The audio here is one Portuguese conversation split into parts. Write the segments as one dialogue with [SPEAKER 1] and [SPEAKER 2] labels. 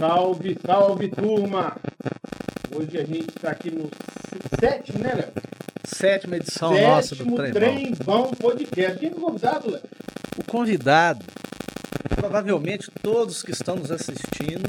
[SPEAKER 1] Salve, salve, turma! Hoje a gente está aqui no sétimo, né, Léo?
[SPEAKER 2] Sétima edição Então, nossa do
[SPEAKER 1] Sétimo
[SPEAKER 2] Trembão.
[SPEAKER 1] Trembão Podcast. Quem é o convidado, Léo?
[SPEAKER 2] O convidado, provavelmente todos que estão nos assistindo,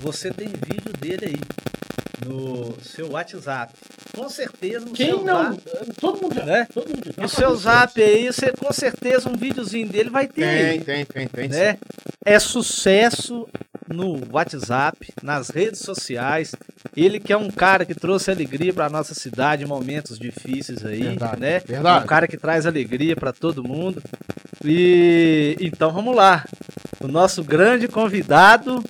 [SPEAKER 2] você tem vídeo dele aí no seu WhatsApp. Com certeza no
[SPEAKER 1] Quem
[SPEAKER 2] seu
[SPEAKER 1] não?
[SPEAKER 2] zap-
[SPEAKER 1] Todo mundo já.
[SPEAKER 2] Né?
[SPEAKER 1] Todo mundo já.
[SPEAKER 2] No seu
[SPEAKER 1] é
[SPEAKER 2] zap aí, você com certeza um videozinho dele vai ter aí.
[SPEAKER 1] Tem, tem, tem, tem. sim.
[SPEAKER 2] né? É sucesso no WhatsApp, nas redes sociais. Ele que é um cara que trouxe alegria para nossa cidade em momentos difíceis aí,
[SPEAKER 3] Verdade,
[SPEAKER 2] né?
[SPEAKER 3] verdade.
[SPEAKER 2] Um cara que traz alegria para todo mundo. E então vamos lá. O nosso grande convidado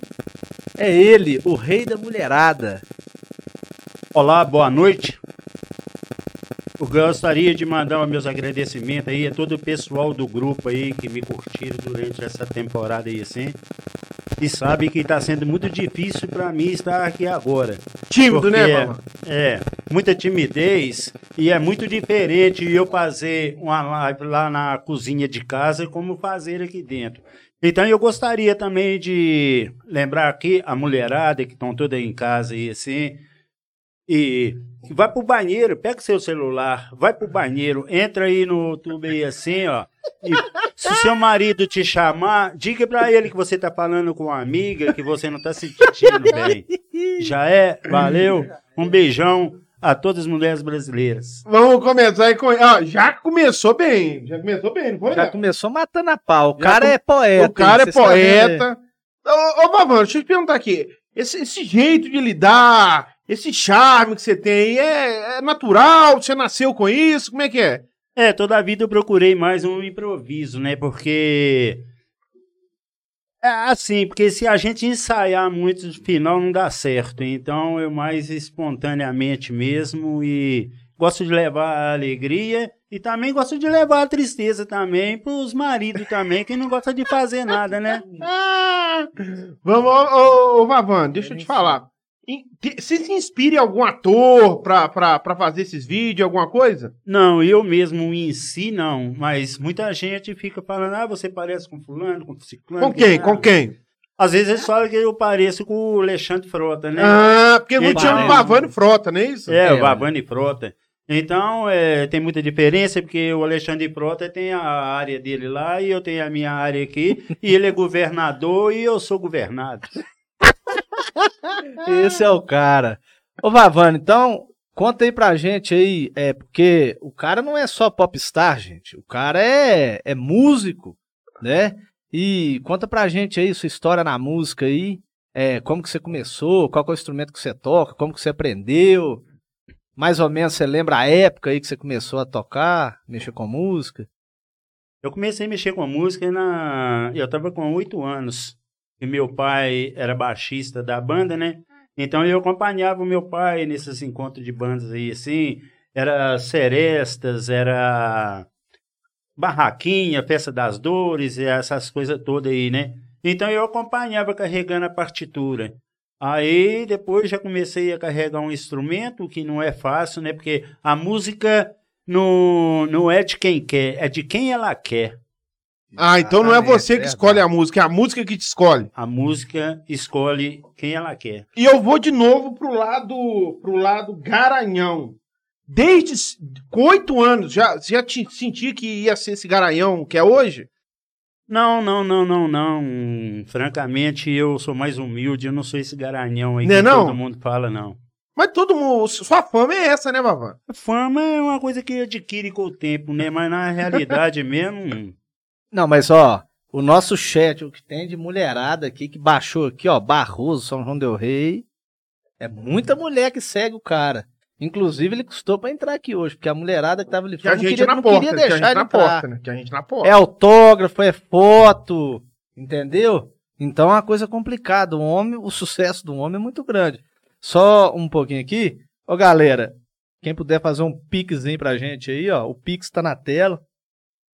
[SPEAKER 2] é ele, o rei da mulherada.
[SPEAKER 4] Olá, boa noite. Eu gostaria de mandar os meus agradecimentos aí a todo o pessoal do grupo aí que me curtiram durante essa temporada aí assim. E sabe que está sendo muito difícil para mim estar aqui agora.
[SPEAKER 3] Tímido,
[SPEAKER 4] Porque
[SPEAKER 3] né, mano?
[SPEAKER 4] É, muita timidez e é muito diferente eu fazer uma live lá na cozinha de casa como fazer aqui dentro. Então eu gostaria também de lembrar aqui a mulherada que estão toda em casa aí assim. E vai pro banheiro, pega seu celular, vai pro banheiro, entra aí no YouTube aí assim, ó. E se seu marido te chamar, diga pra ele que você tá falando com uma amiga, que você não tá se sentindo bem. Já é, valeu. Um beijão a todas as mulheres brasileiras.
[SPEAKER 3] Vamos começar aí com. Ó, já começou bem.
[SPEAKER 1] Já começou bem, não foi,
[SPEAKER 2] Já
[SPEAKER 1] Léo?
[SPEAKER 2] começou matando a pau. O
[SPEAKER 3] Já
[SPEAKER 2] cara
[SPEAKER 3] com-
[SPEAKER 2] é poeta.
[SPEAKER 3] o cara é
[SPEAKER 2] hein? Vocês estão vendo aí?
[SPEAKER 3] poeta. Ô, ô Bavano, deixa eu te perguntar aqui. Esse, esse jeito de lidar, esse charme que você tem, aí, é, é natural? Você nasceu com isso? Como é que é?
[SPEAKER 4] É, toda a vida eu procurei mais um improviso, né? Porque. É assim, porque se a gente ensaiar muito no final não dá certo. Então eu mais espontaneamente mesmo e gosto de levar a alegria e também gosto de levar a tristeza também pros maridos também, que não gosta de fazer nada, né?
[SPEAKER 3] Ah, vamos, ô, ô, ô Vavano, deixa eu te falar. Em- te- Você se inspira em algum ator pra, pra, pra fazer esses vídeos, alguma coisa?
[SPEAKER 4] Não, eu mesmo em si não, mas muita gente fica falando, ah, você parece com fulano, com ciclano.
[SPEAKER 3] Com quem?
[SPEAKER 4] com
[SPEAKER 3] Com quem?
[SPEAKER 4] Às vezes eles falam que eu pareço com o Alexandre Frota, né?
[SPEAKER 3] Ah, porque muito
[SPEAKER 4] Ele
[SPEAKER 3] chama
[SPEAKER 4] parece.
[SPEAKER 3] Vavano e Frota, não é isso?
[SPEAKER 4] É,
[SPEAKER 2] É,
[SPEAKER 4] o Babani Frota. Então, é, tem muita diferença, porque o Alexandre Frota tem a área dele lá e eu tenho a minha área aqui. e ele é governador e eu sou governado.
[SPEAKER 2] Esse é o cara. Ô, Vavano, então, conta aí pra gente aí, é, porque o cara não é só popstar, gente. O cara é, é músico, né? E conta pra gente aí sua história na música aí. É, como que você começou, qual que é o instrumento que você toca, como que você aprendeu. Mais ou menos você lembra a época aí que você começou a tocar, mexer com música.
[SPEAKER 4] Eu comecei a mexer com a música na. Eu tava com oito anos. E meu pai era baixista da banda, né? Então eu acompanhava o meu pai nesses encontros de bandas aí, assim. Era Serestas, era Barraquinha, Festa das Dores, e essas coisas todas aí, né? Então eu acompanhava carregando a partitura. Aí depois já comecei a carregar um instrumento, o que não é fácil, né? Porque a música não, não é de quem quer, é de quem ela quer.
[SPEAKER 3] Ah, então não é
[SPEAKER 2] Exatamente,
[SPEAKER 3] você que
[SPEAKER 2] verdade.
[SPEAKER 3] escolhe a música, é a música que te escolhe.
[SPEAKER 4] A música escolhe quem ela quer.
[SPEAKER 3] E eu vou de novo pro lado, pro lado garanhão. Desde s- com oito anos, já, você já te senti que ia ser esse garanhão que é hoje?
[SPEAKER 4] Não, não, não, não, não. Francamente, eu sou mais humilde, eu não sou esse garanhão aí
[SPEAKER 3] Né
[SPEAKER 4] que
[SPEAKER 3] não?
[SPEAKER 4] todo mundo fala, não.
[SPEAKER 3] Mas todo mundo, sua fama é essa, né, Bavan?
[SPEAKER 4] A fama é uma coisa que adquire com o tempo, né? Mas na realidade mesmo,
[SPEAKER 2] Não, mas ó, o nosso chat, o que tem de mulherada aqui, que baixou aqui, ó, Barroso, São João Del Rei. É muita mulher que segue o cara. Inclusive, ele custou pra entrar aqui hoje, porque a mulherada que tava ali
[SPEAKER 3] Que a
[SPEAKER 2] não
[SPEAKER 3] gente
[SPEAKER 2] queria,
[SPEAKER 3] na
[SPEAKER 2] não
[SPEAKER 3] porta,
[SPEAKER 2] queria
[SPEAKER 3] que a gente
[SPEAKER 2] deixar ele
[SPEAKER 3] na
[SPEAKER 2] entrar.
[SPEAKER 3] porta, né? Que a gente na
[SPEAKER 2] É
[SPEAKER 3] porta.
[SPEAKER 2] autógrafo, é foto, entendeu? Então é uma coisa complicada. O homem, o sucesso do homem é muito grande. Só um pouquinho aqui. Ô, galera, quem puder fazer um pixzinho pra gente aí, ó, o pix tá na tela.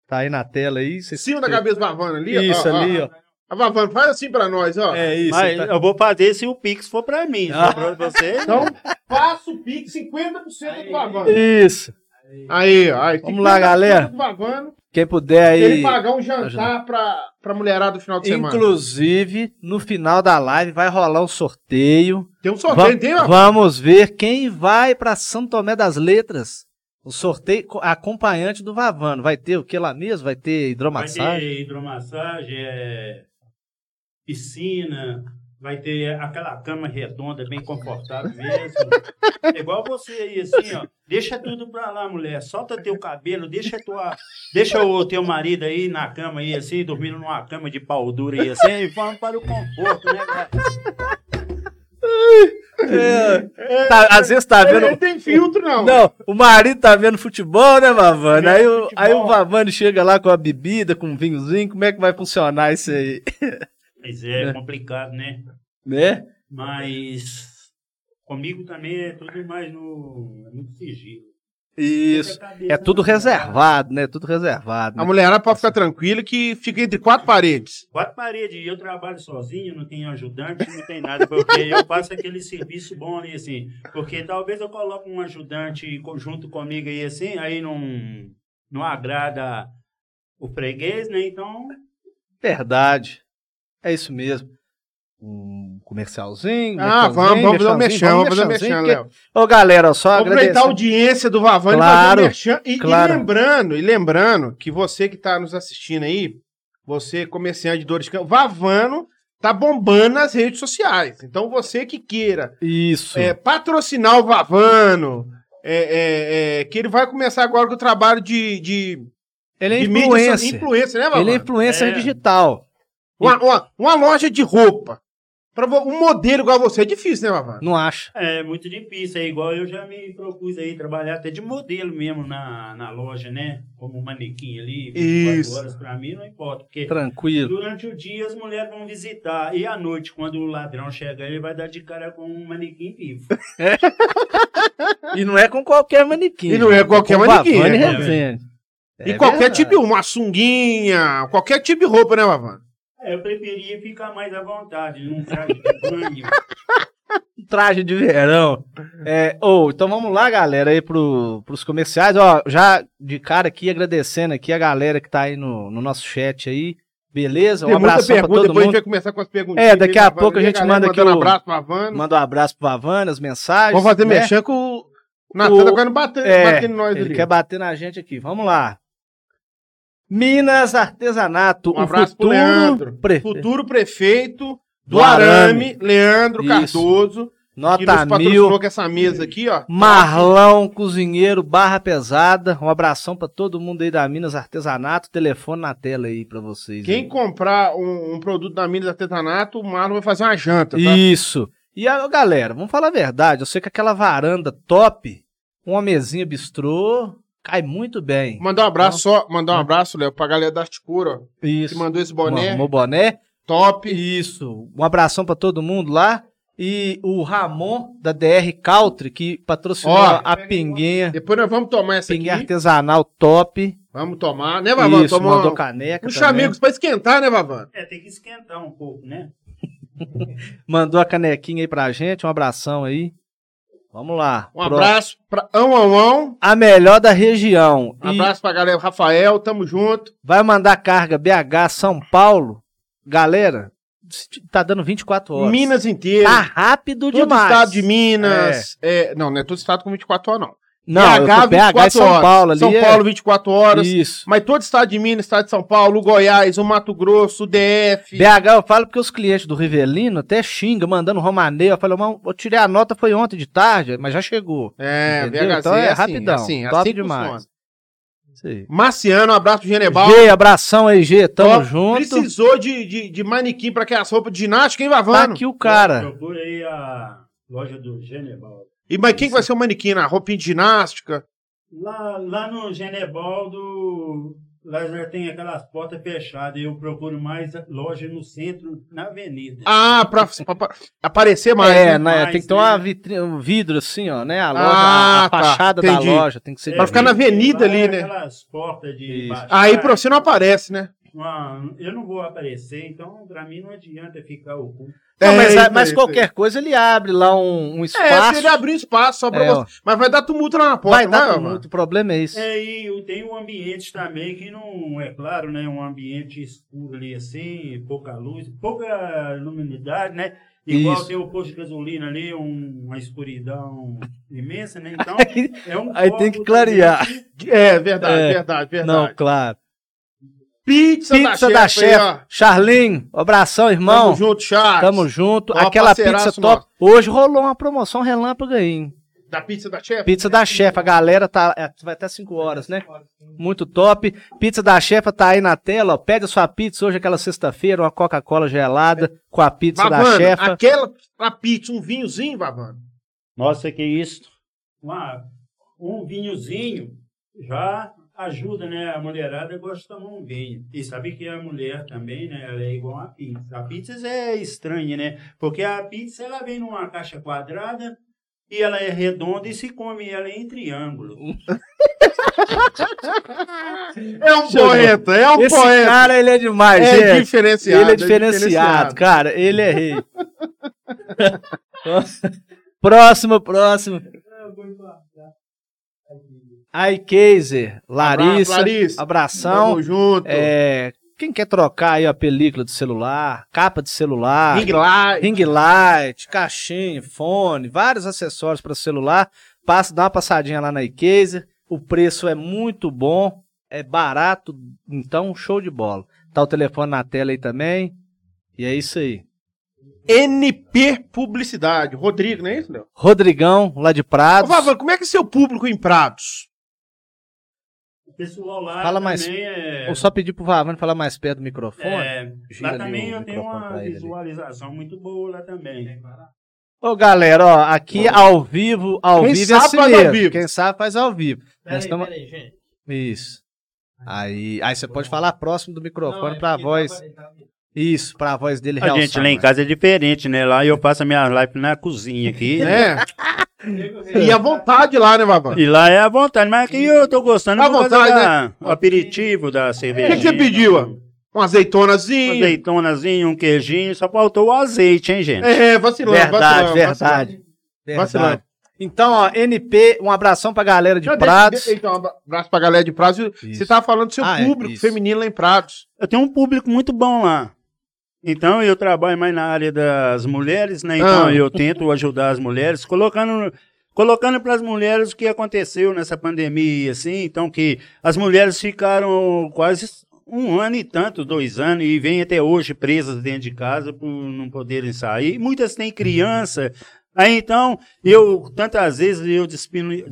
[SPEAKER 2] Tá aí na tela aí.
[SPEAKER 3] Em
[SPEAKER 2] vocês-
[SPEAKER 3] cima da cabeça da Vavana ali, ó,
[SPEAKER 2] é. Isso
[SPEAKER 3] ó,
[SPEAKER 2] ali, ó.
[SPEAKER 3] A Vavana, faz assim pra nós, ó.
[SPEAKER 2] É isso.
[SPEAKER 4] mas
[SPEAKER 2] tá-
[SPEAKER 4] eu vou fazer se o Pix for pra mim.
[SPEAKER 2] Ah.
[SPEAKER 4] Se for pra você,
[SPEAKER 3] Então, faça o pique 50% do Vavana.
[SPEAKER 2] Isso.
[SPEAKER 3] Aí, ó. Aí,
[SPEAKER 2] Vamos lá,
[SPEAKER 3] 50%
[SPEAKER 2] galera.
[SPEAKER 3] do Vavana.
[SPEAKER 2] Quem puder aí.
[SPEAKER 1] Ele pagar um jantar pra, pra mulherada no final de semana.
[SPEAKER 2] Inclusive, no final da live vai rolar um sorteio.
[SPEAKER 1] Tem um sorteio,
[SPEAKER 2] Va-
[SPEAKER 1] tem uma...
[SPEAKER 2] Vamos ver quem vai para São Tomé das Letras. O sorteio co- acompanhante do Vavano. Vai ter o que lá mesmo? Vai ter
[SPEAKER 4] Vai
[SPEAKER 2] hidromassagem?
[SPEAKER 4] ter hidromassagem, é, piscina, vai ter aquela cama redonda, bem confortável mesmo. É igual você aí, assim, ó. Deixa tudo pra lá, mulher. Solta teu cabelo, deixa tua. Deixa o teu marido aí na cama aí, assim, dormindo numa cama de pau dura aí, assim, e vamos para o conforto, né, cara?
[SPEAKER 2] É, tá- às vezes tá
[SPEAKER 1] Ele
[SPEAKER 2] vendo.
[SPEAKER 1] não tem filtro, não.
[SPEAKER 2] Não, o marido tá vendo futebol, né, Vavano?
[SPEAKER 4] Vendo
[SPEAKER 2] Aí, o-
[SPEAKER 4] futebol.
[SPEAKER 2] aí o Vavano chega lá com a bebida, com um vinhozinho. Como é que vai funcionar isso aí?
[SPEAKER 4] Mas é complicado, né?
[SPEAKER 2] Né?
[SPEAKER 4] Mas comigo também é tudo mais no. é muito sigilo.
[SPEAKER 2] Isso. É tudo reservado, né? Tudo reservado.
[SPEAKER 3] A
[SPEAKER 2] né?
[SPEAKER 3] mulherada pode ficar tranquila que fica entre quatro paredes.
[SPEAKER 4] Quatro paredes, e eu trabalho sozinho, não tenho ajudante, não tem nada, porque eu faço aquele serviço bom ali, assim. Porque talvez eu coloque um ajudante co- junto comigo aí, assim, aí não, não agrada o freguês, né? Então,
[SPEAKER 2] Verdade. É isso mesmo. Um comercialzinho.
[SPEAKER 3] Ah, vamos, vamos fazer um mexão, vamos fazer um mexão,
[SPEAKER 2] merchanzinho,
[SPEAKER 3] Léo.
[SPEAKER 2] porque- Ô, galera, ó, só
[SPEAKER 3] Vamos aproveitar a
[SPEAKER 2] agradecer.
[SPEAKER 3] audiência do Vavani
[SPEAKER 2] Claro,
[SPEAKER 3] e fazer um merchan. E, e
[SPEAKER 2] claro.
[SPEAKER 3] lembrando, e lembrando que você que está nos assistindo aí, você comerciante de dores de campo, Vavano tá bombando nas redes sociais. Então você que queira
[SPEAKER 2] Isso.
[SPEAKER 3] é, patrocinar o Vavano, é, é, é, que ele vai começar agora com o trabalho de, de,
[SPEAKER 2] ele é
[SPEAKER 3] de mídia so-
[SPEAKER 2] influencer.
[SPEAKER 3] influencer, né, Vavano?
[SPEAKER 2] Ele é influencer
[SPEAKER 4] É.
[SPEAKER 2] digital.
[SPEAKER 3] Uma, uma, uma loja de roupa. Pra vo- um modelo igual a você é difícil, né, Vavano?
[SPEAKER 2] Não acha?
[SPEAKER 4] é muito difícil, é igual eu já me propus aí trabalhar até de modelo mesmo na, na loja, né? Como manequim ali, 24
[SPEAKER 3] Isso.
[SPEAKER 4] horas pra mim, não importa, porque
[SPEAKER 2] Tranquilo.
[SPEAKER 4] Durante o dia as mulheres vão visitar. E à noite, quando o ladrão chegar, ele vai dar de cara com um manequim vivo.
[SPEAKER 2] E não é com qualquer manequim.
[SPEAKER 3] Ah. E não é
[SPEAKER 2] gente.
[SPEAKER 3] qualquer
[SPEAKER 2] com
[SPEAKER 3] manequim,
[SPEAKER 2] Vavane
[SPEAKER 4] né?
[SPEAKER 2] Rezende.
[SPEAKER 3] e
[SPEAKER 2] É
[SPEAKER 3] qualquer
[SPEAKER 2] verdade.
[SPEAKER 3] tipo, de- uma sunguinha, qualquer tipo de roupa, né, Vavano?
[SPEAKER 4] É, Eu preferia ficar mais à vontade, num traje de banho.
[SPEAKER 2] Um traje de verão. É, ô, então vamos lá, galera, aí pro, pros comerciais. Ó, já de cara aqui, agradecendo aqui a galera que tá aí no, no nosso chat aí. Beleza? Um
[SPEAKER 3] Tem muita
[SPEAKER 2] abraço pra
[SPEAKER 3] pergunta,
[SPEAKER 2] todo
[SPEAKER 3] depois a gente
[SPEAKER 2] mundo.
[SPEAKER 3] vai começar com as perguntas.
[SPEAKER 2] É, daqui a pouco a gente manda aqui
[SPEAKER 3] um
[SPEAKER 2] o-
[SPEAKER 3] abraço pra Vano.
[SPEAKER 2] Manda um abraço pro Havana, as mensagens.
[SPEAKER 3] Vamos fazer
[SPEAKER 2] né?
[SPEAKER 3] mexer com o Natan
[SPEAKER 2] O-
[SPEAKER 3] agora não batendo,
[SPEAKER 2] É,
[SPEAKER 3] batendo nós
[SPEAKER 2] Ele
[SPEAKER 3] ali.
[SPEAKER 2] quer bater na gente aqui. Vamos lá. Minas Artesanato.
[SPEAKER 3] Um abraço pro Leandro.
[SPEAKER 2] pre-
[SPEAKER 3] Futuro prefeito do,
[SPEAKER 2] Do
[SPEAKER 3] Arame, Leandro
[SPEAKER 2] Isso.
[SPEAKER 3] Cardoso, que nos
[SPEAKER 2] Nota
[SPEAKER 3] patrocinou
[SPEAKER 2] mil.
[SPEAKER 3] com essa mesa aqui, ó.
[SPEAKER 2] Marlão Cozinheiro, Barra Pesada. Um abração pra todo mundo aí da Minas Artesanato. Telefone na tela aí pra vocês.
[SPEAKER 3] Quem comprar um, um produto da mina da Tetanato, o Marlon vai fazer uma janta, tá?
[SPEAKER 2] Isso. E a galera, vamos falar a verdade. Eu sei que aquela varanda top, uma mesinha bistrô, cai muito bem.
[SPEAKER 3] Mandar um abraço só, mandar um abraço, Léo, pra galera da Articura, ó, que
[SPEAKER 2] Então, Isso.
[SPEAKER 3] mandou esse
[SPEAKER 2] Um
[SPEAKER 3] boné
[SPEAKER 2] arrumou boné.
[SPEAKER 3] top.
[SPEAKER 2] Isso. Um abração pra todo mundo lá. E o Ramon, da DR Country, que patrocinou
[SPEAKER 3] Ó,
[SPEAKER 2] a pinguinha.
[SPEAKER 3] Depois nós vamos tomar essa
[SPEAKER 2] Pinguinha
[SPEAKER 3] aqui.
[SPEAKER 2] artesanal top.
[SPEAKER 3] Vamos tomar, né, Vavano?
[SPEAKER 2] Isso,
[SPEAKER 3] Tomar
[SPEAKER 2] mandou
[SPEAKER 3] um,
[SPEAKER 2] caneca.
[SPEAKER 3] um
[SPEAKER 2] também.
[SPEAKER 3] chamigos pra esquentar, né, Vavano?
[SPEAKER 4] É, tem que esquentar um pouco, né?
[SPEAKER 2] Mandou a canequinha aí pra gente. Um abração aí. Vamos lá.
[SPEAKER 3] Um
[SPEAKER 2] Pro-
[SPEAKER 3] abraço pra Ão Ão Ão.
[SPEAKER 2] A melhor da região.
[SPEAKER 3] Um
[SPEAKER 2] E
[SPEAKER 3] abraço pra galera. Rafael, tamo junto.
[SPEAKER 2] vai mandar carga BH, São Paulo. Galera, tá dando 24 horas.
[SPEAKER 3] Minas inteira.
[SPEAKER 2] Tá rápido
[SPEAKER 3] todo
[SPEAKER 2] demais.
[SPEAKER 3] estado de Minas. é, não, não é todo estado com 24 horas, não.
[SPEAKER 2] Não, eu tô BH e São
[SPEAKER 3] horas.
[SPEAKER 2] Paulo ali.
[SPEAKER 3] São
[SPEAKER 2] é-
[SPEAKER 3] Paulo, 24 horas.
[SPEAKER 2] Isso.
[SPEAKER 3] Mas todo estado de Minas, estado de São Paulo, o Goiás, o Mato Grosso, o DF.
[SPEAKER 2] BH eu falo porque os clientes do Rivelino até xingam, mandando romaneio. Eu falo, "Mas eu tirei a nota, foi ontem de tarde, mas já chegou.
[SPEAKER 3] É,
[SPEAKER 2] Entendeu?
[SPEAKER 3] VHC
[SPEAKER 2] Então é
[SPEAKER 3] é assim,
[SPEAKER 2] rapidão,
[SPEAKER 3] assim,
[SPEAKER 2] top
[SPEAKER 3] assim que
[SPEAKER 2] demais.
[SPEAKER 3] funciona.
[SPEAKER 2] Isso aí.
[SPEAKER 3] Marciano, um abraço pro Geneval.
[SPEAKER 2] G, abração aí, G, tamo
[SPEAKER 3] Ó,
[SPEAKER 2] junto.
[SPEAKER 3] Precisou de, de, de manequim pra aquelas roupas de ginástica, hein,
[SPEAKER 2] Tá
[SPEAKER 3] Vavano?
[SPEAKER 2] aqui o cara.
[SPEAKER 4] Procura aí a loja do Genebal.
[SPEAKER 3] E mas quem que vai ser o manequim na roupinha de ginástica?
[SPEAKER 4] Lá, lá no Genebal do... Lá já tem aquelas portas fechadas e eu procuro mais loja no centro, na avenida.
[SPEAKER 3] Ah, pra, pra- pra aparecer mais.
[SPEAKER 2] é,
[SPEAKER 3] né?
[SPEAKER 2] né,
[SPEAKER 4] mais,
[SPEAKER 2] tem que ter uma
[SPEAKER 4] né?
[SPEAKER 2] vitri- um vidro assim, ó, né? A loja,
[SPEAKER 3] Ah,
[SPEAKER 2] a
[SPEAKER 3] tá,
[SPEAKER 2] fachada da
[SPEAKER 3] entendi.
[SPEAKER 4] É.
[SPEAKER 2] loja tem que ser.
[SPEAKER 3] Pra
[SPEAKER 2] de
[SPEAKER 3] ficar na
[SPEAKER 2] vidro.
[SPEAKER 3] avenida
[SPEAKER 4] Lá é
[SPEAKER 3] ali, né?
[SPEAKER 4] Aquelas portas de
[SPEAKER 2] Isso.
[SPEAKER 4] baixar.
[SPEAKER 3] Aí pra você não aparece, né?
[SPEAKER 4] uma- eu não vou aparecer, então pra mim não adianta ficar oculto.
[SPEAKER 2] Não, mas,
[SPEAKER 3] É, isso
[SPEAKER 2] mas
[SPEAKER 3] aí,
[SPEAKER 2] qualquer coisa ele abre lá um, um
[SPEAKER 3] É, se
[SPEAKER 2] espaço.
[SPEAKER 3] ele abrir espaço só pra
[SPEAKER 2] É, ó.
[SPEAKER 3] você. Mas vai dar tumulto lá na porta,
[SPEAKER 2] vai dar
[SPEAKER 3] não
[SPEAKER 2] tumulto,
[SPEAKER 3] vai,
[SPEAKER 2] o problema é isso.
[SPEAKER 4] É, e eu tenho um ambiente também que não é claro, né? Um ambiente escuro ali assim, pouca luz, pouca luminidade, né? Igual
[SPEAKER 2] Isso.
[SPEAKER 4] tem o posto de gasolina ali, um- uma escuridão imensa, né? Então,
[SPEAKER 2] Aí-
[SPEAKER 4] é um
[SPEAKER 2] Aí tem
[SPEAKER 4] foco
[SPEAKER 2] que clarear.
[SPEAKER 3] É, verdade,
[SPEAKER 2] É.
[SPEAKER 3] verdade, verdade.
[SPEAKER 2] Não, claro.
[SPEAKER 3] Pizza,
[SPEAKER 2] Pizza da
[SPEAKER 3] chefe. aí, ó.
[SPEAKER 2] chefe. Charlinho, abração, irmão.
[SPEAKER 3] Tamo junto, Charles.
[SPEAKER 2] Tamo junto.
[SPEAKER 3] Ó,
[SPEAKER 2] Aquela
[SPEAKER 3] parceiraço
[SPEAKER 2] pizza top. Hoje rolou uma promoção relâmpago aí. hein?
[SPEAKER 3] Da pizza da chefe?
[SPEAKER 2] Pizza da chefa, a galera tá. é, vai até 5 horas, né? Muito top. Pizza da chefa tá aí na tela, ó. Pede a sua pizza hoje, aquela sexta-feira, uma Coca-Cola gelada com a pizza da
[SPEAKER 3] Vavano,
[SPEAKER 2] chefa.
[SPEAKER 3] aquela a pizza, um vinhozinho, Vavano.
[SPEAKER 4] Nossa, que isso? Uma, um vinhozinho já ajuda, né? A mulherada gosta de tomar um vinho. E sabe que a mulher também, né? Ela é igual a pizza. A pizza é estranha, né? Porque a pizza, ela vem numa caixa quadrada e ela é redonda e se come ela em triângulo.
[SPEAKER 2] Hum.
[SPEAKER 3] É um poeta, é um
[SPEAKER 2] Esse
[SPEAKER 3] poeta.
[SPEAKER 2] cara, ele é demais,
[SPEAKER 3] é
[SPEAKER 2] gente.
[SPEAKER 3] diferenciado.
[SPEAKER 2] Ele é diferenciado, cara. Ele é rei. próximo, próximo.
[SPEAKER 4] É,
[SPEAKER 2] Ai, Kaiser,
[SPEAKER 3] Abraço,
[SPEAKER 2] Larissa,
[SPEAKER 3] Larissa.
[SPEAKER 2] abração.
[SPEAKER 3] Tamo junto.
[SPEAKER 2] É, quem quer trocar aí a película de celular, capa de celular,
[SPEAKER 3] Ring light.
[SPEAKER 2] ring light, caixinha, fone, vários acessórios para celular, passa, dá uma passadinha lá na iCase. O preço é muito bom, é barato, então show de bola. Tá o telefone na tela aí também. E é isso aí.
[SPEAKER 3] NP Publicidade. Rodrigo, não é isso, Léo?
[SPEAKER 2] Rodrigão, lá de
[SPEAKER 3] Ô,
[SPEAKER 2] Prados.
[SPEAKER 3] Vavano, como é que é seu público em Prados?
[SPEAKER 4] O pessoal lá
[SPEAKER 2] Fala
[SPEAKER 4] também
[SPEAKER 2] mais.
[SPEAKER 4] é...
[SPEAKER 2] Vou só pedir pro Vavano falar mais perto do microfone.
[SPEAKER 4] é,
[SPEAKER 2] Gira ali
[SPEAKER 4] lá também
[SPEAKER 2] o
[SPEAKER 4] eu tenho
[SPEAKER 2] microfone
[SPEAKER 4] uma
[SPEAKER 2] pra ele ali.
[SPEAKER 4] visualização muito boa lá também.
[SPEAKER 2] Ô galera, ó, aqui ao vivo, ao
[SPEAKER 3] Quem
[SPEAKER 2] vivo é
[SPEAKER 3] sabe
[SPEAKER 2] assim
[SPEAKER 3] faz ao
[SPEAKER 2] mesmo.
[SPEAKER 3] vivo.
[SPEAKER 2] Quem sabe faz ao vivo. Nós
[SPEAKER 5] Peraí,
[SPEAKER 2] estamos-
[SPEAKER 5] peraí, gente.
[SPEAKER 2] Isso. Aí, aí você pode falar próximo do microfone
[SPEAKER 5] é
[SPEAKER 2] pra
[SPEAKER 5] porque
[SPEAKER 2] voz.
[SPEAKER 5] tava- tava-
[SPEAKER 2] Isso, pra voz dele
[SPEAKER 4] A gente lá em casa é diferente, né? Lá eu faço a minha live na cozinha aqui.
[SPEAKER 3] É. e à vontade lá, né, Vavano?
[SPEAKER 4] E lá é à vontade, mas aqui eu tô gostando
[SPEAKER 3] À
[SPEAKER 4] por causa
[SPEAKER 3] vontade, né?
[SPEAKER 4] da- o um aperitivo da cerveja.
[SPEAKER 3] O que que você pediu, ó? Uma
[SPEAKER 4] Um
[SPEAKER 3] azeitonazinha.
[SPEAKER 4] azeitonazinho, um queijinho, só faltou o azeite, hein, gente?
[SPEAKER 3] É, vacilando,
[SPEAKER 2] Verdade,
[SPEAKER 3] vacilando.
[SPEAKER 2] verdade.
[SPEAKER 3] Vacilando.
[SPEAKER 2] Verdade. Então, ó, NP, um abração pra galera de
[SPEAKER 3] Não, deixa-
[SPEAKER 2] Prados.
[SPEAKER 3] de- Então, um abraço pra galera de Prados. Você tá
[SPEAKER 2] Isso.
[SPEAKER 3] tava falando do seu
[SPEAKER 2] Ah, é,
[SPEAKER 3] público
[SPEAKER 2] isso.
[SPEAKER 3] feminino lá em Prados.
[SPEAKER 4] Eu tenho um público muito bom lá. Então eu trabalho mais na área das mulheres, né? Então
[SPEAKER 3] Ah.
[SPEAKER 4] eu tento ajudar as mulheres, colocando colocando para as mulheres o que aconteceu nessa pandemia, assim. Então que as mulheres ficaram quase um ano e tanto, dois anos, e vêm até hoje presas dentro de casa por não poderem sair. Muitas têm criança. Aí então, eu tantas vezes eu dispi-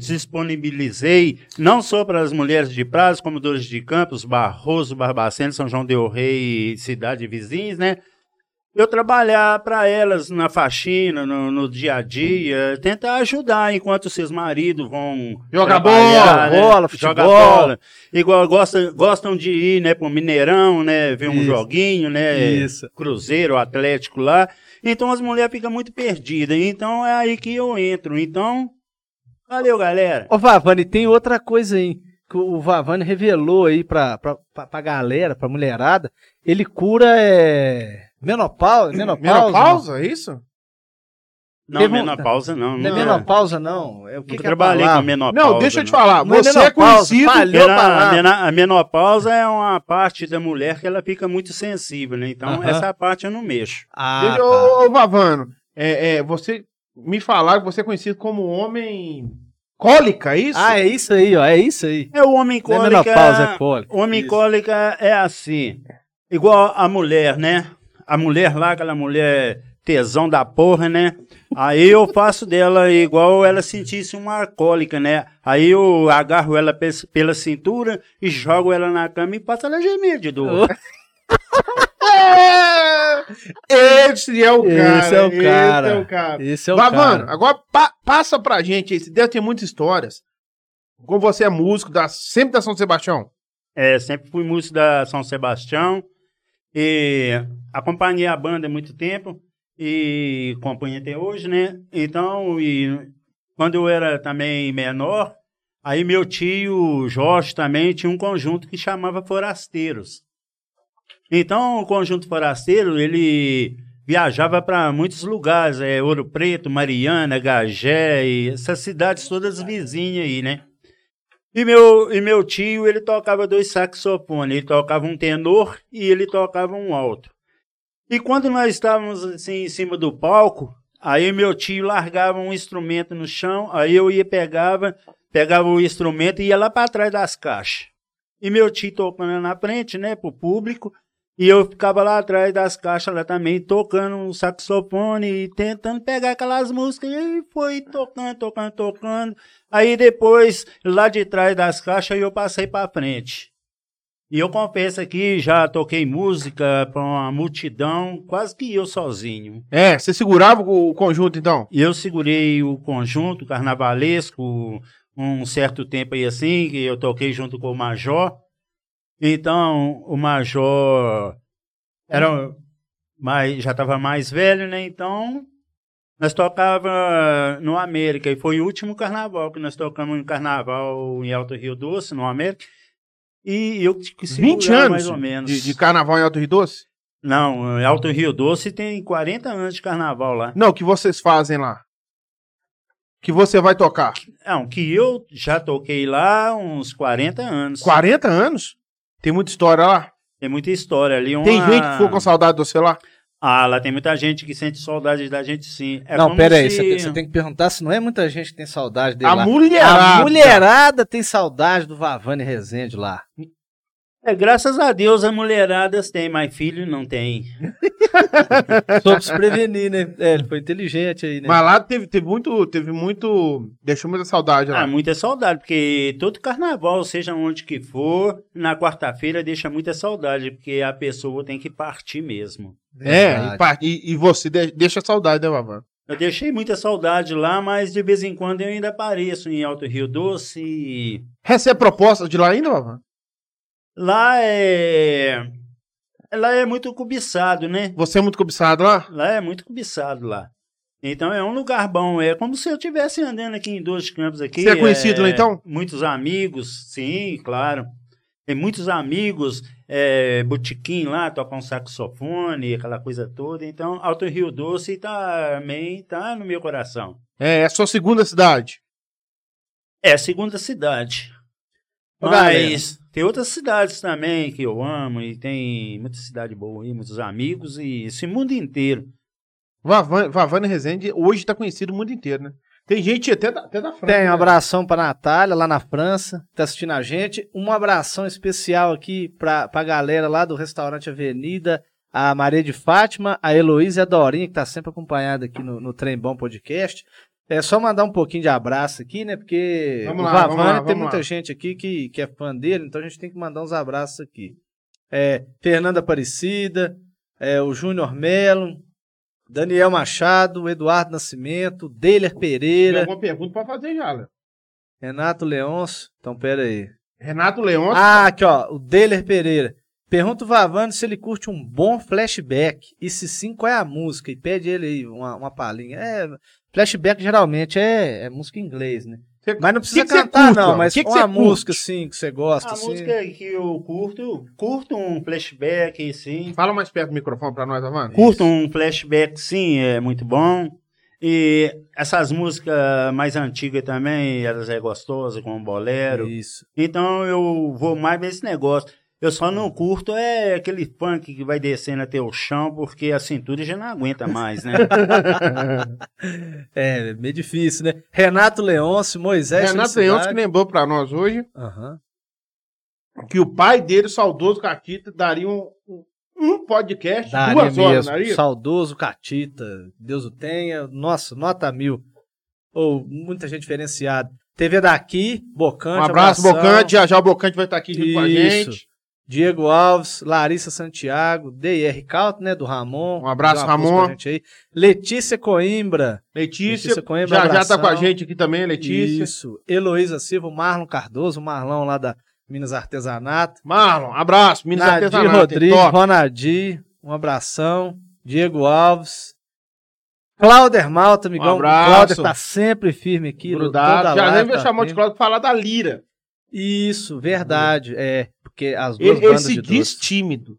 [SPEAKER 4] disponibilizei, não só para as mulheres de prazo, como Dores de Campos, Barroso, Barbacena, São João Del Rei e cidade vizinhas, né? Eu trabalhar para elas na faxina, no, no dia a dia, tentar ajudar enquanto seus maridos vão
[SPEAKER 3] Jogar
[SPEAKER 2] bola,
[SPEAKER 4] trabalhar,
[SPEAKER 2] bola,
[SPEAKER 4] jogar
[SPEAKER 2] futebol.
[SPEAKER 4] bola. Igual gostam, gostam de ir, né, pro Mineirão, né, ver um
[SPEAKER 2] Isso.
[SPEAKER 4] joguinho, né?
[SPEAKER 2] Isso.
[SPEAKER 4] Cruzeiro, Atlético lá. Então as mulheres ficam muito perdidas. Então é aí que eu entro. Então, valeu, galera.
[SPEAKER 2] Ô, Vavani, tem outra coisa aí que o Vavani revelou aí pra, pra, pra, pra galera, pra mulherada. Ele cura é... menopausa. Menopausa? né?
[SPEAKER 3] Menopausa, é isso?
[SPEAKER 4] Não,
[SPEAKER 2] Teve um-
[SPEAKER 4] menopausa não.
[SPEAKER 2] Não é
[SPEAKER 4] nunca-
[SPEAKER 2] menopausa, não. É o que,
[SPEAKER 4] nunca
[SPEAKER 2] que é a
[SPEAKER 4] trabalhei com
[SPEAKER 2] palavra?
[SPEAKER 4] menopausa.
[SPEAKER 3] Não, deixa eu te
[SPEAKER 4] não.
[SPEAKER 3] falar.
[SPEAKER 2] Não é
[SPEAKER 3] você é
[SPEAKER 2] menopausa, né?
[SPEAKER 3] conhecido. ah,
[SPEAKER 2] falha.
[SPEAKER 4] Mena-
[SPEAKER 2] Opa, lá.
[SPEAKER 4] mena- a menopausa é uma parte da mulher que ela fica muito sensível, né? Então,
[SPEAKER 2] Aham.
[SPEAKER 4] essa parte eu não mexo.
[SPEAKER 2] Ah,
[SPEAKER 3] Deixa-
[SPEAKER 2] tá.
[SPEAKER 3] Ô, ô, Vavano, é, é, você me falaram que você é conhecido como homem cólica, é isso?
[SPEAKER 2] ah, é isso aí, ó. É isso aí.
[SPEAKER 4] É o homem
[SPEAKER 2] Não é
[SPEAKER 4] cólica.
[SPEAKER 2] menopausa, é cólica.
[SPEAKER 4] Homem
[SPEAKER 2] Isso.
[SPEAKER 4] cólica é assim. Igual a mulher, né? A mulher lá, aquela mulher tesão da porra, né? Aí eu faço dela igual ela sentisse uma cólica, né? Aí eu agarro ela pe- pela cintura e jogo ela na cama e passo ela a gemer de dor.
[SPEAKER 3] É, Esse é o
[SPEAKER 2] Esse
[SPEAKER 3] cara.
[SPEAKER 2] é
[SPEAKER 3] Esse é
[SPEAKER 2] o cara.
[SPEAKER 3] o cara.
[SPEAKER 2] Esse é o
[SPEAKER 3] Vavano,
[SPEAKER 2] cara.
[SPEAKER 3] agora pa- passa pra gente aí. Você deve ter muitas histórias. Como você é músico, da, sempre da São Sebastião.
[SPEAKER 4] É, sempre fui músico da São Sebastião e acompanhei a banda há muito tempo e acompanho até hoje, né? Então, e quando eu era também menor, aí meu tio Jorge também tinha um conjunto que chamava Forasteiros. Então, o Conjunto Forasteiro, ele viajava para muitos lugares, é, Ouro Preto, Mariana, Gagé, e essas cidades todas vizinhas aí, né? E meu, e meu tio, ele tocava dois saxofones, ele tocava um tenor e ele tocava um alto. E quando nós estávamos assim em cima do palco, aí meu tio largava um instrumento no chão, aí eu ia pegava, pegava o instrumento e ia lá para trás das caixas. E meu tio tocando na frente, né, pro público, e eu ficava lá atrás das caixas lá também, tocando um saxofone e tentando pegar aquelas músicas. E foi tocando, tocando, tocando. Aí depois, lá de trás das caixas, eu passei para frente. E eu confesso aqui, já toquei música para uma multidão, quase que eu sozinho.
[SPEAKER 3] É, você segurava o conjunto, então?
[SPEAKER 4] E eu segurei o conjunto carnavalesco um certo tempo aí assim, que eu toquei junto com o Major. Então, o Major era mais, já estava mais velho, né? Então, nós tocava no América e foi o último carnaval que nós tocamos em carnaval em Alto Rio Doce, no América. E eu que
[SPEAKER 3] 20
[SPEAKER 4] segurava
[SPEAKER 3] anos
[SPEAKER 4] mais ou menos.
[SPEAKER 3] De, de carnaval em Alto Rio Doce?
[SPEAKER 4] Não, em Alto Rio Doce tem 40 anos de carnaval lá.
[SPEAKER 3] Não, o que vocês fazem lá? Que você vai tocar?
[SPEAKER 4] Não, que eu já toquei lá uns 40 anos.
[SPEAKER 3] 40 anos? Tem muita história lá?
[SPEAKER 4] Tem muita história ali. Uma...
[SPEAKER 3] Tem gente que ficou com saudade de você lá?
[SPEAKER 4] Ah, lá tem muita gente que sente saudade da gente, sim. É
[SPEAKER 2] não,
[SPEAKER 4] como
[SPEAKER 2] pera aí,
[SPEAKER 4] se-
[SPEAKER 2] você, você tem que perguntar se não é muita gente que tem saudade dele
[SPEAKER 3] A
[SPEAKER 2] lá.
[SPEAKER 3] mulherada.
[SPEAKER 2] A mulherada tem saudade do Vavane Rezende lá.
[SPEAKER 4] É, graças a Deus as mulheradas têm, mas filho não tem.
[SPEAKER 2] Soube se prevenir, né? É, ele foi inteligente aí, né?
[SPEAKER 3] Mas lá teve, teve muito. Teve muito. Deixou muita saudade lá.
[SPEAKER 4] Ah, muita saudade, porque todo carnaval, seja onde que for, na quarta-feira deixa muita saudade, porque a pessoa tem que partir mesmo.
[SPEAKER 3] é,
[SPEAKER 2] Verdade.
[SPEAKER 3] e, par- e- e você de- deixa saudade, né, Vavan?
[SPEAKER 4] Eu deixei muita saudade lá, mas de vez em quando eu ainda apareço em Alto Rio Doce e
[SPEAKER 3] Recebe é proposta de lá ainda, Vavan?
[SPEAKER 4] Lá é. Lá é muito cobiçado, né?
[SPEAKER 3] Você é muito cobiçado lá?
[SPEAKER 4] Lá é muito cobiçado lá. Então é um lugar bom. É como se eu estivesse andando aqui em dois campos aqui.
[SPEAKER 3] Você é conhecido lá, então?
[SPEAKER 4] Muitos amigos, sim, claro. Tem muitos amigos, é, botiquim lá, tocar um saxofone, aquela coisa toda. Então, Alto Rio Doce tá, também tá no meu coração.
[SPEAKER 3] É, é a sua segunda cidade.
[SPEAKER 4] É a segunda cidade.
[SPEAKER 2] Ô,
[SPEAKER 4] Mas tem outras cidades também que eu amo e tem muita cidade boa aí, muitos amigos e esse mundo inteiro.
[SPEAKER 3] Vavan, Vavane Rezende hoje tá conhecido o mundo inteiro, né? Tem gente até da, até da França.
[SPEAKER 2] Tem um
[SPEAKER 3] né?
[SPEAKER 2] abração pra Natália lá na França, que tá assistindo a gente. Um abração especial aqui pra, pra galera lá do restaurante Avenida, a Maria de Fátima, a Heloísa e a Dorinha, que tá sempre acompanhada aqui no, no Trem Bom Podcast. É só mandar um pouquinho de abraço aqui, né? Porque
[SPEAKER 3] Vamos
[SPEAKER 2] o
[SPEAKER 3] lá,
[SPEAKER 2] Vavane
[SPEAKER 3] vamos lá,
[SPEAKER 2] tem
[SPEAKER 3] vamos
[SPEAKER 2] muita
[SPEAKER 3] lá.
[SPEAKER 2] gente aqui que, que é fã dele, então a gente tem que mandar uns abraços aqui. É, Fernanda Aparecida, é, o Júnior Melo, Daniel Machado, Eduardo Nascimento, Deiler
[SPEAKER 3] Tem
[SPEAKER 2] Pereira.
[SPEAKER 3] alguma pergunta pra fazer já, Léo.
[SPEAKER 2] Renato Leôncio. Então, pera aí.
[SPEAKER 3] Renato Leão.
[SPEAKER 2] Ah, aqui, ó. O Deler Pereira. Pergunta o Vavano se ele curte um bom flashback. E se sim, qual é a música? E pede ele aí uma, uma palhinha. É, flashback geralmente é, é música em inglês, né?
[SPEAKER 3] Cê-
[SPEAKER 2] Mas não precisa
[SPEAKER 3] que que cê
[SPEAKER 2] cantar,
[SPEAKER 3] curte,
[SPEAKER 2] não.
[SPEAKER 3] ó?
[SPEAKER 2] Mas
[SPEAKER 3] Que que
[SPEAKER 2] uma
[SPEAKER 3] cê curte? Ah,
[SPEAKER 2] música, sim, que você gosta.
[SPEAKER 4] A
[SPEAKER 2] assim.
[SPEAKER 4] música que eu curto, curto um flashback,
[SPEAKER 2] Ah.
[SPEAKER 4] sim.
[SPEAKER 3] Fala mais perto do microfone pra nós, Vavan.
[SPEAKER 4] Curto um flashback, sim, é muito bom. E essas músicas mais antigas também, elas é gostosas, como bolero.
[SPEAKER 2] Isso.
[SPEAKER 4] Então eu vou mais nesse negócio. Eu só não curto é aquele funk que vai descendo até o chão, porque a cintura já não aguenta mais, né?
[SPEAKER 2] É, meio difícil, né? Renato Leôncio, Moisés.
[SPEAKER 3] Renato
[SPEAKER 2] Felicidade.
[SPEAKER 3] Leão que lembrou pra nós hoje
[SPEAKER 2] Aham.
[SPEAKER 3] que o pai dele, o saudoso Catita, daria um, um- um podcast,
[SPEAKER 2] Daria
[SPEAKER 3] duas horas,
[SPEAKER 2] mesmo.
[SPEAKER 3] não é daria?
[SPEAKER 2] Saudoso Catita, Deus o tenha. Nossa, nota mil. Ou muita gente diferenciada. TV daqui, Bocante.
[SPEAKER 3] Um abraço,
[SPEAKER 2] abração.
[SPEAKER 3] Bocante. Já já o Bocante vai estar aqui junto com a
[SPEAKER 2] Isso.
[SPEAKER 3] gente.
[SPEAKER 2] Diego Alves, Larissa Santiago, DR Calto, né, do Ramon.
[SPEAKER 3] Um abraço,
[SPEAKER 2] Dá uma força
[SPEAKER 3] Ramon.
[SPEAKER 2] pra gente aí. Letícia Coimbra.
[SPEAKER 3] Letícia,
[SPEAKER 2] Letícia Coimbra,
[SPEAKER 3] já já
[SPEAKER 2] abração.
[SPEAKER 3] tá com a gente aqui também, Letícia.
[SPEAKER 2] Isso. Heloísa Silva, Marlon Cardoso, Marlon lá da Minas Artesanato.
[SPEAKER 3] Marlon, abraço. Minas
[SPEAKER 2] Nadir
[SPEAKER 3] Artesanato,
[SPEAKER 2] Rodrigues,
[SPEAKER 3] top.
[SPEAKER 2] Ronaldi, um abração. Diego Alves. Clauder Malta, amigão.
[SPEAKER 3] Um abraço.
[SPEAKER 2] Clauder tá sempre firme aqui.
[SPEAKER 3] Grudado.
[SPEAKER 2] toda
[SPEAKER 3] Já
[SPEAKER 2] live
[SPEAKER 3] nem me
[SPEAKER 2] tá
[SPEAKER 3] chamou de
[SPEAKER 2] firme.
[SPEAKER 3] Cláudio pra falar da Lira.
[SPEAKER 2] Isso, verdade. É, porque as duas
[SPEAKER 3] Ele, ele
[SPEAKER 2] bandas
[SPEAKER 3] se
[SPEAKER 2] de doce.
[SPEAKER 3] diz tímido.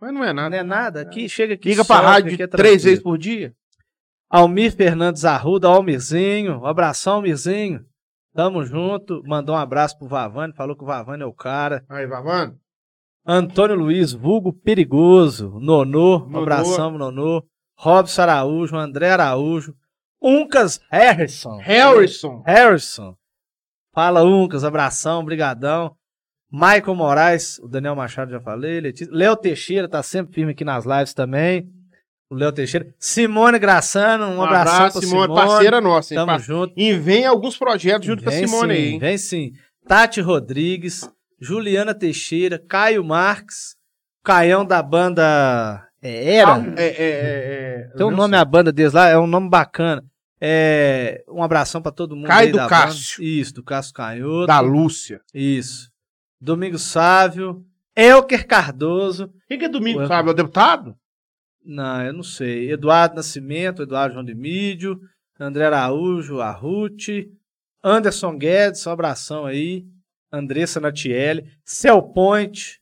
[SPEAKER 3] Mas não é nada.
[SPEAKER 2] Não é nada. Aqui, chega aqui.
[SPEAKER 3] Liga pra
[SPEAKER 2] solta,
[SPEAKER 3] rádio
[SPEAKER 2] aqui é
[SPEAKER 3] três
[SPEAKER 2] tranquilo.
[SPEAKER 3] vezes por dia.
[SPEAKER 2] Almir Fernandes Arruda, Almirzinho. Um abração, Almirzinho. Tamo junto. Mandou um abraço pro Vavane, falou que o Vavane é o cara.
[SPEAKER 3] Aí, Vavano.
[SPEAKER 2] Antônio Luiz, vulgo perigoso. Nonô, um
[SPEAKER 3] Nonô.
[SPEAKER 2] abração, Nonô. Robson Araújo, André Araújo. Uncas Harrison.
[SPEAKER 3] Harrison.
[SPEAKER 2] Harrison. Fala, Uncas, abração, brigadão. Michael Moraes, o Daniel Machado já falei, Letícia. Léo Teixeira tá sempre firme aqui nas lives também. O Léo Teixeira. Simone Graçano, um, abração pra Simone.
[SPEAKER 3] Parceira nossa, hein?
[SPEAKER 2] Tamo
[SPEAKER 3] Par-
[SPEAKER 2] junto.
[SPEAKER 3] E vem alguns projetos junto com a Simone
[SPEAKER 2] sim,
[SPEAKER 3] aí, hein?
[SPEAKER 2] Vem sim. Tati Rodrigues, Juliana Teixeira, Caio Marques, Caião da banda é, Era.
[SPEAKER 3] É, é, é, é,
[SPEAKER 2] Tem um
[SPEAKER 3] não
[SPEAKER 2] nome a banda deles lá, é um nome bacana. É, um abração pra todo mundo.
[SPEAKER 3] Caio
[SPEAKER 2] aí
[SPEAKER 3] do
[SPEAKER 2] da banda.
[SPEAKER 3] Cássio.
[SPEAKER 2] Isso, do Cássio Canhoto.
[SPEAKER 3] sei, Da Lúcia.
[SPEAKER 2] Isso. Domingos Sávio. Elker Cardoso.
[SPEAKER 3] Quem que é domingo,
[SPEAKER 2] Ué.
[SPEAKER 3] sabe? É o deputado?
[SPEAKER 2] Não, eu não sei. Eduardo Nascimento, Eduardo João de Mídio, André Araújo, Arruti, Anderson Guedes, um abração aí. Andressa Natiele, Cel Point,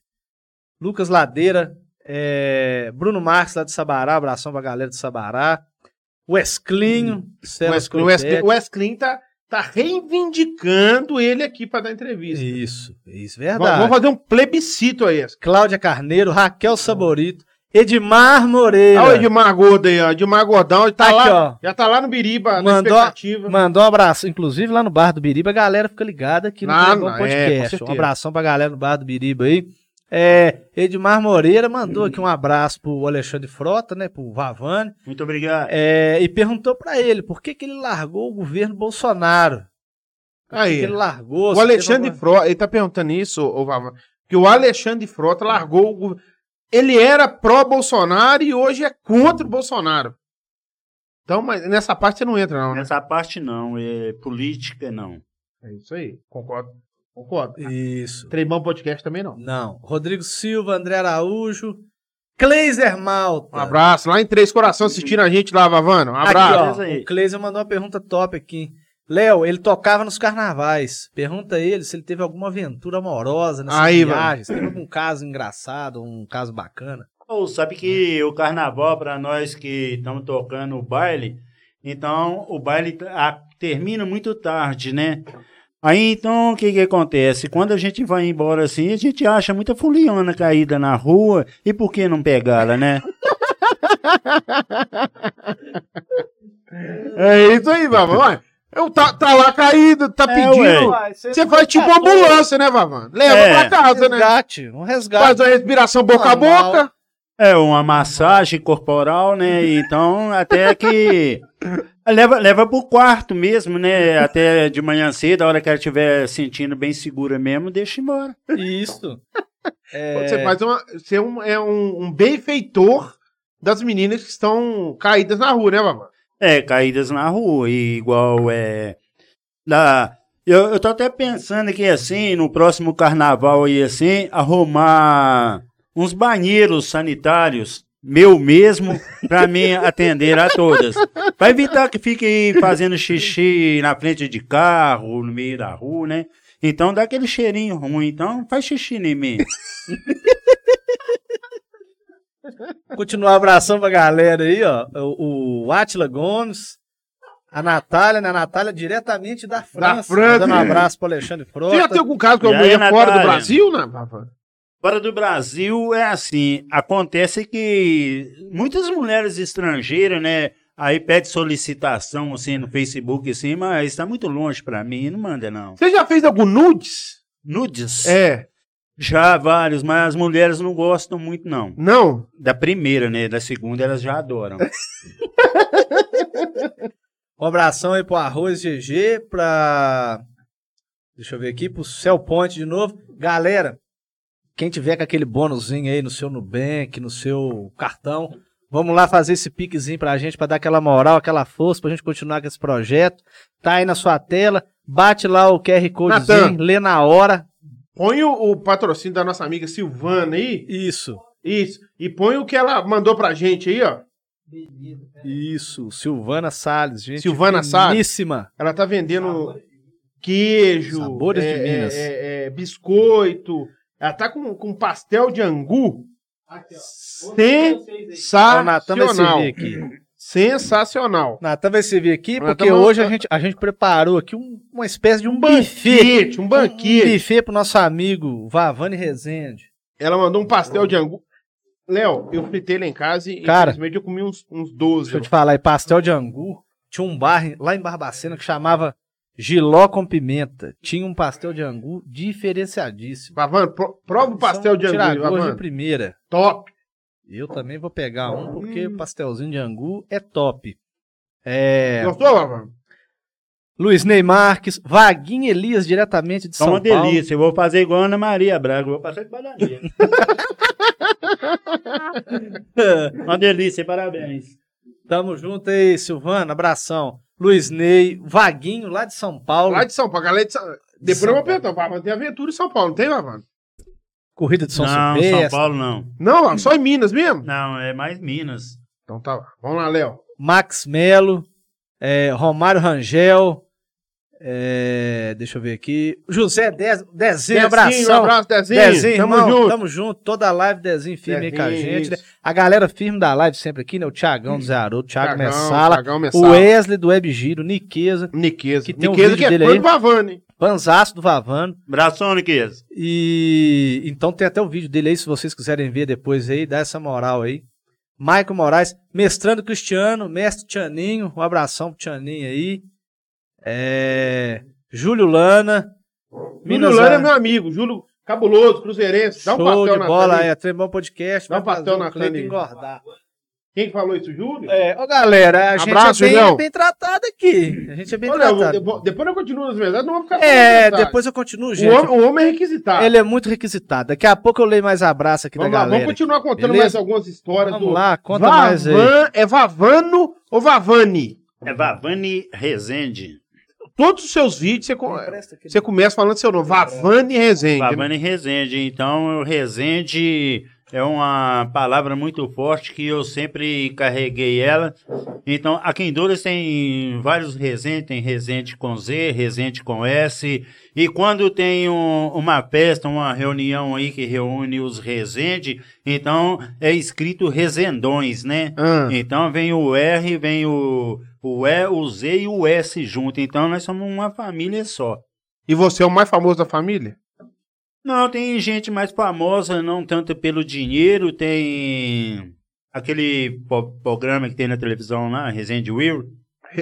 [SPEAKER 2] Lucas Ladeira, eh, Bruno Marques lá de Sabará, abração pra galera de Sabará. Wesclinho,
[SPEAKER 3] O
[SPEAKER 2] Celo
[SPEAKER 3] Wesley, o Wesley- o Wesley tá, tá reivindicando ele aqui pra dar entrevista.
[SPEAKER 2] Isso, isso,
[SPEAKER 3] Vamos
[SPEAKER 2] verdade.
[SPEAKER 3] vamos fazer um plebiscito aí.
[SPEAKER 2] Cláudia Carneiro, Raquel Saborito, Edmar Moreira.
[SPEAKER 3] Olha o Edmar Gordo aí, ó. Edmar Gordão, ele tá,
[SPEAKER 2] Tá
[SPEAKER 3] lá,
[SPEAKER 2] aqui, ó.
[SPEAKER 3] já tá lá no Biriba, na
[SPEAKER 2] Mandou-
[SPEAKER 3] expectativa.
[SPEAKER 2] Mandou um abraço, inclusive lá no Bar do Biriba, a galera fica ligada aqui no
[SPEAKER 3] Ah,
[SPEAKER 2] Trembão
[SPEAKER 3] não, é, com
[SPEAKER 2] Podcast.
[SPEAKER 3] certeza.
[SPEAKER 2] um abração pra galera no Bar do Biriba aí. É, Edmar Moreira mandou aqui um abraço pro Alexandre Frota, né, pro Vavane,
[SPEAKER 4] Muito obrigado.
[SPEAKER 2] é, e perguntou pra ele por que, que ele largou o governo Bolsonaro. Por que
[SPEAKER 3] Aí.
[SPEAKER 2] que ele largou?
[SPEAKER 3] O
[SPEAKER 2] se teve
[SPEAKER 3] Alexandre
[SPEAKER 2] alguma-
[SPEAKER 3] Frota, ele tá perguntando isso, ô Vava, que o Alexandre Frota largou o governo. Ele era pró-Bolsonaro e hoje é contra o Bolsonaro. Então, mas nessa parte você não entra, não, né?
[SPEAKER 4] Nessa parte não, é política não.
[SPEAKER 3] É isso aí. Concordo. Concordo.
[SPEAKER 2] Isso.
[SPEAKER 3] Trembão Podcast também não.
[SPEAKER 2] Não. Rodrigo Silva, André Araújo, Cleiser Malta.
[SPEAKER 3] Um abraço. Lá em Três Corações assistindo a gente lá, Vavano. Um abraço.
[SPEAKER 2] Aqui, ó,
[SPEAKER 4] Beleza aí.
[SPEAKER 2] o Cleiser mandou uma pergunta top aqui. Léo, ele tocava nos carnavais. Pergunta ele se ele teve alguma aventura amorosa nessas
[SPEAKER 3] Aí,
[SPEAKER 2] viagens. Teve algum caso engraçado, um caso bacana.
[SPEAKER 4] Ou sabe
[SPEAKER 3] Né?
[SPEAKER 4] que o carnaval, para nós que estamos tocando o baile, então o baile t- a- termina muito tarde, né? Aí então o que, que acontece? Quando a gente vai embora assim, a gente acha muita fuliana caída na rua, e por que não pegá-la, né?
[SPEAKER 3] É isso aí, Vavano. Eu tá, tá lá caído, tá
[SPEAKER 4] É,
[SPEAKER 3] pedindo.
[SPEAKER 4] ué.
[SPEAKER 3] Você faz tipo uma ambulância, né, Vavano? Leva
[SPEAKER 4] É.
[SPEAKER 3] pra casa, né?
[SPEAKER 2] Resgate, um resgate.
[SPEAKER 3] Faz a respiração boca a
[SPEAKER 2] Normal.
[SPEAKER 3] boca.
[SPEAKER 4] É uma massagem corporal, né? Então, até que. Leva, leva pro quarto mesmo, né? Até de manhã cedo, a hora que ela estiver sentindo bem segura mesmo, deixa embora.
[SPEAKER 2] Isso. É,
[SPEAKER 3] Você faz uma. Você é um, é um- um benfeitor das meninas que estão caídas na rua, né, Vavá?
[SPEAKER 4] É, caídas na rua, e igual é. Da, eu, eu tô até pensando aqui assim, no próximo carnaval aí assim, arrumar uns banheiros sanitários, meu mesmo, pra mim atender a todas. Pra evitar que fique aí fazendo xixi na frente de carro, no meio da rua, né? Então dá aquele cheirinho ruim, então faz xixi em mim.
[SPEAKER 2] Continuar abração pra galera aí, ó. O, o Atila Gomes, a Natália, né? A Natália diretamente da França.
[SPEAKER 3] França.
[SPEAKER 2] Dando um abraço pro Alexandre
[SPEAKER 3] Você já
[SPEAKER 2] Frota.
[SPEAKER 3] tem algum caso com a
[SPEAKER 4] E aí,
[SPEAKER 3] mulher fora do
[SPEAKER 4] Natália?
[SPEAKER 3] Brasil, né, Vavá?
[SPEAKER 4] Fora do Brasil é assim, acontece que muitas mulheres estrangeiras, né, aí pede solicitação assim no Facebook assim, mas está muito longe para mim, não manda não.
[SPEAKER 3] Você já fez algum nudes?
[SPEAKER 4] Nudes?
[SPEAKER 3] É.
[SPEAKER 4] Já vários, mas as mulheres não gostam muito não.
[SPEAKER 3] Não?
[SPEAKER 4] Da primeira, né, da segunda elas já adoram.
[SPEAKER 2] É.
[SPEAKER 4] Tá
[SPEAKER 2] Um abração aí pro Arroz GG, pra. Deixa eu ver aqui, pro Céu Ponte de novo. Galera, quem tiver com aquele bônusinho aí no seu Nubank, no seu cartão, vamos lá fazer esse piquezinho pra gente, pra dar aquela moral, aquela força, pra gente continuar com esse projeto. Tá aí na sua tela, bate lá o QR Codezinho,
[SPEAKER 3] Natan.
[SPEAKER 2] lê na hora.
[SPEAKER 3] Põe o, o patrocínio da nossa amiga Silvana aí.
[SPEAKER 2] Isso,
[SPEAKER 3] Isso. E põe o que ela mandou pra gente aí, ó.
[SPEAKER 2] isso. Silvana Salles, gente.
[SPEAKER 3] Silvana Salles.
[SPEAKER 2] finíssima.
[SPEAKER 3] Ela tá vendendo queijo,
[SPEAKER 2] Sabores de
[SPEAKER 3] é,
[SPEAKER 2] Minas.
[SPEAKER 3] é, é, é, biscoito. Ela tá com, com pastel de angu.
[SPEAKER 1] Aqui, ó.
[SPEAKER 3] Sim.
[SPEAKER 2] O Natan vai
[SPEAKER 3] Sensacional.
[SPEAKER 2] servir aqui.
[SPEAKER 3] Sensacional.
[SPEAKER 2] Natan vai servir aqui,
[SPEAKER 3] Natan
[SPEAKER 2] porque
[SPEAKER 3] vai-
[SPEAKER 2] hoje a gente, a gente preparou aqui um- uma espécie de um buffet.
[SPEAKER 3] Banquete, um
[SPEAKER 2] Um
[SPEAKER 3] banquete.
[SPEAKER 2] buffet pro nosso amigo Vavane Rezende.
[SPEAKER 3] Ela mandou um pastel de angu. Léo, eu fritei lá em casa e
[SPEAKER 2] Cara.
[SPEAKER 3] infelizmente eu comi uns, uns 12.
[SPEAKER 2] Deixa eu te falar, e pastel de angu. Tinha um bar em- lá em Barbacena que chamava Giló com Pimenta. Tinha um pastel de angu diferenciadíssimo.
[SPEAKER 3] Vavan, pro- prova o Um pastel de angu,
[SPEAKER 2] Tiragor de
[SPEAKER 3] Vavan.
[SPEAKER 2] primeira.
[SPEAKER 3] Top.
[SPEAKER 2] Eu também vou pegar um, porque
[SPEAKER 3] Hum.
[SPEAKER 2] o pastelzinho de angu é top. É,
[SPEAKER 3] Gostou, Vavan?
[SPEAKER 2] Luiz Ney Marques, Vaguinho Elias, diretamente de
[SPEAKER 3] É
[SPEAKER 4] Tá
[SPEAKER 2] São
[SPEAKER 4] uma
[SPEAKER 2] Paulo.
[SPEAKER 4] delícia. Eu vou fazer igual a Ana Maria Braga. Vou passar de padaria. uma delícia. Parabéns.
[SPEAKER 2] Tamo junto aí, Silvana, abração. Luiz Ney, Vaguinho, lá de São Paulo.
[SPEAKER 3] Lá de São Paulo, a galera de São... Depois
[SPEAKER 2] São
[SPEAKER 3] eu vou perguntar, Vavan, tem aventura em São Paulo, não tem, Vavan?
[SPEAKER 2] Corrida de São
[SPEAKER 4] não,
[SPEAKER 2] Silvestre.
[SPEAKER 4] São Paulo não.
[SPEAKER 3] Não, Vavan, só em Minas mesmo?
[SPEAKER 4] Não, é mais Minas.
[SPEAKER 3] Então tá, Vavan. vamos lá, Léo.
[SPEAKER 2] Max Melo, é, Romário Rangel, é, deixa eu ver aqui. José Dez, Dezinho,
[SPEAKER 3] um
[SPEAKER 2] abração.
[SPEAKER 3] abraço, Dezinho.
[SPEAKER 2] Dezinho,
[SPEAKER 3] Tamo
[SPEAKER 2] irmão,
[SPEAKER 3] junto.
[SPEAKER 2] tamo junto. Toda a live Dezinho firme aí com a
[SPEAKER 3] Dezinho,
[SPEAKER 2] gente. né?
[SPEAKER 3] isso.
[SPEAKER 2] A galera firme da live sempre aqui, né? O Thiagão do Zé Haroldo, o Thiago
[SPEAKER 3] Thiagão,
[SPEAKER 2] Messala,
[SPEAKER 3] Thiagão
[SPEAKER 2] o
[SPEAKER 3] Messala.
[SPEAKER 2] Wesley do Web Giro, Niqueza,
[SPEAKER 3] Niqueza.
[SPEAKER 2] Que tem um
[SPEAKER 3] Niqueza
[SPEAKER 2] vídeo
[SPEAKER 3] que é
[SPEAKER 2] dele
[SPEAKER 3] fã
[SPEAKER 2] aí.
[SPEAKER 3] do Vavane. hein?
[SPEAKER 2] Panzaço do Vavano.
[SPEAKER 4] Abração, Niquez.
[SPEAKER 2] E então tem até o vídeo dele aí, se vocês quiserem ver depois aí, dá essa moral aí. Maicon Moraes, mestrando Cristiano, mestre Tianinho, um abração pro Tianinho aí. É... Júlio Lana,
[SPEAKER 3] Júlio
[SPEAKER 2] Minas
[SPEAKER 3] Lana é
[SPEAKER 2] Gerais.
[SPEAKER 3] meu amigo. Júlio Cabuloso, Cruzeirense. Dá um
[SPEAKER 2] show
[SPEAKER 3] pastel
[SPEAKER 2] de
[SPEAKER 3] na
[SPEAKER 2] bola,
[SPEAKER 3] frente.
[SPEAKER 2] é, Trembão Podcast,
[SPEAKER 3] Dá um
[SPEAKER 2] vai
[SPEAKER 3] pastel
[SPEAKER 2] fazer
[SPEAKER 3] na
[SPEAKER 2] um clipe
[SPEAKER 3] frente.
[SPEAKER 2] engordar.
[SPEAKER 3] Quem falou isso, Júlio?
[SPEAKER 2] É, ô galera, a
[SPEAKER 3] Abraço,
[SPEAKER 2] gente é bem,
[SPEAKER 3] Julião.
[SPEAKER 2] bem tratado aqui. A gente é bem
[SPEAKER 3] Olha, eu-
[SPEAKER 2] tratado.
[SPEAKER 3] depo- depois eu continuo nas verdades, não vou ficar
[SPEAKER 2] É,
[SPEAKER 3] falando verdade.
[SPEAKER 2] depois eu continuo,
[SPEAKER 3] O
[SPEAKER 2] gente.
[SPEAKER 3] homem, o homem é requisitado.
[SPEAKER 2] Ele é muito requisitado. Daqui a pouco eu leio mais abraço aqui
[SPEAKER 3] Vamos
[SPEAKER 2] da
[SPEAKER 3] lá,
[SPEAKER 2] galera.
[SPEAKER 3] vamos continuar contando
[SPEAKER 2] Beleza?
[SPEAKER 3] mais algumas histórias
[SPEAKER 2] Vamos
[SPEAKER 3] do.
[SPEAKER 2] lá, conta
[SPEAKER 3] Vavan-
[SPEAKER 2] mais aí.
[SPEAKER 3] É Vavano ou Vavani?
[SPEAKER 4] É Vavani Rezende.
[SPEAKER 3] Todos os seus vídeos você, co-
[SPEAKER 2] Empresta aquele-
[SPEAKER 3] você começa falando seu nome. Vavani Rezende. né?
[SPEAKER 4] Vavani Rezende. Então, o Rezende é uma palavra muito forte que eu sempre carreguei ela. Então, aqui em Dores tem vários Rezende. Tem Rezende com Z, Rezende com S. E quando tem um- uma festa, uma reunião aí que reúne os Rezende, então é escrito Rezendões, né?
[SPEAKER 3] Ah,
[SPEAKER 4] Então vem o R, vem o, o E, o Z e o S junto. Então nós somos uma família só.
[SPEAKER 3] E você é o mais famoso da família?
[SPEAKER 4] Não, tem gente mais famosa, não tanto pelo dinheiro, tem aquele po- programa que tem na televisão lá, Resende Will.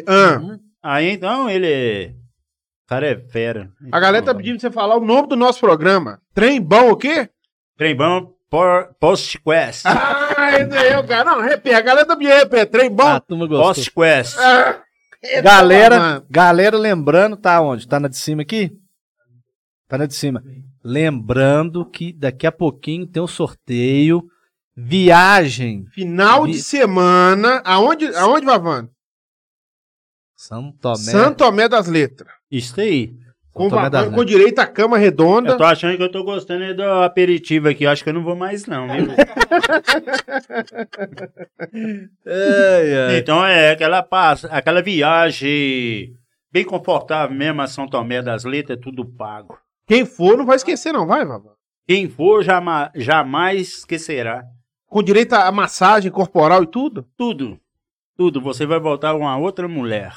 [SPEAKER 3] Ah,
[SPEAKER 4] Aí então ele é. o cara é fera. Então,
[SPEAKER 3] a galera tá pedindo pra você falar o nome do nosso programa. Trem bom o quê?
[SPEAKER 4] Trembão por Post Quest.
[SPEAKER 3] Ah, esse aí é o cara. Não, repete. A galera tá pedindo, repete. Trem bom.
[SPEAKER 2] Ah, a turma gostou.
[SPEAKER 4] Post Quest.
[SPEAKER 3] Ah,
[SPEAKER 2] Galera,
[SPEAKER 3] mano.
[SPEAKER 2] galera, lembrando, tá onde? Tá na de cima aqui? Tá na de cima. Lembrando que daqui a pouquinho tem um sorteio. Viagem
[SPEAKER 3] final de
[SPEAKER 2] Vi-
[SPEAKER 3] semana. Aonde, aonde Vavano?
[SPEAKER 2] São Tomé.
[SPEAKER 3] Santo Tomé das Letras.
[SPEAKER 4] Isso aí.
[SPEAKER 3] Com,
[SPEAKER 2] Tomé das
[SPEAKER 3] Vavano, com
[SPEAKER 2] Letras.
[SPEAKER 3] direito à cama redonda.
[SPEAKER 4] Eu tô achando que eu tô gostando é do aperitivo aqui. Eu acho que eu não vou mais, não, viu?
[SPEAKER 2] Ai, ai.
[SPEAKER 4] Então é aquela passa, aquela viagem bem confortável mesmo a São Tomé das Letras, é tudo pago.
[SPEAKER 3] Quem for não vai esquecer, não, vai, Vavano.
[SPEAKER 4] Quem for jama- jamais esquecerá.
[SPEAKER 3] Com direito à massagem corporal e tudo.
[SPEAKER 4] Tudo. Tudo. Você vai voltar uma outra mulher.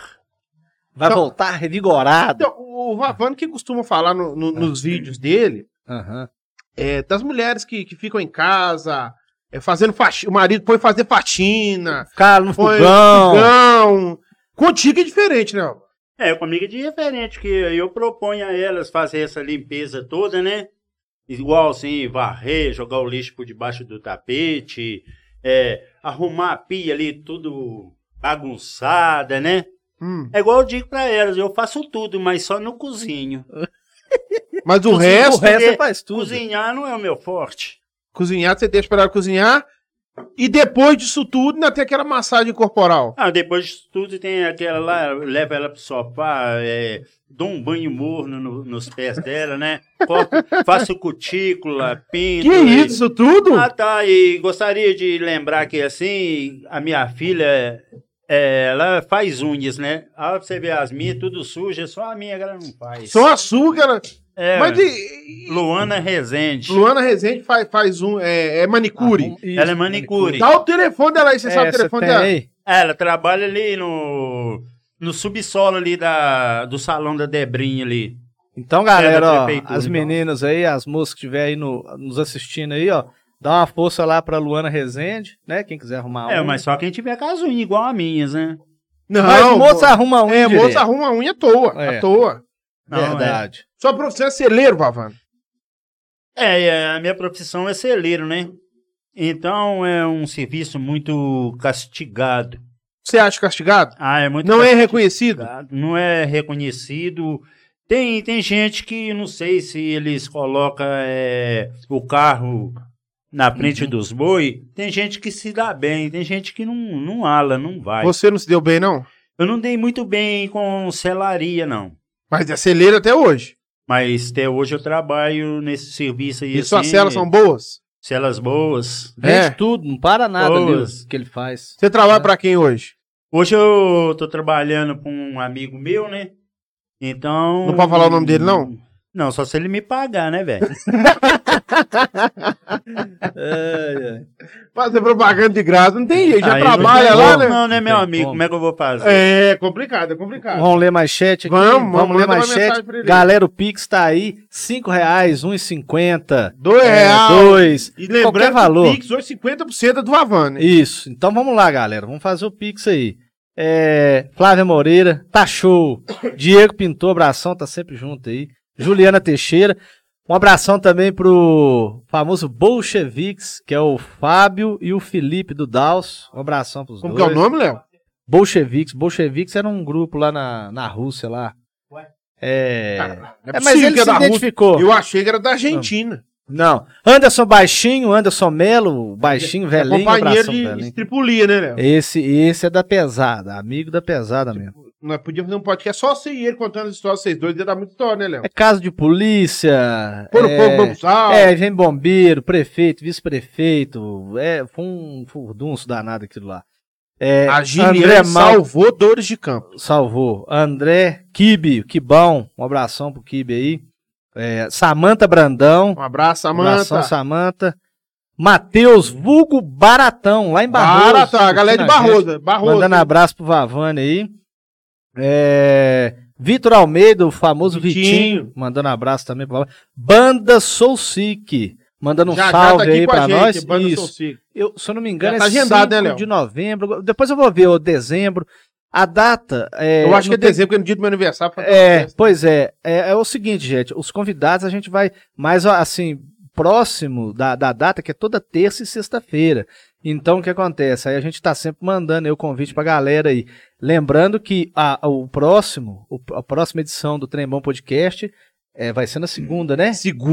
[SPEAKER 2] Vai
[SPEAKER 3] Então-
[SPEAKER 2] voltar revigorado.
[SPEAKER 3] Então, o o Vavano que costuma falar no- no- nos vídeos dele
[SPEAKER 2] Aham.
[SPEAKER 3] é, das mulheres que, que ficam em casa, é, fazendo faxina, o marido foi fazer faxina,
[SPEAKER 2] Cara, no
[SPEAKER 3] Ah. foi
[SPEAKER 2] fogão.
[SPEAKER 3] fogão. Contigo é diferente, né? Vavano?
[SPEAKER 4] É, comigo é diferente, que eu proponho a elas fazer essa limpeza toda, né? Igual assim, varrer, jogar o lixo por debaixo do tapete, é, arrumar a pia ali tudo bagunçada, né?
[SPEAKER 3] Hum.
[SPEAKER 4] É igual eu digo pra elas, eu faço tudo, mas só no cozinho.
[SPEAKER 3] Mas o
[SPEAKER 2] O
[SPEAKER 4] Cozinha-
[SPEAKER 3] resto,
[SPEAKER 2] resto
[SPEAKER 4] porque
[SPEAKER 2] você faz tudo.
[SPEAKER 4] Cozinhar não é o meu forte.
[SPEAKER 3] cozinhar, você deixa pra ela cozinhar. E depois disso tudo, ainda tem aquela massagem corporal.
[SPEAKER 4] Ah, depois de tudo tem aquela lá, leva ela pro sofá, é, dou um banho morno no- nos pés dela, né? Corto, faço cutícula, pinto.
[SPEAKER 3] Que
[SPEAKER 4] e-
[SPEAKER 3] isso tudo?
[SPEAKER 4] Ah, tá. E gostaria de lembrar que, assim, a minha filha, é, ela faz unhas, né? Ah, pra você ver as minhas, tudo suja, só a minha que ela não faz.
[SPEAKER 3] Só açúcar.
[SPEAKER 4] É,
[SPEAKER 3] Mas e- e-
[SPEAKER 4] Luana Rezende.
[SPEAKER 3] Luana Rezende faz, faz um. É, é
[SPEAKER 2] Ah,
[SPEAKER 3] manicure.
[SPEAKER 4] Ela é manicure.
[SPEAKER 3] Dá o telefone dela
[SPEAKER 2] É,
[SPEAKER 3] aí, você sabe o telefone dela.
[SPEAKER 4] Ela trabalha ali no, no subsolo ali da, do salão da Debrinha ali.
[SPEAKER 2] Então,
[SPEAKER 4] É, da
[SPEAKER 2] galera, ó,
[SPEAKER 4] prefeitura,
[SPEAKER 2] as
[SPEAKER 4] então.
[SPEAKER 2] meninas aí, as moças que estiver aí no- nos assistindo aí, ó, dá uma força lá pra Luana Rezende, né? Quem quiser arrumar
[SPEAKER 4] É,
[SPEAKER 2] uma.
[SPEAKER 4] mas só quem tiver casuinha igual a minhas, né?
[SPEAKER 3] Não,
[SPEAKER 2] Mas moça
[SPEAKER 3] mo-
[SPEAKER 2] arruma um.
[SPEAKER 3] é,
[SPEAKER 2] direito.
[SPEAKER 3] moça arruma a unha à toa.
[SPEAKER 2] É.
[SPEAKER 3] À toa.
[SPEAKER 4] Não, é.
[SPEAKER 2] Verdade.
[SPEAKER 3] Sua profissão é celeiro, Vavano.
[SPEAKER 4] É, é, a minha profissão é celeiro, né? Então é um serviço muito castigado.
[SPEAKER 3] Você acha castigado?
[SPEAKER 4] Ah, é muito
[SPEAKER 3] Não é
[SPEAKER 4] castigado.
[SPEAKER 3] reconhecido?
[SPEAKER 4] Tá? não é reconhecido. Tem, tem gente que não sei se eles colocam é, o carro na frente
[SPEAKER 3] Uhum.
[SPEAKER 4] dos boi. Tem gente que se dá bem, tem gente que não, não ala, não vai.
[SPEAKER 3] Você não se deu bem, não?
[SPEAKER 4] Eu não dei muito bem com selaria, não.
[SPEAKER 3] Mas é celeiro até hoje.
[SPEAKER 4] Mas até hoje eu trabalho nesse serviço aí.
[SPEAKER 3] E, suas
[SPEAKER 4] assim,
[SPEAKER 3] celas são boas?
[SPEAKER 4] celas boas.
[SPEAKER 2] Vende
[SPEAKER 3] É.
[SPEAKER 2] tudo, não para nada ali
[SPEAKER 4] Boas.
[SPEAKER 2] o que ele faz.
[SPEAKER 3] Você trabalha pra quem hoje?
[SPEAKER 4] Hoje eu tô trabalhando com um amigo meu, né? Então.
[SPEAKER 3] Não pode falar o nome dele, não?
[SPEAKER 4] Não, só se ele me pagar, né, velho?
[SPEAKER 2] É, é.
[SPEAKER 3] Fazer propaganda de graça, não tem jeito. Já
[SPEAKER 4] Aí não
[SPEAKER 3] trabalha
[SPEAKER 4] tem
[SPEAKER 3] lá,
[SPEAKER 4] como,
[SPEAKER 3] né?
[SPEAKER 4] Não, né, meu
[SPEAKER 2] Tem
[SPEAKER 4] amigo?
[SPEAKER 2] como.
[SPEAKER 4] Como é que eu vou fazer?
[SPEAKER 3] É complicado, é complicado.
[SPEAKER 2] Vamos ler mais chat aqui.
[SPEAKER 3] Vamos,
[SPEAKER 2] Vamos,
[SPEAKER 3] vamos,
[SPEAKER 2] ler
[SPEAKER 3] manda
[SPEAKER 2] mais
[SPEAKER 3] uma
[SPEAKER 2] chat.
[SPEAKER 3] mensagem pra ele.
[SPEAKER 2] Galera, o Pix tá aí. cinco reais, 1,50.
[SPEAKER 3] Dois
[SPEAKER 2] é,
[SPEAKER 3] reais.
[SPEAKER 2] dois.
[SPEAKER 3] E
[SPEAKER 2] Qualquer
[SPEAKER 3] lembrando
[SPEAKER 2] valor.
[SPEAKER 3] que o Pix hoje 50% é do Havan, né?
[SPEAKER 2] Isso. Então vamos lá, galera. Vamos fazer o Pix aí. É, Flávia Moreira, tá show. Diego Pintor, abração, tá sempre junto aí. Juliana Teixeira. Um abração também pro famoso Bolcheviques, que é o Fábio e o Felipe do Daus. Um abração pros
[SPEAKER 3] Como que é
[SPEAKER 2] dois.
[SPEAKER 3] o nome, Léo?
[SPEAKER 2] Bolcheviques. Bolcheviques era um grupo lá na, na Rússia, lá. É...
[SPEAKER 3] É
[SPEAKER 2] é, mas
[SPEAKER 3] possível
[SPEAKER 2] ele
[SPEAKER 3] que é
[SPEAKER 2] se
[SPEAKER 3] da Rússia.
[SPEAKER 2] identificou.
[SPEAKER 3] Eu achei que era da Argentina.
[SPEAKER 2] Não. Anderson Baixinho, Anderson Melo, Baixinho,
[SPEAKER 3] É
[SPEAKER 2] velhinho,
[SPEAKER 3] companheiro
[SPEAKER 2] abração,
[SPEAKER 3] de
[SPEAKER 2] velhinho.
[SPEAKER 3] estripulia, né, Léo?
[SPEAKER 2] Esse, esse é da pesada, amigo da pesada mesmo.
[SPEAKER 3] Nós podíamos fazer um podcast só sem ele contando as histórias, vocês dois, ia dar muita história, né, Léo?
[SPEAKER 2] É caso de polícia.
[SPEAKER 3] Por
[SPEAKER 2] é,
[SPEAKER 3] o povo bagunçado.
[SPEAKER 2] é, vem bombeiro, prefeito, vice-prefeito. É, foi um furdunço danado aquilo lá. É,
[SPEAKER 3] a
[SPEAKER 2] André
[SPEAKER 3] Giliane
[SPEAKER 2] Mal
[SPEAKER 3] salvou dores de campo.
[SPEAKER 2] salvou. André Kibe, Kibão. Um abração pro Kibe aí. É, Samanta Brandão.
[SPEAKER 3] Um abraço,
[SPEAKER 2] Abração,
[SPEAKER 3] Samanta.
[SPEAKER 2] Samanta. Matheus, vulgo Baratão, lá em Barroso.
[SPEAKER 3] Para, tá, a galera de
[SPEAKER 2] curtindo a gente.
[SPEAKER 3] Barroso. Barroso.
[SPEAKER 2] Mandando abraço pro Vavane aí. É, Vitor Almeida, o famoso Vitinho.
[SPEAKER 3] Vitinho.
[SPEAKER 2] Mandando abraço também pro Vavane. Banda Soul Sick. Mandando um
[SPEAKER 3] Já- já tá
[SPEAKER 2] salve
[SPEAKER 3] aqui
[SPEAKER 2] aí
[SPEAKER 3] com
[SPEAKER 2] pra
[SPEAKER 3] a gente,
[SPEAKER 2] nós.
[SPEAKER 3] Banda
[SPEAKER 2] Isso.
[SPEAKER 3] Sossego.
[SPEAKER 2] Eu, se eu não me engano,
[SPEAKER 3] Já tá
[SPEAKER 2] é
[SPEAKER 3] agendado,
[SPEAKER 2] 5
[SPEAKER 3] né, Léo?
[SPEAKER 2] de novembro. Depois eu vou ver, ou dezembro. A data. é,
[SPEAKER 3] Eu acho que
[SPEAKER 2] não
[SPEAKER 3] é dezembro, porque no dia do meu aniversário. foi-
[SPEAKER 2] é, pois é, é. é o seguinte, gente. Os convidados a gente vai mais ó, assim, próximo da, da data, que é toda terça e sexta-feira. Então, o que acontece? Aí a gente tá sempre mandando aí o convite pra galera aí. Lembrando que a, a- o próximo, o- a próxima edição do Trem Bom Podcast é, vai ser na segunda, né?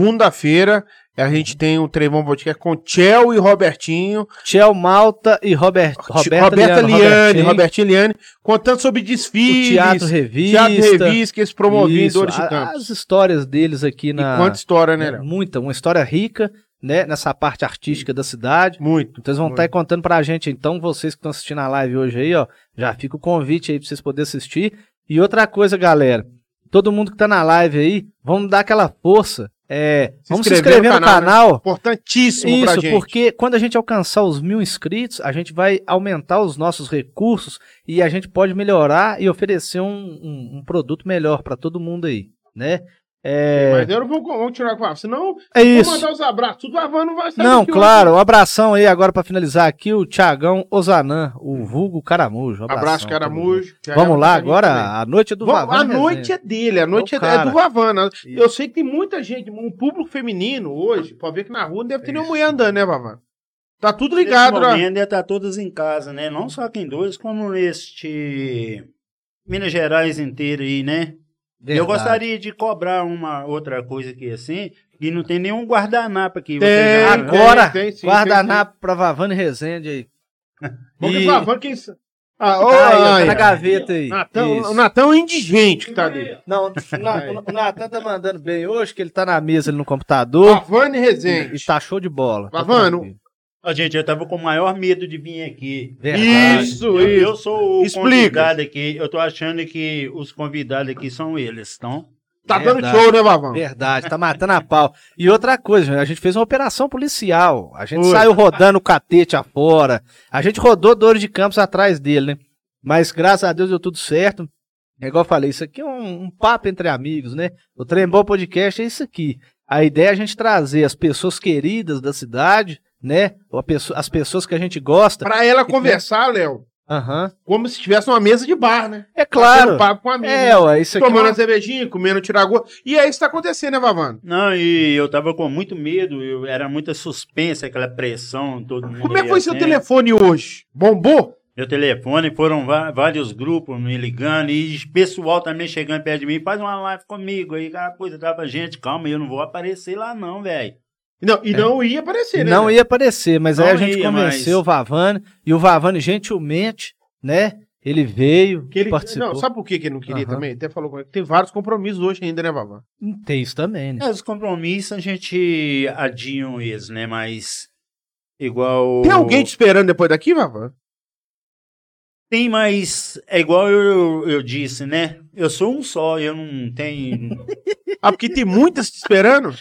[SPEAKER 3] Segunda-feira, a gente tem um Trevão Podcast com Tchel e Robertinho.
[SPEAKER 2] Tchel Malta e Robert, Roberta,
[SPEAKER 3] Roberta
[SPEAKER 2] Liano,
[SPEAKER 3] Liane,
[SPEAKER 2] Robertinho,
[SPEAKER 3] Robertinho Liane, contando sobre
[SPEAKER 2] o
[SPEAKER 3] desfiles.
[SPEAKER 2] Teatro Revista.
[SPEAKER 3] Teatro Revista, que eles promoviam em
[SPEAKER 2] isso,
[SPEAKER 3] Dores de
[SPEAKER 2] a-
[SPEAKER 3] Campo.
[SPEAKER 2] As histórias deles aqui
[SPEAKER 3] E
[SPEAKER 2] na...
[SPEAKER 3] quanta história, né, Léo?
[SPEAKER 2] Muita, uma história rica, né? Nessa parte artística da cidade.
[SPEAKER 3] Muito.
[SPEAKER 2] Então eles vão
[SPEAKER 3] Muito.
[SPEAKER 2] estar aí contando pra gente. Então, vocês que estão assistindo a live hoje aí, ó, já fica o convite aí pra vocês poderem assistir. E outra coisa, galera, todo mundo que tá na live aí, vamos dar aquela força. É,
[SPEAKER 3] Se
[SPEAKER 2] vamos se
[SPEAKER 3] inscrever
[SPEAKER 2] inscrever no canal.
[SPEAKER 3] né? Importantíssimo pra
[SPEAKER 2] Isso,
[SPEAKER 3] gente.
[SPEAKER 2] porque quando a gente alcançar os mil inscritos, a gente vai aumentar os nossos recursos e a gente pode melhorar e oferecer um, um- um produto melhor pra todo mundo aí, né? É,
[SPEAKER 3] Mas eu não vou, vou tirar com a senão
[SPEAKER 2] é isso.
[SPEAKER 3] vou mandar os abraços. Tudo a van não vai sair
[SPEAKER 2] Não,
[SPEAKER 3] daqui
[SPEAKER 2] claro. Um abração aí agora pra finalizar aqui o Tiagão Ozanan, o vulgo Caramujo. Um
[SPEAKER 3] hoje. Abraço,
[SPEAKER 2] abração,
[SPEAKER 3] Caramujo.
[SPEAKER 2] todo mundo. Vamos lá agora, a noite é do
[SPEAKER 3] Vamos,
[SPEAKER 2] Vavá.
[SPEAKER 3] a noite é dele, a noite é,
[SPEAKER 2] É o cara.
[SPEAKER 3] é do Vavana. Eu sei que tem muita gente, um público feminino hoje, pode ver que na rua não deve ter nenhuma mulher andando, né, Vavana? Tá tudo ligado,
[SPEAKER 4] Nesse
[SPEAKER 3] né?
[SPEAKER 4] momento ainda tá todos em casa, né? Não só aqui em Dois, como neste Minas Gerais inteiro aí, né? Eu gostaria de cobrar uma outra coisa aqui assim, e não tem nenhum guardanapo aqui.
[SPEAKER 3] Tem.
[SPEAKER 4] vocês já-
[SPEAKER 3] Agora,
[SPEAKER 2] Agora,
[SPEAKER 3] Tem, tem, sim,
[SPEAKER 2] guardanapo pra Vavana e Rezende aí.
[SPEAKER 3] Bom que
[SPEAKER 2] E-
[SPEAKER 3] Vavana, quem. Ah,
[SPEAKER 2] Tá
[SPEAKER 3] ô,
[SPEAKER 2] aí, ó, tá
[SPEAKER 3] ai,
[SPEAKER 2] na
[SPEAKER 3] ó.
[SPEAKER 2] gaveta aí.
[SPEAKER 3] Natão-
[SPEAKER 2] Isso.
[SPEAKER 3] o Natão é indigente que tá ali.
[SPEAKER 2] Não, o Na- o Natan tá mandando bem hoje, que ele tá na mesa ali no computador.
[SPEAKER 3] Vavana e
[SPEAKER 2] E
[SPEAKER 3] Rezende.
[SPEAKER 2] tá show de bola. Tá
[SPEAKER 3] Vavano,
[SPEAKER 2] tranquilo.
[SPEAKER 4] Ó, Ah, gente, eu tava com o maior medo de vir aqui.
[SPEAKER 2] Verdade.
[SPEAKER 3] Isso,
[SPEAKER 4] Eu,
[SPEAKER 3] isso.
[SPEAKER 4] eu sou o
[SPEAKER 3] Explica.
[SPEAKER 4] convidado aqui. Eu tô achando que os convidados aqui são eles, então.
[SPEAKER 3] Tá dando
[SPEAKER 2] Verdade.
[SPEAKER 3] show, né, Vavão?
[SPEAKER 2] Verdade, tá matando a pau. E outra coisa, gente, a gente fez uma operação policial. A gente
[SPEAKER 3] Foi.
[SPEAKER 2] saiu rodando o catete afora. A gente rodou Dores de Campos atrás dele, né? Mas graças a Deus deu tudo certo. É igual eu falei, isso aqui é um, um papo entre amigos, né? O Trembol Podcast é isso aqui. A ideia é a gente trazer as pessoas queridas da cidade, né? Ou a pesso- as pessoas que a gente gosta.
[SPEAKER 3] Pra ela conversar, Léo,
[SPEAKER 2] Aham.
[SPEAKER 3] como se tivesse uma mesa de bar, né?
[SPEAKER 2] É
[SPEAKER 3] Batendo
[SPEAKER 2] claro.
[SPEAKER 3] papo com a amiga.
[SPEAKER 2] É, ué, isso aqui. é
[SPEAKER 3] tomando
[SPEAKER 2] uma-
[SPEAKER 3] a cervejinha, comendo tiragô. E é isso que tá acontecendo, né, Vavano?
[SPEAKER 4] Não, e eu tava com muito medo, eu, era muita suspensa, aquela pressão, todo mundo.
[SPEAKER 3] Como é que
[SPEAKER 4] ia
[SPEAKER 3] foi seu
[SPEAKER 4] atento.
[SPEAKER 3] telefone hoje? Bombou?
[SPEAKER 4] Meu telefone, foram va- vários grupos me ligando e pessoal também chegando perto de mim, faz uma live comigo aí, aquela coisa, tava, gente, calma, eu não vou aparecer lá não, velho.
[SPEAKER 3] Não, e não ia aparecer, né?
[SPEAKER 2] É. Não
[SPEAKER 3] Léo?
[SPEAKER 2] ia aparecer, mas
[SPEAKER 4] Não
[SPEAKER 2] aí a gente
[SPEAKER 4] ia,
[SPEAKER 2] convenceu
[SPEAKER 4] mas-
[SPEAKER 2] o Vavani, e o Vavani gentilmente, né, ele veio,
[SPEAKER 3] Que ele...
[SPEAKER 2] participou.
[SPEAKER 3] Não, sabe por que que ele não queria
[SPEAKER 2] Aham.
[SPEAKER 3] também? Até falou comigo. Tem vários compromissos hoje ainda, né, Vavano?
[SPEAKER 2] Tem isso também, né?
[SPEAKER 4] É, os compromissos a gente adia eles, né, mas igual...
[SPEAKER 3] Tem alguém te esperando depois daqui, Vavano?
[SPEAKER 4] Tem, mas é igual eu, eu disse, né, eu sou um só, eu não tenho...
[SPEAKER 3] Ah, porque tem muitas te esperando?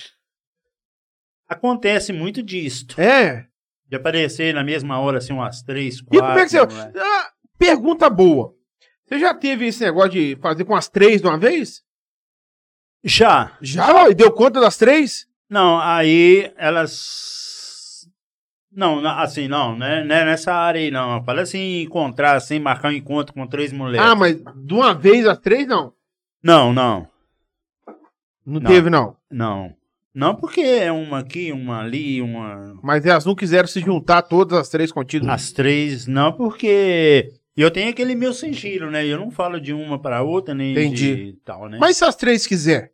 [SPEAKER 4] Acontece muito disto,
[SPEAKER 3] É.
[SPEAKER 4] de aparecer na mesma hora, assim, umas três, quatro...
[SPEAKER 3] E como é que você.
[SPEAKER 4] né?
[SPEAKER 3] Ah, pergunta boa. Você já teve esse negócio de fazer com as três de uma vez?
[SPEAKER 4] Já,
[SPEAKER 3] Já? E deu conta das três?
[SPEAKER 4] Não, aí elas. Não, na- assim, não, né? Não é nessa área aí, não. Fala assim, encontrar, assim, marcar um encontro com três mulheres.
[SPEAKER 3] Ah, mas de uma vez as três, não.
[SPEAKER 4] Não, não,
[SPEAKER 3] Não,
[SPEAKER 4] Não.
[SPEAKER 3] teve, não.
[SPEAKER 4] não. Não porque é uma aqui, uma ali, uma.
[SPEAKER 3] Mas elas não quiseram se juntar todas as três contigo.
[SPEAKER 4] As três, não, porque. Eu tenho aquele meu sigilo, né? Eu não falo de uma para outra, nem
[SPEAKER 3] Entendi.
[SPEAKER 4] de tal, né?
[SPEAKER 3] Mas se as três quiser?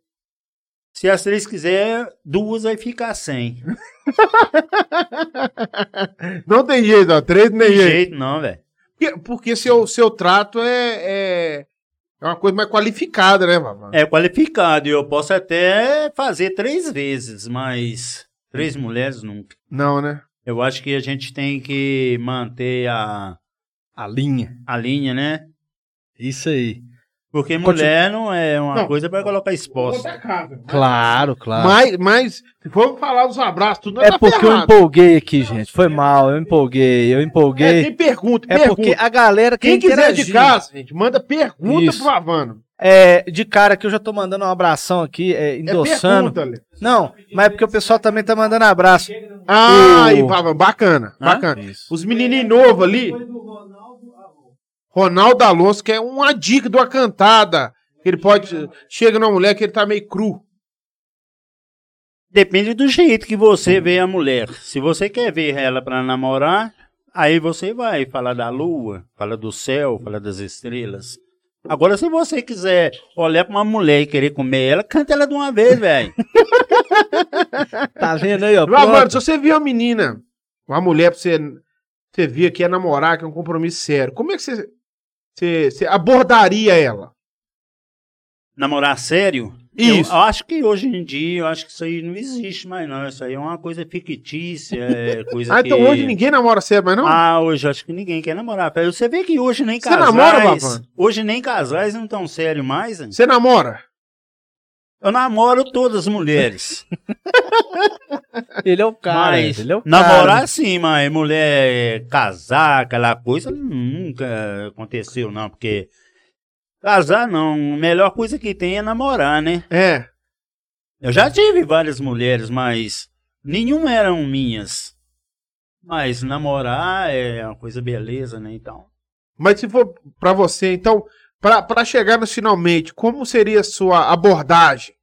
[SPEAKER 4] Se as três quiser, duas vai ficar sem.
[SPEAKER 3] Não tem jeito, ó. Três nem
[SPEAKER 4] Não tem
[SPEAKER 3] jeito.
[SPEAKER 4] jeito, não, velho.
[SPEAKER 3] Porque, porque seu, seu trato é, é. é uma coisa mais qualificada, né, Vavá?
[SPEAKER 4] É qualificado, e eu posso até fazer três vezes, mas três mulheres nunca.
[SPEAKER 3] Não, né?
[SPEAKER 4] Eu acho que a gente tem que manter a,
[SPEAKER 2] A linha.
[SPEAKER 4] a linha, né?
[SPEAKER 2] Isso aí.
[SPEAKER 4] Porque
[SPEAKER 2] Continu-
[SPEAKER 4] mulher não é uma
[SPEAKER 3] Não.
[SPEAKER 4] coisa para colocar
[SPEAKER 1] Outra
[SPEAKER 4] exposta.
[SPEAKER 1] casa. né? Mas
[SPEAKER 2] Claro, claro.
[SPEAKER 3] Mas, mas, se for falar dos abraços, tudo
[SPEAKER 2] é
[SPEAKER 3] tá
[SPEAKER 2] porque eu
[SPEAKER 3] ferrado.
[SPEAKER 2] empolguei aqui, gente. Foi mal, eu empolguei, eu
[SPEAKER 3] É,
[SPEAKER 2] empolguei.
[SPEAKER 3] tem pergunta,
[SPEAKER 2] É,
[SPEAKER 3] pergunta.
[SPEAKER 2] porque a galera que
[SPEAKER 3] Quem quiser de
[SPEAKER 2] interagir-
[SPEAKER 3] casa, gente, manda pergunta
[SPEAKER 2] Isso.
[SPEAKER 3] pro Havano.
[SPEAKER 2] É, de cara que eu já tô mandando um abração aqui, é,
[SPEAKER 3] É
[SPEAKER 2] endossando.
[SPEAKER 3] pergunta, Lê.
[SPEAKER 2] Não, mas é porque o pessoal também tá mandando abraço.
[SPEAKER 3] Ah,
[SPEAKER 2] O-
[SPEAKER 3] e Havano, bacana,
[SPEAKER 4] Hã?
[SPEAKER 3] bacana.
[SPEAKER 2] Isso.
[SPEAKER 3] Os menininhos novos ali,
[SPEAKER 1] Foi do Ronaldo Alonso.
[SPEAKER 3] Ronaldo Alonso, que é uma dica de uma cantada. que Ele pode. Chega numa mulher que ele tá meio cru.
[SPEAKER 4] Depende do jeito que você vê a mulher. Se você quer ver ela para namorar, aí você vai falar da lua, fala do céu, fala das estrelas. Agora, se você quiser olhar para uma mulher e querer comer ela, canta ela de uma vez, velho.
[SPEAKER 2] Tá vendo aí, ó?
[SPEAKER 3] Havano,
[SPEAKER 2] Pronto.
[SPEAKER 3] Ah, se você viu uma menina, uma mulher pra você, você via que é namorar, que é um compromisso sério, como é que você, você, você abordaria ela?
[SPEAKER 4] Namorar sério?
[SPEAKER 3] Isso.
[SPEAKER 4] Eu acho que hoje em dia, eu acho que isso aí não existe mais, não. Isso aí é uma coisa fictícia, é coisa
[SPEAKER 3] Ah, então
[SPEAKER 4] que-
[SPEAKER 3] hoje ninguém namora sério, mas não?
[SPEAKER 4] Ah, hoje eu acho que ninguém quer namorar. velho. Você vê que hoje nem
[SPEAKER 3] Você
[SPEAKER 4] casais.
[SPEAKER 3] namora, Vavan?
[SPEAKER 4] hoje nem casais não tão sério mais. hein?
[SPEAKER 3] Você namora?
[SPEAKER 4] Eu namoro todas as mulheres.
[SPEAKER 2] Ele é o cara.
[SPEAKER 4] mas
[SPEAKER 2] Ele é o cara.
[SPEAKER 4] namorar sim, mas mulher casar, aquela coisa, nunca aconteceu, não, porque. Casar não, a melhor coisa que tem é namorar, né?
[SPEAKER 3] É.
[SPEAKER 4] Eu já tive várias mulheres, mas nenhuma eram minhas. Mas namorar é uma coisa beleza, né? Então.
[SPEAKER 3] Mas se for pra você, então, pra pra chegar no finalmente, como seria a sua abordagem?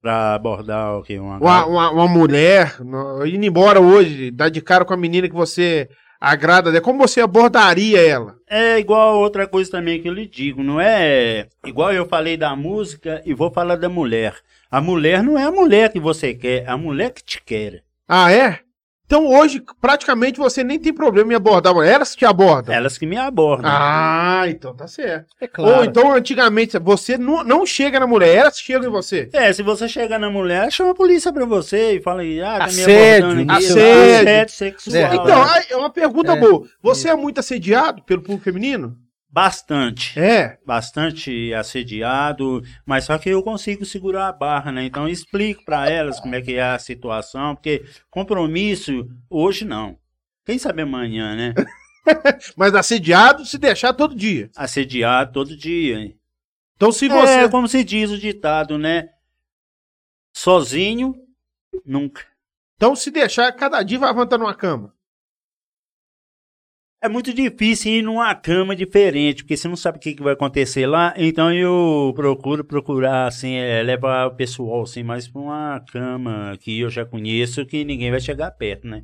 [SPEAKER 4] Pra abordar o que? Uma,
[SPEAKER 3] Uma, uma, uma mulher no- indo embora hoje, dar de cara com a menina que você agrada, né? como você abordaria ela?
[SPEAKER 4] É igual outra coisa também que eu lhe digo, não é igual eu falei da música e vou falar da mulher. A mulher não é a mulher que você quer, é a mulher que te quer.
[SPEAKER 3] Ah, é? Então hoje, praticamente, você nem tem problema em abordar a mulher. Elas que te abordam.
[SPEAKER 4] Elas que me abordam.
[SPEAKER 3] Ah, então tá certo.
[SPEAKER 2] É claro.
[SPEAKER 3] Ou então, antigamente, você não, não chega na mulher, elas chegam em você.
[SPEAKER 4] É, se você chegar na mulher, chama a polícia pra você e fala aí, ah, tá
[SPEAKER 2] Assédio,
[SPEAKER 4] me abordando. aqui,
[SPEAKER 3] assédio.
[SPEAKER 4] assédio sexual.
[SPEAKER 2] É.
[SPEAKER 3] Então, aí é uma pergunta
[SPEAKER 2] É.
[SPEAKER 3] boa. Você é muito assediado pelo público feminino?
[SPEAKER 4] Bastante.
[SPEAKER 3] É.
[SPEAKER 4] Bastante assediado, mas só que eu consigo segurar a barra, né? Então eu explico para elas como é que é a situação, porque compromisso hoje não. Quem sabe amanhã, né?
[SPEAKER 3] Mas assediado se deixar todo dia.
[SPEAKER 4] Assediar todo dia. hein?
[SPEAKER 3] Então se
[SPEAKER 4] É,
[SPEAKER 3] você.
[SPEAKER 4] como se diz o ditado, né? Sozinho, nunca.
[SPEAKER 3] Então se deixar, cada dia vai levantando uma cama.
[SPEAKER 4] É muito difícil ir numa cama diferente, porque você não sabe o que, que vai acontecer lá. Então eu procuro procurar, assim, é, levar o pessoal, assim, mais pra uma cama que eu já conheço, que ninguém vai chegar perto, né?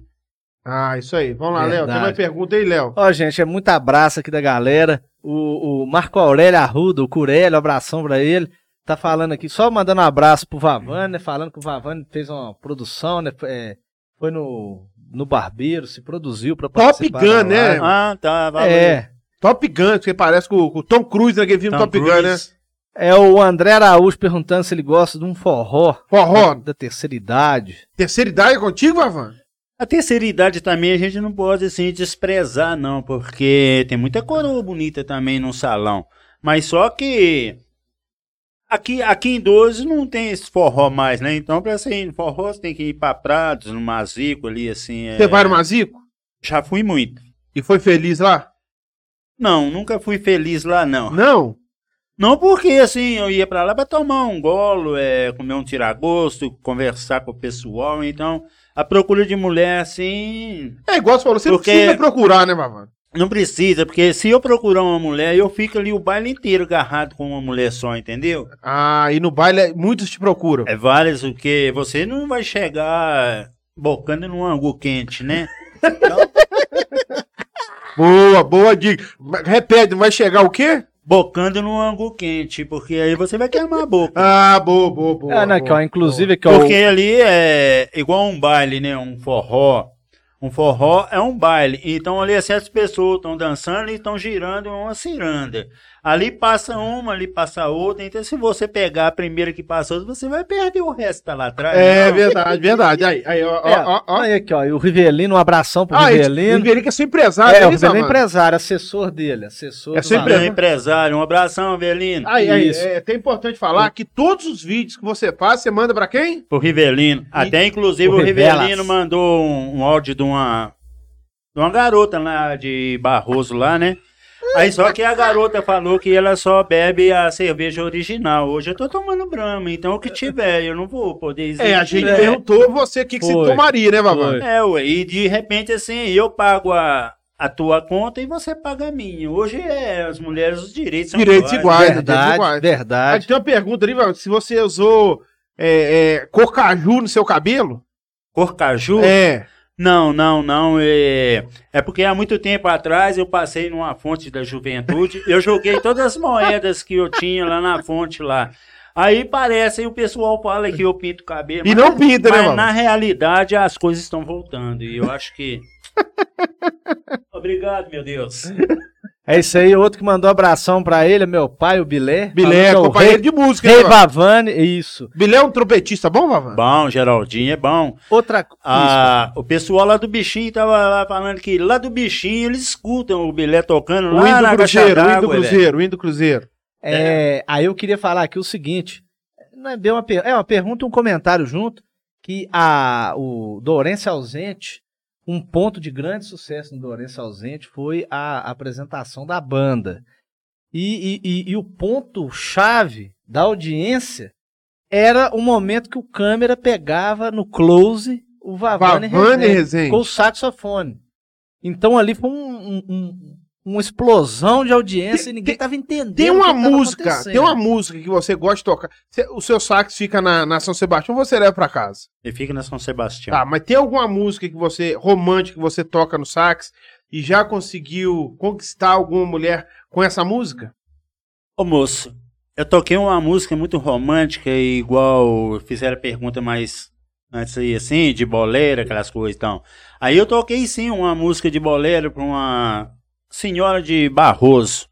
[SPEAKER 3] Ah, isso aí. Vamos lá, Léo. Tem
[SPEAKER 2] Verdade.
[SPEAKER 3] mais pergunta aí, Léo.
[SPEAKER 2] Ó, gente, é muito abraço aqui da galera. O, o Marco Aurélio Arruda, o Curélio, abração pra ele. Tá falando aqui, só mandando um abraço pro Vavane, né? Falando que o Vavane fez uma produção, né? é, foi no, no Barbeiro, se produziu pra
[SPEAKER 3] Top
[SPEAKER 2] participar da
[SPEAKER 3] Gun, né?
[SPEAKER 2] live.
[SPEAKER 4] Ah, tá, valeu.
[SPEAKER 2] É,
[SPEAKER 3] Top Gun, porque parece com o com o Tom Cruise naquele filme
[SPEAKER 4] Tom
[SPEAKER 3] Top Gun, né?
[SPEAKER 4] Cruise.
[SPEAKER 2] é o André Araújo perguntando se ele gosta de um forró né,
[SPEAKER 3] Forró,
[SPEAKER 2] da terceira idade.
[SPEAKER 3] terceira idade é contigo, Vavan?
[SPEAKER 4] A terceira idade também a gente não pode assim desprezar, não, porque tem muita coroa bonita também no salão. Mas só que aqui, aqui em 12 não tem esse forró mais, né? Então, pra ser em forró, você tem que ir pra Prados, no Mazico ali, assim. é-
[SPEAKER 3] Você vai no Mazico?
[SPEAKER 4] Já fui muito.
[SPEAKER 3] E foi feliz lá?
[SPEAKER 4] Não, nunca fui feliz lá, não.
[SPEAKER 3] Não.
[SPEAKER 4] Não porque assim, eu ia pra lá pra tomar um golo, é, comer um tiragosto, conversar com o pessoal, então. A procura de mulher, assim,
[SPEAKER 3] É igual você falou, você
[SPEAKER 4] Porque-
[SPEAKER 3] não precisa procurar, né, Vavan?
[SPEAKER 4] Não precisa, porque se eu procurar uma mulher, eu fico ali o baile inteiro agarrado com uma mulher só, entendeu?
[SPEAKER 3] Ah, e no baile é- muitos te procuram.
[SPEAKER 4] É várias, porque você não vai chegar bocando num angu quente, né?
[SPEAKER 3] Boa, boa dica. Mas, Repete, vai chegar o quê?
[SPEAKER 4] Bocando num angu quente, porque aí você vai queimar a boca.
[SPEAKER 3] Ah, boa, boa, boa.
[SPEAKER 2] é, né,
[SPEAKER 3] boa,
[SPEAKER 2] que, ó, inclusive, aqui, ó,
[SPEAKER 4] Porque ali é igual um baile, né? Um forró. Um forró é um baile. Então ali é certas pessoas estão dançando e estão girando em uma ciranda. Ali passa uma, ali passa outra. Então se você pegar a primeira que passou, você vai perder o resto que tá lá atrás.
[SPEAKER 3] É
[SPEAKER 4] não.
[SPEAKER 3] verdade, verdade. Aí, aí, ó,
[SPEAKER 2] É,
[SPEAKER 3] ó, ó.
[SPEAKER 2] Aí aqui, ó, e o Rivelino, um abração pro
[SPEAKER 3] Ah, esse- o
[SPEAKER 2] Rivelino.
[SPEAKER 3] Rivelino que é seu empresário,
[SPEAKER 2] É, o
[SPEAKER 3] ele,
[SPEAKER 2] Rivelino é
[SPEAKER 3] Vavan.
[SPEAKER 2] empresário, assessor dele, assessor
[SPEAKER 3] É
[SPEAKER 2] do
[SPEAKER 3] sempre-
[SPEAKER 4] Meu
[SPEAKER 2] Vavane.
[SPEAKER 4] empresário, um abração, Avelino.
[SPEAKER 3] Aí, aí,
[SPEAKER 2] Isso.
[SPEAKER 3] é até importante falar que todos os vídeos que você faz, você manda pra quem?
[SPEAKER 4] O Rivelino. Até inclusive
[SPEAKER 2] O
[SPEAKER 4] o,
[SPEAKER 2] Rivelas.
[SPEAKER 4] Rivelino mandou um, um áudio de uma, de uma garota lá de Barroso lá, né? Aí só que a garota falou que ela só bebe a cerveja original. Hoje eu tô tomando Brahma, então o que tiver, eu não vou poder exigir.
[SPEAKER 3] É, a gente
[SPEAKER 2] É.
[SPEAKER 3] perguntou você o que, que você
[SPEAKER 2] Foi.
[SPEAKER 3] tomaria, né, Vavan?
[SPEAKER 2] Foi.
[SPEAKER 4] É, ué, e de repente assim, eu pago a, a tua conta e você paga a minha. Hoje é, as mulheres, os direitos são
[SPEAKER 3] Direitos iguais, né? Direitos
[SPEAKER 2] Verdade,
[SPEAKER 3] iguais. Aí
[SPEAKER 2] verdade.
[SPEAKER 3] tem uma pergunta ali, Vavan, se você usou é, é, cocaju no seu cabelo?
[SPEAKER 4] Corcaju?
[SPEAKER 3] É.
[SPEAKER 4] Não, não, não. É... é porque há muito tempo atrás eu passei numa fonte da juventude. Eu joguei todas as moedas que eu tinha lá na fonte lá. Aí parece, aí o pessoal fala que eu pinto o cabelo.
[SPEAKER 3] E
[SPEAKER 4] mas-
[SPEAKER 3] não pinta, né,
[SPEAKER 4] mas
[SPEAKER 3] Vavan?
[SPEAKER 4] na realidade as coisas estão voltando. E eu acho que. Obrigado, meu Deus.
[SPEAKER 2] É isso aí, outro que mandou abração pra ele, é meu pai, o Bilé. Falou que
[SPEAKER 3] Bilé,
[SPEAKER 2] é o
[SPEAKER 3] companheiro
[SPEAKER 2] rei-
[SPEAKER 3] de música, né,
[SPEAKER 2] Rei
[SPEAKER 3] Vavan?
[SPEAKER 2] Bavani, isso.
[SPEAKER 3] Bilé é um trompetista bom, Vavan?
[SPEAKER 4] Bom, Geraldinho, é bom.
[SPEAKER 2] Outra coisa.
[SPEAKER 4] Ah, o pessoal lá do Bichinho tava lá falando que lá do Bichinho eles escutam o Bilé tocando
[SPEAKER 3] O
[SPEAKER 4] lá
[SPEAKER 3] hino
[SPEAKER 4] na
[SPEAKER 3] do
[SPEAKER 4] caixa
[SPEAKER 3] Cruzeiro, o hino do
[SPEAKER 4] d'água, velho.
[SPEAKER 3] Cruzeiro, o hino do Cruzeiro.
[SPEAKER 2] É, Aí eu queria falar aqui o seguinte: não é, bem uma, per- é uma pergunta e um comentário junto. Que a, o Dourenço Ausente, um ponto de grande sucesso no Dourenço Ausente foi a apresentação da banda. E, e- e- e o ponto-chave da audiência era o momento que o câmera pegava no close o Vavane,
[SPEAKER 3] Vavane
[SPEAKER 2] Ah, Rezende
[SPEAKER 3] Rezende.
[SPEAKER 2] com o saxofone. Então ali foi um- um- um- uma explosão de audiência e ninguém tava entendendo.
[SPEAKER 3] Tem
[SPEAKER 2] o
[SPEAKER 3] uma
[SPEAKER 2] que tava
[SPEAKER 3] música,
[SPEAKER 2] tá acontecendo.
[SPEAKER 3] tem uma música que você gosta de tocar. Cê- O seu sax fica na, na São Sebastião, você leva pra casa.
[SPEAKER 4] Ele fica na São Sebastião.
[SPEAKER 3] Tá, mas tem alguma música que você, romântica, que você toca no sax e já conseguiu conquistar alguma mulher com essa música?
[SPEAKER 4] Ô moço, eu toquei uma música muito romântica, e igual fizeram a pergunta mais antes aí, assim, de boleira, aquelas coisas e tal. Aí eu toquei sim uma música de boleiro pra uma senhora de Barroso.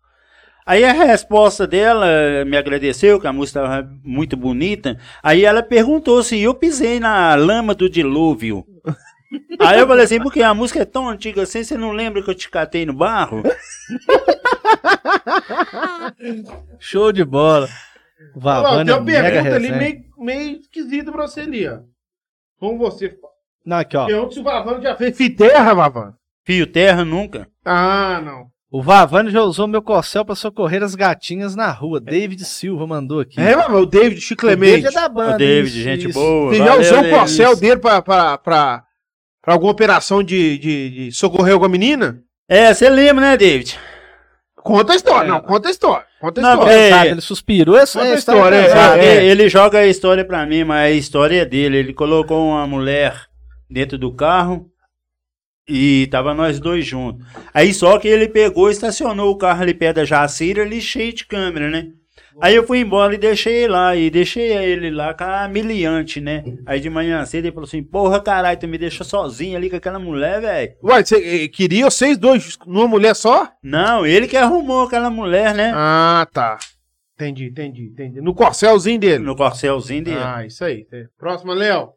[SPEAKER 4] Aí a resposta dela eh, me agradeceu, que a música estava assim, muito bonita. Aí ela perguntou se eu pisei na lama do dilúvio. Aí eu falei assim, porque a música é tão antiga assim, você não lembra que eu te catei no barro?
[SPEAKER 2] Show de bola.
[SPEAKER 1] Ó, tem
[SPEAKER 2] Vavane é
[SPEAKER 1] uma
[SPEAKER 2] mega
[SPEAKER 1] pergunta ali
[SPEAKER 2] resenha.
[SPEAKER 1] meio, meio esquisita pra você ali, ó. Como você.
[SPEAKER 2] Não, aqui, ó.
[SPEAKER 1] Pergunta se o Vavano já fez.
[SPEAKER 3] Fiterra, Vavan.
[SPEAKER 4] Fio terra nunca.
[SPEAKER 1] Ah, não.
[SPEAKER 2] O Vavane já usou meu corcel pra socorrer as gatinhas na rua. David Silva mandou aqui.
[SPEAKER 3] É, Vavan, o David, Chico Clemente.
[SPEAKER 2] O David é da banda.
[SPEAKER 4] o David,
[SPEAKER 2] isso,
[SPEAKER 4] gente
[SPEAKER 2] isso.
[SPEAKER 4] boa.
[SPEAKER 3] Você já
[SPEAKER 4] valeu,
[SPEAKER 3] usou o
[SPEAKER 4] David.
[SPEAKER 3] corcel dele pra, pra, pra, pra alguma operação de, de, de socorrer alguma menina?
[SPEAKER 4] É, você lembra, né, David?
[SPEAKER 3] Conta a história,
[SPEAKER 2] É.
[SPEAKER 3] não, conta a história. Conta a
[SPEAKER 4] Não,
[SPEAKER 3] história.
[SPEAKER 2] Coitado,
[SPEAKER 4] É.
[SPEAKER 2] Ele suspirou. Essa
[SPEAKER 3] Conta
[SPEAKER 2] é
[SPEAKER 3] a
[SPEAKER 2] a
[SPEAKER 3] história, é.
[SPEAKER 2] pesada.
[SPEAKER 4] Sabe, Ele joga a história pra mim, mas a história é dele. Ele colocou uma mulher dentro do carro e tava nós dois juntos. Aí só que ele pegou, estacionou o carro ali perto da Jacira, ali cheio de câmera, né? Aí eu fui embora e deixei ele lá, e deixei ele lá com a miliante, né? Aí de manhã cedo ele falou assim, porra, caralho, tu me deixou sozinho ali com aquela mulher, velho.
[SPEAKER 2] é.
[SPEAKER 3] Uai, você eh, queria vocês dois numa mulher só?
[SPEAKER 4] Não, ele que arrumou aquela mulher, né?
[SPEAKER 3] Ah, tá. Entendi, entendi, entendi. No corcelzinho dele.
[SPEAKER 4] No corcelzinho dele.
[SPEAKER 3] Ah, isso aí.
[SPEAKER 1] Próxima, Léo.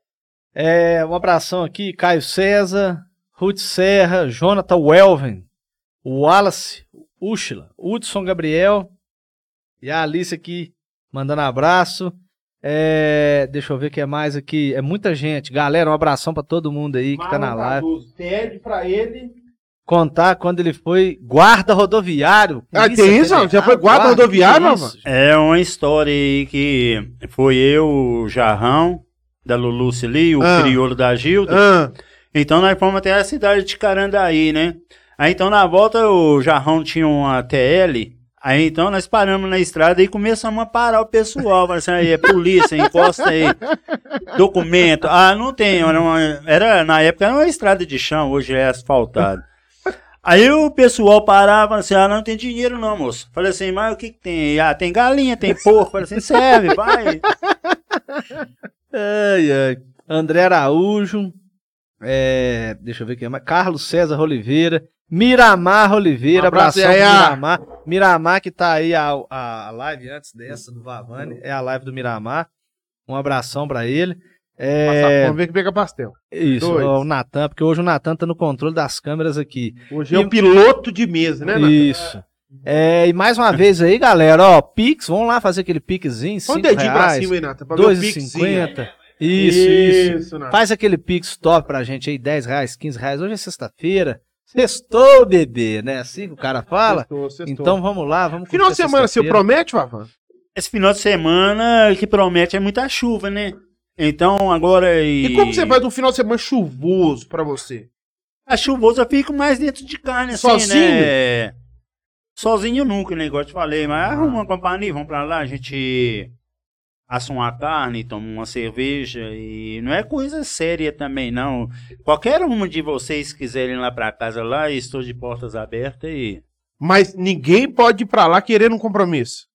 [SPEAKER 2] É, um abração aqui, Caio César, Ruth Serra, Jonathan Welven, Wallace, Ushla, Hudson Gabriel e a Alice aqui mandando abraço. É, deixa eu ver o que é mais aqui. É muita gente. Galera, um abração pra todo mundo aí que tá na
[SPEAKER 1] Marlon
[SPEAKER 2] live.
[SPEAKER 1] Cardoso, Pede pra ele.
[SPEAKER 2] Contar quando ele foi guarda rodoviário.
[SPEAKER 3] Ah,
[SPEAKER 2] polícia
[SPEAKER 3] tem isso,
[SPEAKER 2] federal,
[SPEAKER 3] já foi guarda rodoviário,
[SPEAKER 2] que isso,
[SPEAKER 3] mano?
[SPEAKER 2] gente?
[SPEAKER 4] É uma história aí que foi eu, o Jarrão, da Lulu Cili, o
[SPEAKER 3] Ah.
[SPEAKER 4] crioulo da Gilda.
[SPEAKER 3] Ah,
[SPEAKER 4] Então nós fomos até a cidade de Carandaí, né? Aí então na volta o Jarrão tinha uma TL. Aí então nós paramos na estrada e começamos a parar o pessoal. Falando assim, aí é polícia, encosta aí. Documento. Ah, não tem. Era, uma- era- na época era uma estrada de chão, hoje é asfaltado. Aí o pessoal parava assim, ah, não tem dinheiro não, moço. Falei assim, mas o que, que tem? Ah, tem galinha, tem porco. Falei assim, serve, vai.
[SPEAKER 2] Ai, ai. André Araújo. é, deixa eu ver quem é mais. Carlos César Oliveira. Miramar Oliveira.
[SPEAKER 3] Um abraço,
[SPEAKER 2] abração pro
[SPEAKER 3] Yaya.
[SPEAKER 2] Miramar. Miramar que tá aí a, a live antes dessa do Vavani. É a live do Miramar. Um abração pra ele. É,
[SPEAKER 3] Vamos ver que pega pastel.
[SPEAKER 2] isso,
[SPEAKER 3] dois.
[SPEAKER 2] ó, o Natan, porque hoje o Natan tá no controle das câmeras aqui.
[SPEAKER 3] Hoje
[SPEAKER 2] E-
[SPEAKER 3] é o piloto de mesa, né, Natan?
[SPEAKER 2] isso. É, e mais uma vez aí, galera, ó, Pix, vamos lá fazer aquele Pixzinho,
[SPEAKER 3] Põe
[SPEAKER 2] 5
[SPEAKER 3] o um dedinho pra
[SPEAKER 2] reais,
[SPEAKER 3] cima aí, Natan, pra ver o pixinho.
[SPEAKER 2] 2,50. Isso, isso.
[SPEAKER 1] Natan.
[SPEAKER 2] Faz aquele pix top pra gente aí, 10 reais, 15 reais. Hoje é sexta-feira. Sextou, bebê, né? Assim que o cara fala.
[SPEAKER 1] Sextou, sextou.
[SPEAKER 2] Então vamos lá, vamos
[SPEAKER 3] Final de
[SPEAKER 2] curtir a
[SPEAKER 3] semana, você
[SPEAKER 2] sexta-feira.
[SPEAKER 3] promete, Vavan?
[SPEAKER 4] Esse final de semana que promete é muita chuva, né? Então agora.
[SPEAKER 3] E como você faz um final de semana chuvoso pra você?
[SPEAKER 4] A chuvosa fica mais dentro de carne, assim,
[SPEAKER 3] Sozinho? Ah.
[SPEAKER 4] né? Sozinho nunca, né? Igual eu te falei, mas arruma uma companhia, vamos pra lá, a gente assa uma carne, toma uma cerveja e não é coisa séria também, não. Qualquer uma de vocês quiserem ir lá pra casa lá, estou de portas abertas e.
[SPEAKER 3] Mas ninguém pode ir pra lá querendo um compromisso.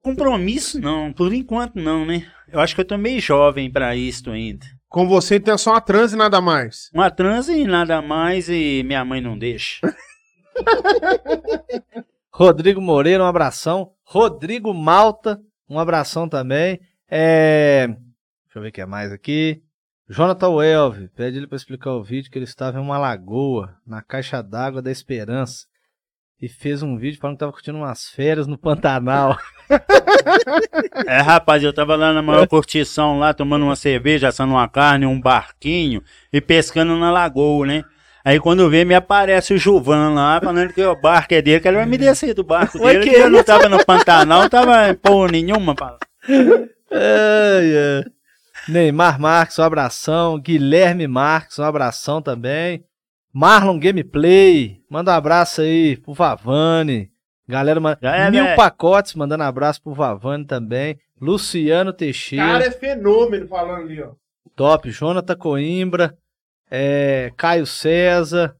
[SPEAKER 4] Compromisso não, por enquanto não, né? Eu acho que eu tô meio jovem pra isto ainda.
[SPEAKER 3] Com você, então é só uma transe e nada mais.
[SPEAKER 4] Uma transa e nada mais e minha mãe não deixa.
[SPEAKER 2] Rodrigo Moreira, um abração. Rodrigo Malta, um abração também. É... Deixa eu ver o que é mais aqui. Jonathan Welve, pede ele pra explicar o vídeo que ele estava em uma lagoa, na caixa d'água da Esperança. E fez um vídeo falando que tava curtindo umas férias no Pantanal.
[SPEAKER 4] É, rapaz, eu tava lá na maior curtição, lá tomando uma cerveja, assando uma carne, um barquinho e pescando na lagoa, né? Aí quando vem, me aparece o Juvan lá, falando que o barco é dele, que ele vai me descer do barco
[SPEAKER 2] Ué,
[SPEAKER 4] dele,
[SPEAKER 2] que
[SPEAKER 4] que eu não tava no Pantanal, tava em porra nenhuma, pá.
[SPEAKER 2] Ai, ai. Neymar Marques, um abração. Guilherme Marques, um abração também. Marlon Gameplay, manda um abraço aí pro Vavane. Galera, ma-
[SPEAKER 4] Já é,
[SPEAKER 2] mil
[SPEAKER 4] né?
[SPEAKER 2] pacotes mandando abraço pro Vavane também. Luciano Teixeira,
[SPEAKER 1] Cara, é fenômeno falando ali, ó.
[SPEAKER 2] top. Jonathan Coimbra, é, Caio César.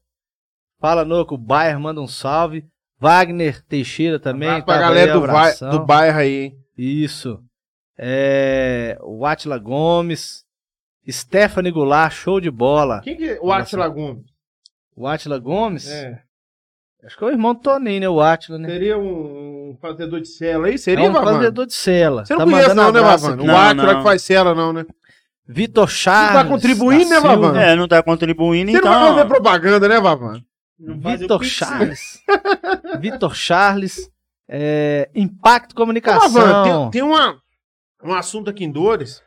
[SPEAKER 2] Fala, Noco, Bayer manda um salve. Wagner Teixeira também.
[SPEAKER 3] Abraço pra
[SPEAKER 2] tava aí,
[SPEAKER 3] galera do, vai,
[SPEAKER 2] abração.
[SPEAKER 3] do bairro aí, hein?
[SPEAKER 2] Isso. É, o Atila Gomes, Stephanie Goulart, show de bola.
[SPEAKER 1] Quem que é? O Atila Gomes.
[SPEAKER 2] O Atila Gomes,
[SPEAKER 1] É.
[SPEAKER 2] acho que é o irmão do Toninho, né? O Atila, né?
[SPEAKER 1] Seria um fazedor de cela.
[SPEAKER 3] Ela aí
[SPEAKER 2] É
[SPEAKER 3] seria,
[SPEAKER 2] um
[SPEAKER 3] Vavan?
[SPEAKER 2] fazedor de cela.
[SPEAKER 3] Você não
[SPEAKER 2] Tá
[SPEAKER 3] conhece
[SPEAKER 2] mandando
[SPEAKER 3] não, né,
[SPEAKER 2] abraço
[SPEAKER 3] Vavan?
[SPEAKER 2] aqui.
[SPEAKER 3] O
[SPEAKER 4] Não,
[SPEAKER 3] Átila
[SPEAKER 4] não.
[SPEAKER 3] que faz cela não, né?
[SPEAKER 2] Vitor Charles.
[SPEAKER 3] Não tá contribuindo, né,
[SPEAKER 2] da Silva,
[SPEAKER 3] Vavano?
[SPEAKER 4] É, não tá contribuindo,
[SPEAKER 3] Você não vai fazer
[SPEAKER 4] então.
[SPEAKER 3] propaganda, né, Vavan?
[SPEAKER 1] Não faz o
[SPEAKER 2] Vitor
[SPEAKER 1] pix,
[SPEAKER 2] Charles. Vitor Charles. é, Impacto Comunicação.
[SPEAKER 3] Vavan, tem, tem uma, um assunto aqui em Dores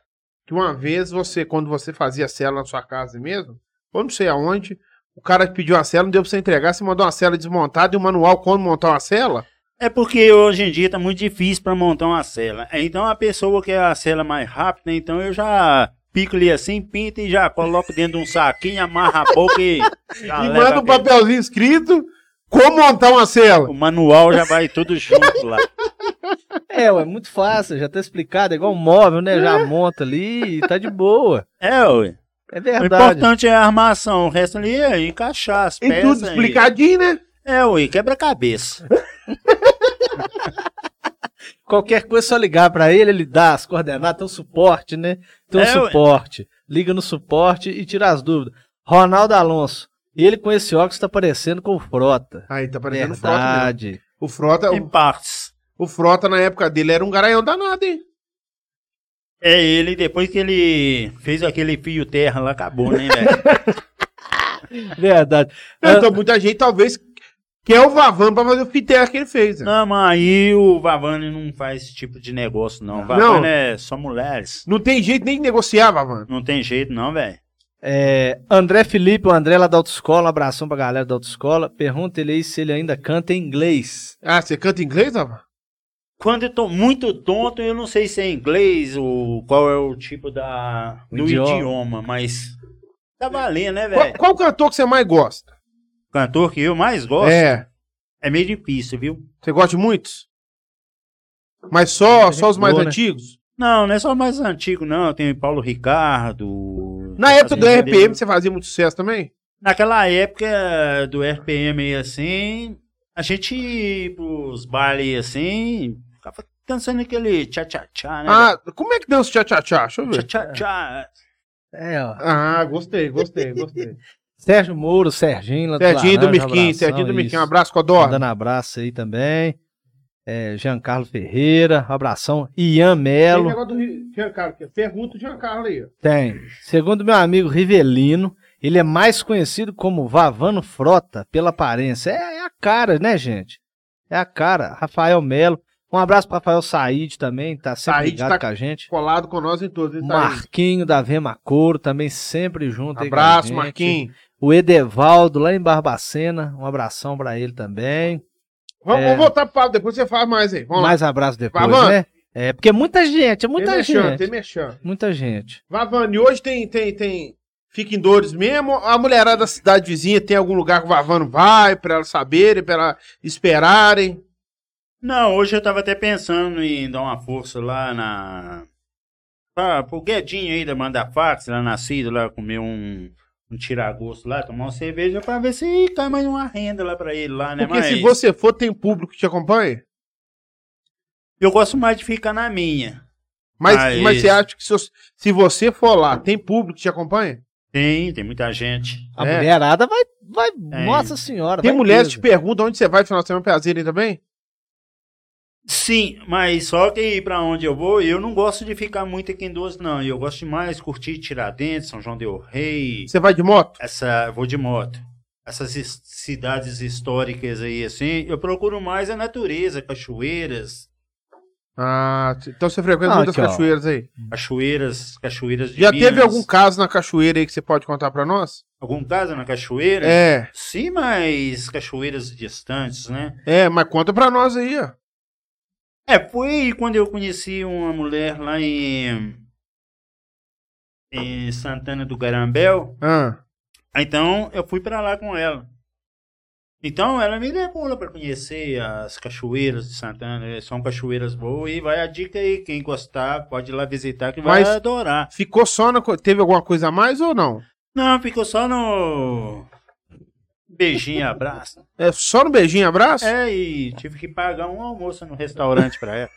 [SPEAKER 3] que uma vez você, quando você fazia cela na sua casa mesmo, ou não sei aonde, o cara te pediu uma cela, não deu pra você entregar, você mandou uma cela desmontada e o manual como montar uma cela?
[SPEAKER 4] É porque hoje em dia tá muito difícil para montar uma cela. Então a pessoa quer a cela mais rápida, então eu já pico ali assim, pinto e já coloco dentro de um saquinho, amarra a boca e. já
[SPEAKER 3] e
[SPEAKER 4] Ah, leva
[SPEAKER 3] manda um
[SPEAKER 4] aquele-
[SPEAKER 3] papelzinho escrito como montar uma cela.
[SPEAKER 4] O manual já vai tudo junto lá.
[SPEAKER 2] É, ué, muito fácil, já tá explicado. É igual um móvel, né?
[SPEAKER 3] É.
[SPEAKER 2] Já monta ali e tá de boa.
[SPEAKER 4] É, ué.
[SPEAKER 2] É
[SPEAKER 4] O
[SPEAKER 2] verdade.
[SPEAKER 4] importante é a armação, o resto ali é encaixar as
[SPEAKER 3] E
[SPEAKER 4] peças.
[SPEAKER 3] tudo
[SPEAKER 4] e-
[SPEAKER 3] explicadinho, né?
[SPEAKER 4] É, ué, quebra-cabeça.
[SPEAKER 2] Qualquer coisa é só ligar pra ele, ele dá as coordenadas, tem um suporte, né? Tem um
[SPEAKER 4] É, ué.
[SPEAKER 2] suporte. Liga no suporte e tira as dúvidas. Ronaldo Alonso. Ele com esse óculos tá parecendo com o Frota.
[SPEAKER 3] Aí tá parecendo o Frota mesmo.
[SPEAKER 2] Verdade.
[SPEAKER 3] O Frota,
[SPEAKER 4] Em partes.
[SPEAKER 3] o, o Frota na época dele era um garanhão danado, hein?
[SPEAKER 4] É ele, depois que ele fez aquele fio terra lá, acabou, né, velho?
[SPEAKER 2] Verdade. Ah,
[SPEAKER 3] Então muita gente talvez quer o Vavan pra fazer o fiter que ele fez. né?
[SPEAKER 4] não, mas aí o Vavane não faz esse tipo de negócio, não. Vavane é só mulheres.
[SPEAKER 3] Não tem jeito nem de negociar, Vavan.
[SPEAKER 4] Não tem jeito, não, velho.
[SPEAKER 2] É, André Felipe, o André lá da autoescola, um abração pra galera da autoescola. Pergunta ele aí se ele ainda canta em inglês.
[SPEAKER 3] Ah, você canta inglês, Vavan?
[SPEAKER 4] Quando eu tô muito tonto, eu não sei se é inglês ou qual é o tipo da,
[SPEAKER 2] O
[SPEAKER 4] do
[SPEAKER 2] idioma.
[SPEAKER 4] idioma. mas tá valendo, né,
[SPEAKER 3] Qual,
[SPEAKER 4] velho?
[SPEAKER 3] qual cantor que você mais gosta?
[SPEAKER 4] Cantor que eu mais gosto é,
[SPEAKER 3] É.
[SPEAKER 4] meio difícil, viu?
[SPEAKER 3] Você gosta de muitos? Mas só, só os mais
[SPEAKER 2] Boa, né?
[SPEAKER 3] antigos?
[SPEAKER 4] Não, não é só mais antigo, não. Tem Paulo Ricardo.
[SPEAKER 3] Na época do
[SPEAKER 4] Fazenda
[SPEAKER 3] RPM você fazia muito sucesso também?
[SPEAKER 4] Naquela época do RPM aí assim, a gente ia pros bailes assim, ficava dançando aquele tchá-tchá-tchá, né?
[SPEAKER 3] Ah, como é que dança o tchá-tchá-tchá? Deixa eu
[SPEAKER 4] velho?
[SPEAKER 3] ver.
[SPEAKER 4] tchá-tchá-tchá.
[SPEAKER 2] É, ó.
[SPEAKER 3] Ah, gostei, gostei, gostei.
[SPEAKER 2] Sérgio Moro, Serginho lá
[SPEAKER 3] Serginho do
[SPEAKER 2] Laranja,
[SPEAKER 3] Mirquim,
[SPEAKER 2] abração,
[SPEAKER 3] Serginho do Mirquim,
[SPEAKER 2] isso.
[SPEAKER 3] um abraço, Codorna.
[SPEAKER 2] Mandando abraço aí também. É, Giancarlo Ferreira, abração. Ian
[SPEAKER 1] Tem
[SPEAKER 2] Melo,
[SPEAKER 1] É negócio do Ri- Giancarlo, que é- pergunta o Giancarlo aí. ó.
[SPEAKER 2] tem. Segundo meu amigo Rivelino, ele é mais conhecido como Vavano Frota, pela aparência. É, é a cara, né, gente? É a cara. Rafael Melo. Um abraço pro Rafael Said também, tá sempre
[SPEAKER 3] Said
[SPEAKER 2] ligado
[SPEAKER 3] tá-
[SPEAKER 2] com a gente.
[SPEAKER 3] Colado com nós em todos. ele tá aí.
[SPEAKER 2] Marquinho da Vema Couro, também sempre junto aí com a
[SPEAKER 3] Abraço,
[SPEAKER 2] gente.
[SPEAKER 3] Marquinhos.
[SPEAKER 2] O Edevaldo, lá em Barbacena, um abração pra ele também.
[SPEAKER 3] Vamos,
[SPEAKER 2] É.
[SPEAKER 3] vamos voltar pro papo, depois você faz mais aí. Vamos lá.
[SPEAKER 2] Mais abraço depois,
[SPEAKER 3] Vavano.
[SPEAKER 2] né? É, porque é muita gente, é
[SPEAKER 3] tem
[SPEAKER 2] muita
[SPEAKER 3] mexendo,
[SPEAKER 2] gente.
[SPEAKER 3] tem mexendo.
[SPEAKER 2] Muita gente.
[SPEAKER 3] Vavane, hoje tem, tem, tem. Fica em dores mesmo? A mulherada da cidade vizinha tem algum lugar que o Vavano vai pra elas saberem, pra elas esperarem?
[SPEAKER 4] Não, hoje eu tava até pensando em dar uma força lá na. Pra, pro Guedinho aí da Mandafax, lá nascido, lá comer um, um tiragosto lá, tomar uma cerveja pra ver se cai mais uma renda lá pra ele lá, né?
[SPEAKER 3] Porque se
[SPEAKER 4] Mas
[SPEAKER 3] você for, tem público que te acompanha?
[SPEAKER 4] eu gosto mais de ficar na minha.
[SPEAKER 3] Mas,
[SPEAKER 4] Mas-
[SPEAKER 3] mas você acha que se, os- se você for lá, tem público que te acompanha?
[SPEAKER 4] Tem, tem muita gente.
[SPEAKER 2] A
[SPEAKER 3] É.
[SPEAKER 2] mulherada vai. vai Nossa Senhora.
[SPEAKER 3] Tem
[SPEAKER 2] vai
[SPEAKER 3] mulheres que
[SPEAKER 2] peso.
[SPEAKER 3] te perguntam onde você vai no final de semana pra elas irem também?
[SPEAKER 4] Sim, mas só que pra onde eu vou, eu não gosto de ficar muito aqui em Doce, não. Eu gosto de mais curtir Tiradentes, São João del Rei,
[SPEAKER 3] Você vai de moto?
[SPEAKER 4] essa, vou de moto. Essas his- cidades históricas aí, assim, eu procuro mais a natureza, cachoeiras,
[SPEAKER 3] Ah, então você frequenta
[SPEAKER 2] Ah,
[SPEAKER 3] muitas
[SPEAKER 2] aqui, ó.
[SPEAKER 3] cachoeiras aí.
[SPEAKER 4] cachoeiras, cachoeiras de
[SPEAKER 3] Hum. Já
[SPEAKER 4] Minas.
[SPEAKER 3] teve algum caso na cachoeira aí que você pode contar pra nós?
[SPEAKER 4] Algum caso na cachoeira?
[SPEAKER 3] É,
[SPEAKER 4] Sim, mas cachoeiras distantes, né?
[SPEAKER 3] é, mas conta pra nós aí, ó.
[SPEAKER 4] É, foi quando eu conheci uma mulher lá em, em Santana do Garambel,
[SPEAKER 3] Ah,
[SPEAKER 4] Então eu fui pra lá com ela. Então ela me levou lá pra conhecer as cachoeiras de Santana, eh, são cachoeiras boas e vai a dica aí, quem gostar pode ir lá visitar que vai
[SPEAKER 3] Mas-
[SPEAKER 4] adorar.
[SPEAKER 3] ficou só na. co- Teve alguma coisa a mais ou não?
[SPEAKER 4] Não, ficou só no beijinho, abraço.
[SPEAKER 3] É só no beijinho e abraço?
[SPEAKER 4] É, e tive que pagar um almoço no restaurante pra ela.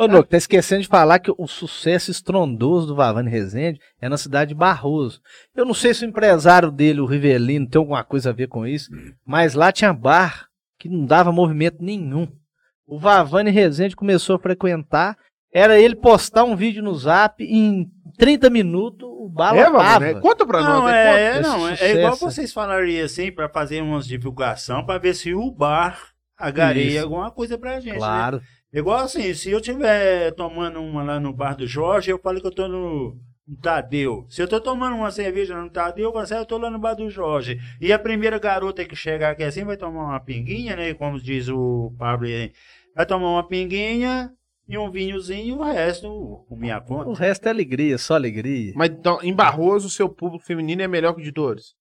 [SPEAKER 2] Ô, louco, tá esquecendo de falar que o sucesso estrondoso do Vavane Rezende é na cidade de Barroso. Eu não sei se o empresário dele, o Rivelino, tem alguma coisa a ver com isso,
[SPEAKER 3] Hum.
[SPEAKER 2] mas lá tinha bar que não dava movimento nenhum. O Vavane Rezende começou a frequentar Era ele postar um vídeo no zap e em 30 minutos o bala
[SPEAKER 3] É,
[SPEAKER 2] tava.
[SPEAKER 3] Vamos, né? Conta pra
[SPEAKER 4] Não,
[SPEAKER 3] nós. né? Conta.
[SPEAKER 4] é, é,
[SPEAKER 2] Esse
[SPEAKER 4] não, é
[SPEAKER 2] sucesso.
[SPEAKER 4] igual vocês falariam assim, para fazer umas divulgação, para ver se o bar agaria
[SPEAKER 2] Isso.
[SPEAKER 4] alguma coisa pra gente. né?
[SPEAKER 2] Claro.
[SPEAKER 4] Igual assim, se eu tiver tomando uma lá no bar do Jorge, eu falo que eu tô no, no Tadeu. Se eu tô tomando uma cerveja no Tadeu, eu falo assim, "Ah, eu tô lá no bar do Jorge. E a primeira garota que chegar aqui assim vai tomar uma pinguinha, né? Como diz o Pablo aí. Vai tomar uma pinguinha e um vinhozinho, o resto, com minha
[SPEAKER 2] O
[SPEAKER 4] conta.
[SPEAKER 2] resto é alegria, só alegria.
[SPEAKER 3] Mas então, em Barroso, o seu público feminino é melhor que o de Dores?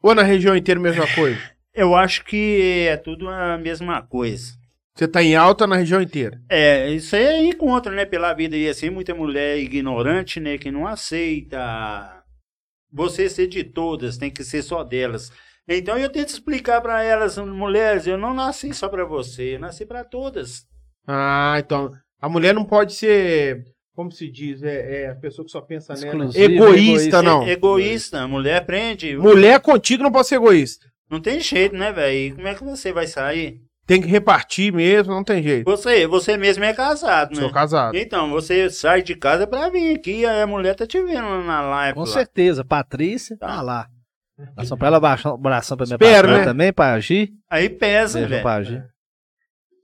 [SPEAKER 3] Ou na região inteira, a mesma coisa?
[SPEAKER 4] Eu acho que é tudo a mesma coisa.
[SPEAKER 3] Você tá em alta na região inteira.
[SPEAKER 4] É, isso aí é encontro, né, pela vida e assim, muita mulher ignorante, né, que não aceita você ser de todas, tem que ser só delas. Então eu tento explicar pra elas, mulheres, eu não nasci só pra você, eu nasci pra todas.
[SPEAKER 3] Ah, então. A mulher não pode ser. Como se diz? É, é a pessoa que só pensa nela.
[SPEAKER 2] Exclusiva,
[SPEAKER 3] Egoísta,
[SPEAKER 2] egoísta.
[SPEAKER 3] Tá, não.
[SPEAKER 4] É egoísta, mulher prende,
[SPEAKER 3] Mulher contigo não pode ser egoísta.
[SPEAKER 4] não tem jeito, né, velho? Como é que você vai sair?
[SPEAKER 3] Tem que repartir mesmo, não tem jeito.
[SPEAKER 4] Você, você mesmo é casado, né?
[SPEAKER 3] Sou casado.
[SPEAKER 4] Então, você sai de casa pra vir aqui, aí a mulher tá te vendo lá na
[SPEAKER 3] é
[SPEAKER 4] live.
[SPEAKER 2] Com
[SPEAKER 4] lá.
[SPEAKER 2] certeza, Patrícia tá lá. Abração pra ela, abração abração pra minha
[SPEAKER 3] Espero,
[SPEAKER 2] patroa
[SPEAKER 3] né? Tá
[SPEAKER 2] também, pra Gi.
[SPEAKER 4] Aí pesa,
[SPEAKER 2] Beijo
[SPEAKER 4] velho.
[SPEAKER 2] pra Gi.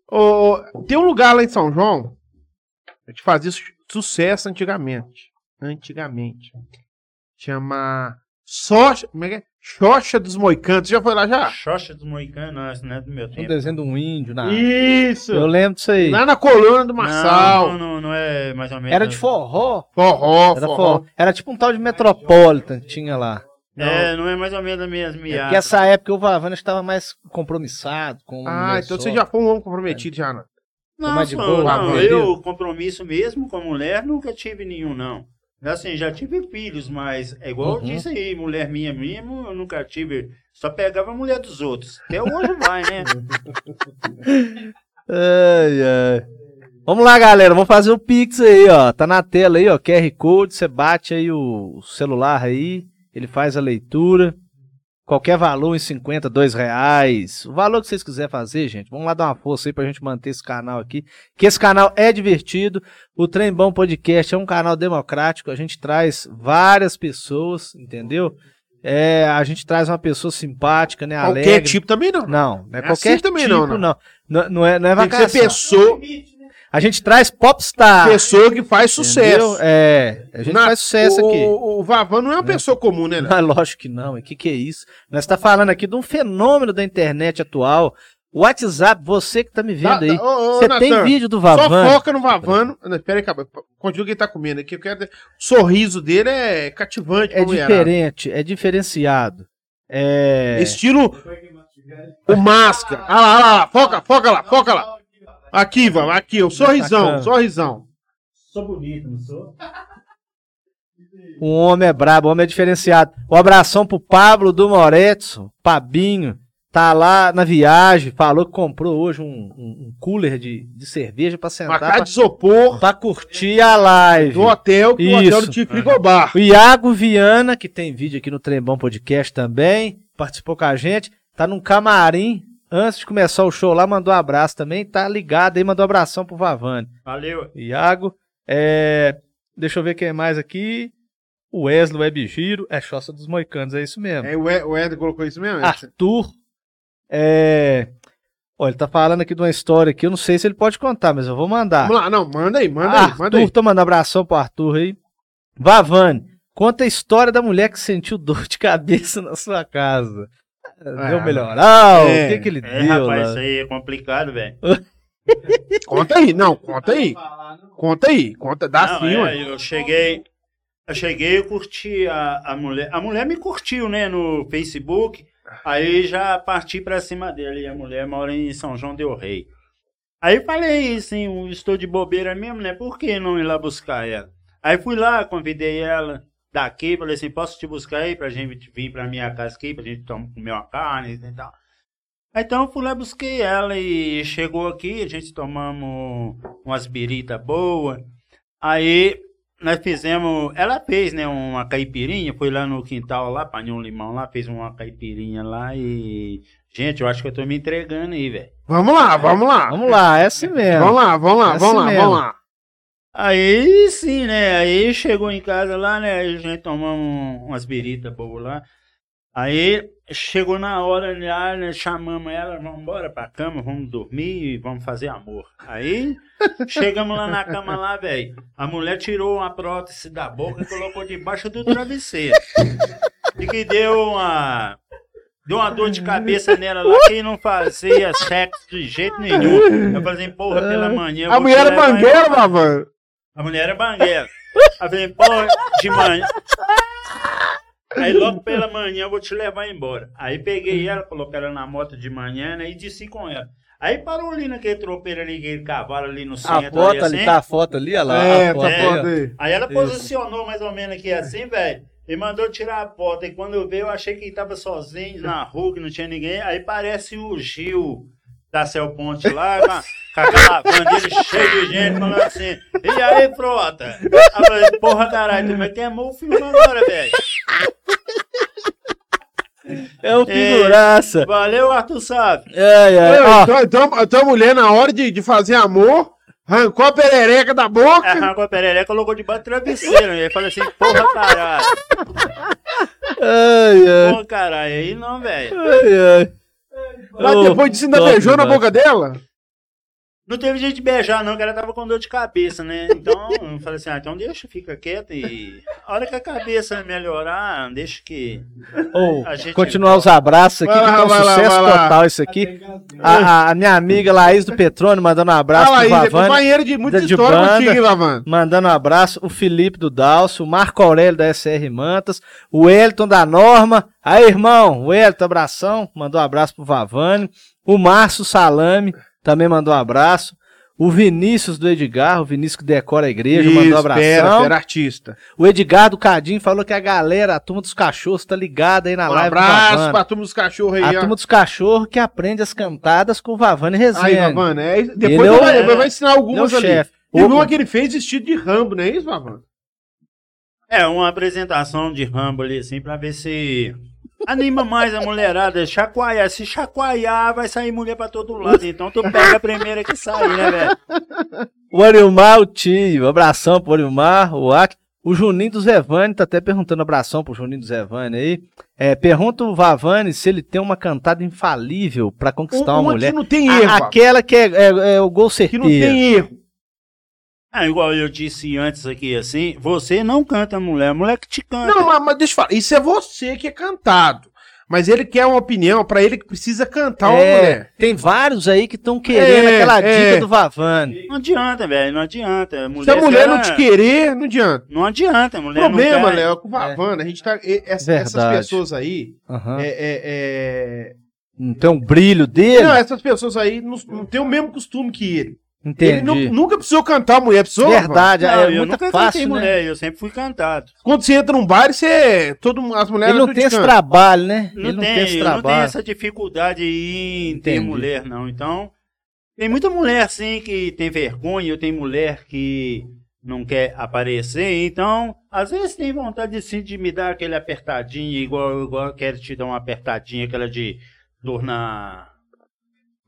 [SPEAKER 3] Ô, ô, tem um lugar lá em São João que fazia su- sucesso antigamente. Antigamente. Chama. Xoxa. Como é que é? Xoxa dos Moicantos. Já foi lá já?
[SPEAKER 4] Xoxa dos Moicanos, né? Do meu
[SPEAKER 2] Um
[SPEAKER 4] tempo.
[SPEAKER 2] desenho de um índio na.
[SPEAKER 3] Isso!
[SPEAKER 2] Eu lembro disso aí.
[SPEAKER 3] Lá na coluna do Marçal.
[SPEAKER 4] Não, não, não, não é mais ou menos.
[SPEAKER 2] Era de forró.
[SPEAKER 3] Forró,
[SPEAKER 2] Era,
[SPEAKER 3] forró.
[SPEAKER 2] forró. Era tipo um tal de Metropolitan, tinha lá.
[SPEAKER 4] É, não é mais ou menos as minhas
[SPEAKER 2] É
[SPEAKER 4] miadas.
[SPEAKER 2] porque essa época o Vavana estava mais compromissado com uma
[SPEAKER 3] Ah,
[SPEAKER 2] mulher
[SPEAKER 3] então
[SPEAKER 2] só. É
[SPEAKER 3] você já foi um homem comprometido, já, não.
[SPEAKER 4] Não,
[SPEAKER 2] Mas de
[SPEAKER 4] não,
[SPEAKER 2] boa,
[SPEAKER 4] não,
[SPEAKER 3] beleza.
[SPEAKER 4] eu compromisso mesmo com a mulher nunca tive nenhum, não. Assim, já tive filhos, mas é igual eu
[SPEAKER 2] Uhum.
[SPEAKER 4] disse aí, mulher minha mesmo, eu nunca tive. Só pegava a mulher dos outros. Até hoje vai, né?
[SPEAKER 2] Ai, ai. Vamos lá, galera. Vamos fazer o Pix aí, ó. Tá na tela aí, ó. QR Code. Você bate aí o celular aí. Ele faz a leitura. Qualquer valor em 50, 2 reais. O valor que vocês quiserem fazer, gente. Vamos lá dar uma força aí pra gente manter esse canal aqui. Que esse canal é divertido. O Trem Bom Podcast é um canal democrático. A gente traz várias pessoas, entendeu? É, a gente traz uma pessoa simpática, né?
[SPEAKER 3] Qualquer
[SPEAKER 2] Alegre.
[SPEAKER 3] tipo também não.
[SPEAKER 2] Não, não é,
[SPEAKER 3] É
[SPEAKER 2] qualquer
[SPEAKER 3] assim também
[SPEAKER 2] tipo,
[SPEAKER 3] não,
[SPEAKER 2] não.
[SPEAKER 3] não.
[SPEAKER 2] Não, não, é, não é
[SPEAKER 3] Tem que ser pessoa,
[SPEAKER 2] vacação.
[SPEAKER 4] né?
[SPEAKER 2] A gente traz popstar.
[SPEAKER 3] pessoa que faz
[SPEAKER 2] Ah. entendeu?
[SPEAKER 3] sucesso.
[SPEAKER 2] É, a gente
[SPEAKER 3] Na-
[SPEAKER 2] faz
[SPEAKER 3] o,
[SPEAKER 2] sucesso aqui.
[SPEAKER 3] O, o Vavan não é uma pessoa comum, né? Léo?
[SPEAKER 2] Mas lógico que não, o que, que é isso? Nós estamos falando aqui de um fenômeno da internet atual. WhatsApp, você que tá me
[SPEAKER 3] Tá-
[SPEAKER 2] vendo aí.
[SPEAKER 3] tá- ô, ô,
[SPEAKER 2] Você
[SPEAKER 3] Natan,
[SPEAKER 2] tem vídeo do
[SPEAKER 3] Só
[SPEAKER 2] Vavano?
[SPEAKER 3] foca no Vavano. Não, Espera aí, acaba. Continua o que ele tá comendo aqui. Eu quero... O sorriso dele é cativante.
[SPEAKER 2] É
[SPEAKER 3] pra mulherada.
[SPEAKER 2] diferente, é diferenciado. É.
[SPEAKER 3] Estilo o máscara. Ah lá, ah lá, ah lá. Foca, foca lá, foca lá. Aqui, Vavan, aqui. O sorrisão,
[SPEAKER 2] Bacana.
[SPEAKER 3] sorrisão.
[SPEAKER 4] Sou bonito, não sou?
[SPEAKER 2] Um homem é brabo, o homem é diferenciado. Um abração pro Pablo do Moretson, Pabinho. Tá lá na viagem, falou que comprou hoje um, um- um cooler de, de cerveja pra
[SPEAKER 3] Uma
[SPEAKER 2] sentar,
[SPEAKER 3] cara
[SPEAKER 2] É, tá pra,
[SPEAKER 3] de isopor
[SPEAKER 2] pra curtir a live.
[SPEAKER 3] do hotel, que o hotel
[SPEAKER 2] Isso.
[SPEAKER 3] não tinha frigobar.
[SPEAKER 2] O Iago Viana, que tem vídeo aqui no Trembão Podcast também, participou com a gente, tá num camarim. Antes de começar o show lá, mandou um abraço também, tá ligado aí, mandou um abração pro Vavane.
[SPEAKER 4] Valeu.
[SPEAKER 2] Iago. É, deixa eu ver quem mais aqui. O Wesley Web Giro. É Choça dos Moicanos, é isso mesmo.
[SPEAKER 3] É, o Ed- o Ed colocou isso mesmo?
[SPEAKER 2] Ah,
[SPEAKER 3] Ed?
[SPEAKER 2] Arthur. É, olha, ele tá falando aqui de uma história que eu não sei se ele pode contar, mas eu vou mandar.
[SPEAKER 3] Vamos lá, não, manda aí, manda aí,
[SPEAKER 2] Arthur,
[SPEAKER 3] manda aí.
[SPEAKER 2] tô mandando abração pro Arthur aí. Vavane, conta a história da mulher que sentiu dor de cabeça na sua casa. deu melhoral?
[SPEAKER 3] Ah, é.
[SPEAKER 2] o que que ele
[SPEAKER 4] É,
[SPEAKER 2] deu? né?
[SPEAKER 4] rapaz,
[SPEAKER 2] lá?
[SPEAKER 4] isso aí é complicado, velho.
[SPEAKER 3] Conta aí, não, conta aí. Conta aí, conta, dá
[SPEAKER 4] Não,
[SPEAKER 3] sim,
[SPEAKER 4] é,
[SPEAKER 3] ué.
[SPEAKER 4] eu cheguei. Eu cheguei, eu curti a, a mulher. A mulher me curtiu, né, no Facebook. Aí já parti pra cima dela. E a mulher mora em São João Del Rei. Aí falei assim: eu estou de bobeira mesmo, né? Por que não ir lá buscar ela? Aí fui lá, convidei ela daqui. Falei assim: posso te buscar aí pra gente vir pra minha casa aqui, pra gente tom- comer uma carne né, e tal. Aí, Então eu fui lá, busquei ela e chegou aqui. A gente tomamos umas birita boas. Aí nós fizemos. Ela fez, né, uma caipirinha, foi lá no quintal lá, apanhou um limão lá, fez uma caipirinha lá e. Gente, eu acho que eu tô me entregando aí, velho.
[SPEAKER 3] Vamos lá, vamos lá.
[SPEAKER 2] Vamos lá, é assim mesmo.
[SPEAKER 3] Vamos lá, vamos lá,
[SPEAKER 2] É
[SPEAKER 3] vamos lá,
[SPEAKER 2] assim
[SPEAKER 3] vamos lá.
[SPEAKER 4] Aí sim, né? Aí chegou em casa lá, né? A gente tomamos umas biritas boas lá. Aí chegou na hora lá, né? Chamamos ela, vamos embora pra cama, vamos dormir e vamos fazer amor. Aí chegamos lá na cama lá, velho. A mulher tirou uma prótese da boca e colocou debaixo do travesseiro. E que deu uma. Deu uma dor de cabeça nela lá que não fazia sexo de jeito nenhum. Eu falei assim, porra, pela manhã. eu
[SPEAKER 3] A
[SPEAKER 4] vou te
[SPEAKER 3] mulher é
[SPEAKER 4] levar em
[SPEAKER 3] bangueira, Bavan.
[SPEAKER 4] a mulher era banguela. Aí eu falei, pô, de manhã. Aí logo pela manhã eu vou te levar embora. Aí peguei ela, coloquei ela na moto de manhã né, e desci com ela. Aí parou ali naquele tropeiro ali, aquele cavalo ali no centro.
[SPEAKER 2] A foto
[SPEAKER 4] ali,
[SPEAKER 2] ali,
[SPEAKER 4] assim.
[SPEAKER 2] tá a foto ali, olha lá.
[SPEAKER 3] É,
[SPEAKER 2] a
[SPEAKER 3] tá
[SPEAKER 2] foto aí, ó.
[SPEAKER 3] foda aí.
[SPEAKER 4] Aí ela posicionou mais ou menos aqui assim, velho. E mandou tirar a foto. E quando eu vi, eu achei que ele tava sozinho na rua, que não tinha ninguém. Aí parece o Gil da Cel Ponte lá, com a- com aquela bandeira cheia de gente, falando assim: E aí, frota? Aí eu falei, porra, caralho, mas tem amor filme agora, velho.
[SPEAKER 2] É o figuraça.
[SPEAKER 4] Valeu, Arthur Sabe.
[SPEAKER 2] Ai, Ah, ai.
[SPEAKER 3] Então,
[SPEAKER 2] Ó,
[SPEAKER 3] então, então, então a mulher, na hora de, de fazer amor, arrancou a perereca da boca.
[SPEAKER 4] Arrancou a perereca, colocou debaixo do travesseiro. E aí falei assim: Porra, caralho.
[SPEAKER 2] ai, ai.
[SPEAKER 4] Porra, caralho. Aí não, velho.
[SPEAKER 2] Ai, ai.
[SPEAKER 3] Mas
[SPEAKER 2] Ô,
[SPEAKER 3] depois disso ainda
[SPEAKER 2] top
[SPEAKER 3] beijou na
[SPEAKER 2] demais.
[SPEAKER 3] boca dela?
[SPEAKER 4] Não teve jeito de beijar, não, que ela tava com dor de cabeça, né? Então, eu falei assim, ah, então deixa, fica quieto e... A hora que a cabeça melhorar, deixa que...
[SPEAKER 2] Ô,
[SPEAKER 4] A gente-
[SPEAKER 2] continuar os abraços aqui,
[SPEAKER 3] Vai lá,
[SPEAKER 2] que tá um
[SPEAKER 3] vai lá,
[SPEAKER 2] sucesso
[SPEAKER 3] vai lá.
[SPEAKER 2] total isso aqui. A, a- a minha amiga Laís do Petrônio mandando um abraço
[SPEAKER 3] Fala
[SPEAKER 2] pro
[SPEAKER 3] aí, é
[SPEAKER 2] Vavane.
[SPEAKER 3] companheiro de muita
[SPEAKER 2] de- de
[SPEAKER 3] história
[SPEAKER 2] banda.
[SPEAKER 3] contigo, hein, Lavando.
[SPEAKER 2] Mandando um abraço, o Felipe do Dalcio, o Marco Aurélio da SR Mantas, o Elton da Norma. Aí, irmão, o Elton, abração, mandou um abraço pro Vavane. O Márcio Salame também mandou um abraço. O Vinícius do Edgar, o Vinícius que decora a igreja, mandou um abração.
[SPEAKER 3] Pera, pera, artista.
[SPEAKER 2] O Edgar do Cadim falou que a galera, a turma dos cachorros, tá ligada aí na
[SPEAKER 3] Um
[SPEAKER 2] live. do
[SPEAKER 3] abraço
[SPEAKER 2] Vavane.
[SPEAKER 3] pra turma dos cachorros aí,
[SPEAKER 2] A
[SPEAKER 3] ó.
[SPEAKER 2] Ah, turma dos cachorros que aprende as cantadas com o Vavane
[SPEAKER 3] Aí,
[SPEAKER 2] Rezende.
[SPEAKER 3] Vavano, é, isso.
[SPEAKER 2] Ele
[SPEAKER 3] depois
[SPEAKER 2] é
[SPEAKER 3] ele
[SPEAKER 2] o-
[SPEAKER 3] vai,
[SPEAKER 4] é-
[SPEAKER 3] vai ensinar
[SPEAKER 2] Ele é o
[SPEAKER 3] algumas ali.
[SPEAKER 2] chefe.
[SPEAKER 3] Teve
[SPEAKER 2] Opa.
[SPEAKER 3] uma que ele fez vestido de Rambo, não é isso, Vavano?
[SPEAKER 4] É, uma apresentação de Rambo ali, assim, pra ver se... Anima mais a mulherada, chacoalhar. Se chacoalhar, vai sair mulher pra todo lado. Então tu pega a primeira que sair, né, velho?
[SPEAKER 2] O Arilmar, o tio. Abração pro Arilmar, o Aki. O Juninho do Zevane tá até perguntando abração pro Juninho do Zevane aí. É, pergunta o Vavane se ele tem uma cantada infalível pra conquistar uma, mulher.
[SPEAKER 3] que não tem
[SPEAKER 2] A-
[SPEAKER 3] erro, Vavano.
[SPEAKER 2] aquela que é, é- é o gol
[SPEAKER 3] que
[SPEAKER 2] certeiro.
[SPEAKER 3] não tem erro.
[SPEAKER 4] Ah, igual eu disse antes aqui, assim, você não canta a mulher, a mulher que te canta.
[SPEAKER 3] Não, mas, mas deixa eu falar, isso é você que é cantado. Mas ele quer uma opinião pra ele que precisa cantar uma
[SPEAKER 2] É,
[SPEAKER 3] mulher.
[SPEAKER 2] Tem vários aí que estão querendo
[SPEAKER 3] É,
[SPEAKER 2] aquela
[SPEAKER 3] é.
[SPEAKER 2] dica do Vavane.
[SPEAKER 4] Não adianta, velho, não adianta. A
[SPEAKER 3] Se a mulher não te
[SPEAKER 4] será-
[SPEAKER 3] querer, não adianta.
[SPEAKER 4] Não adianta, a
[SPEAKER 3] O
[SPEAKER 4] mulher não
[SPEAKER 3] problema,
[SPEAKER 4] quer.
[SPEAKER 3] Léo, é com o Vavana, a gente tá. e- essa- essas
[SPEAKER 2] Verdade. Ah.
[SPEAKER 3] pessoas aí.
[SPEAKER 2] Aham.
[SPEAKER 3] é- é- é-
[SPEAKER 2] Não tem um brilho dele?
[SPEAKER 4] é,
[SPEAKER 3] Não, essas pessoas aí não, não tem o mesmo costume que ele.
[SPEAKER 2] Entendi.
[SPEAKER 3] Ele nu- nunca precisou cantar a mulher, precisou? Vavana?
[SPEAKER 2] Verdade,
[SPEAKER 4] Não,
[SPEAKER 2] é
[SPEAKER 4] eu
[SPEAKER 2] muito
[SPEAKER 4] nunca cantei
[SPEAKER 2] fácil, né?
[SPEAKER 4] mulher, eu sempre fui cantado.
[SPEAKER 3] Quando você entra num bar, você. Todo, mundo- as mulheres.
[SPEAKER 2] Ele não
[SPEAKER 3] tudo
[SPEAKER 2] tem
[SPEAKER 3] te
[SPEAKER 2] esse
[SPEAKER 3] cantam.
[SPEAKER 2] trabalho, né?
[SPEAKER 4] Não,
[SPEAKER 2] ele não
[SPEAKER 4] tem,
[SPEAKER 2] tem, esse
[SPEAKER 4] eu não tenho
[SPEAKER 2] trabalho.
[SPEAKER 4] essa dificuldade em ter
[SPEAKER 2] Entendi.
[SPEAKER 4] mulher, não. Então, tem muita mulher, sim, que tem vergonha, tem mulher que não quer aparecer. Então, às vezes tem vontade, sim, de me dar aquele apertadinho, igual, igual eu quero te dar uma apertadinha, aquela de dor na...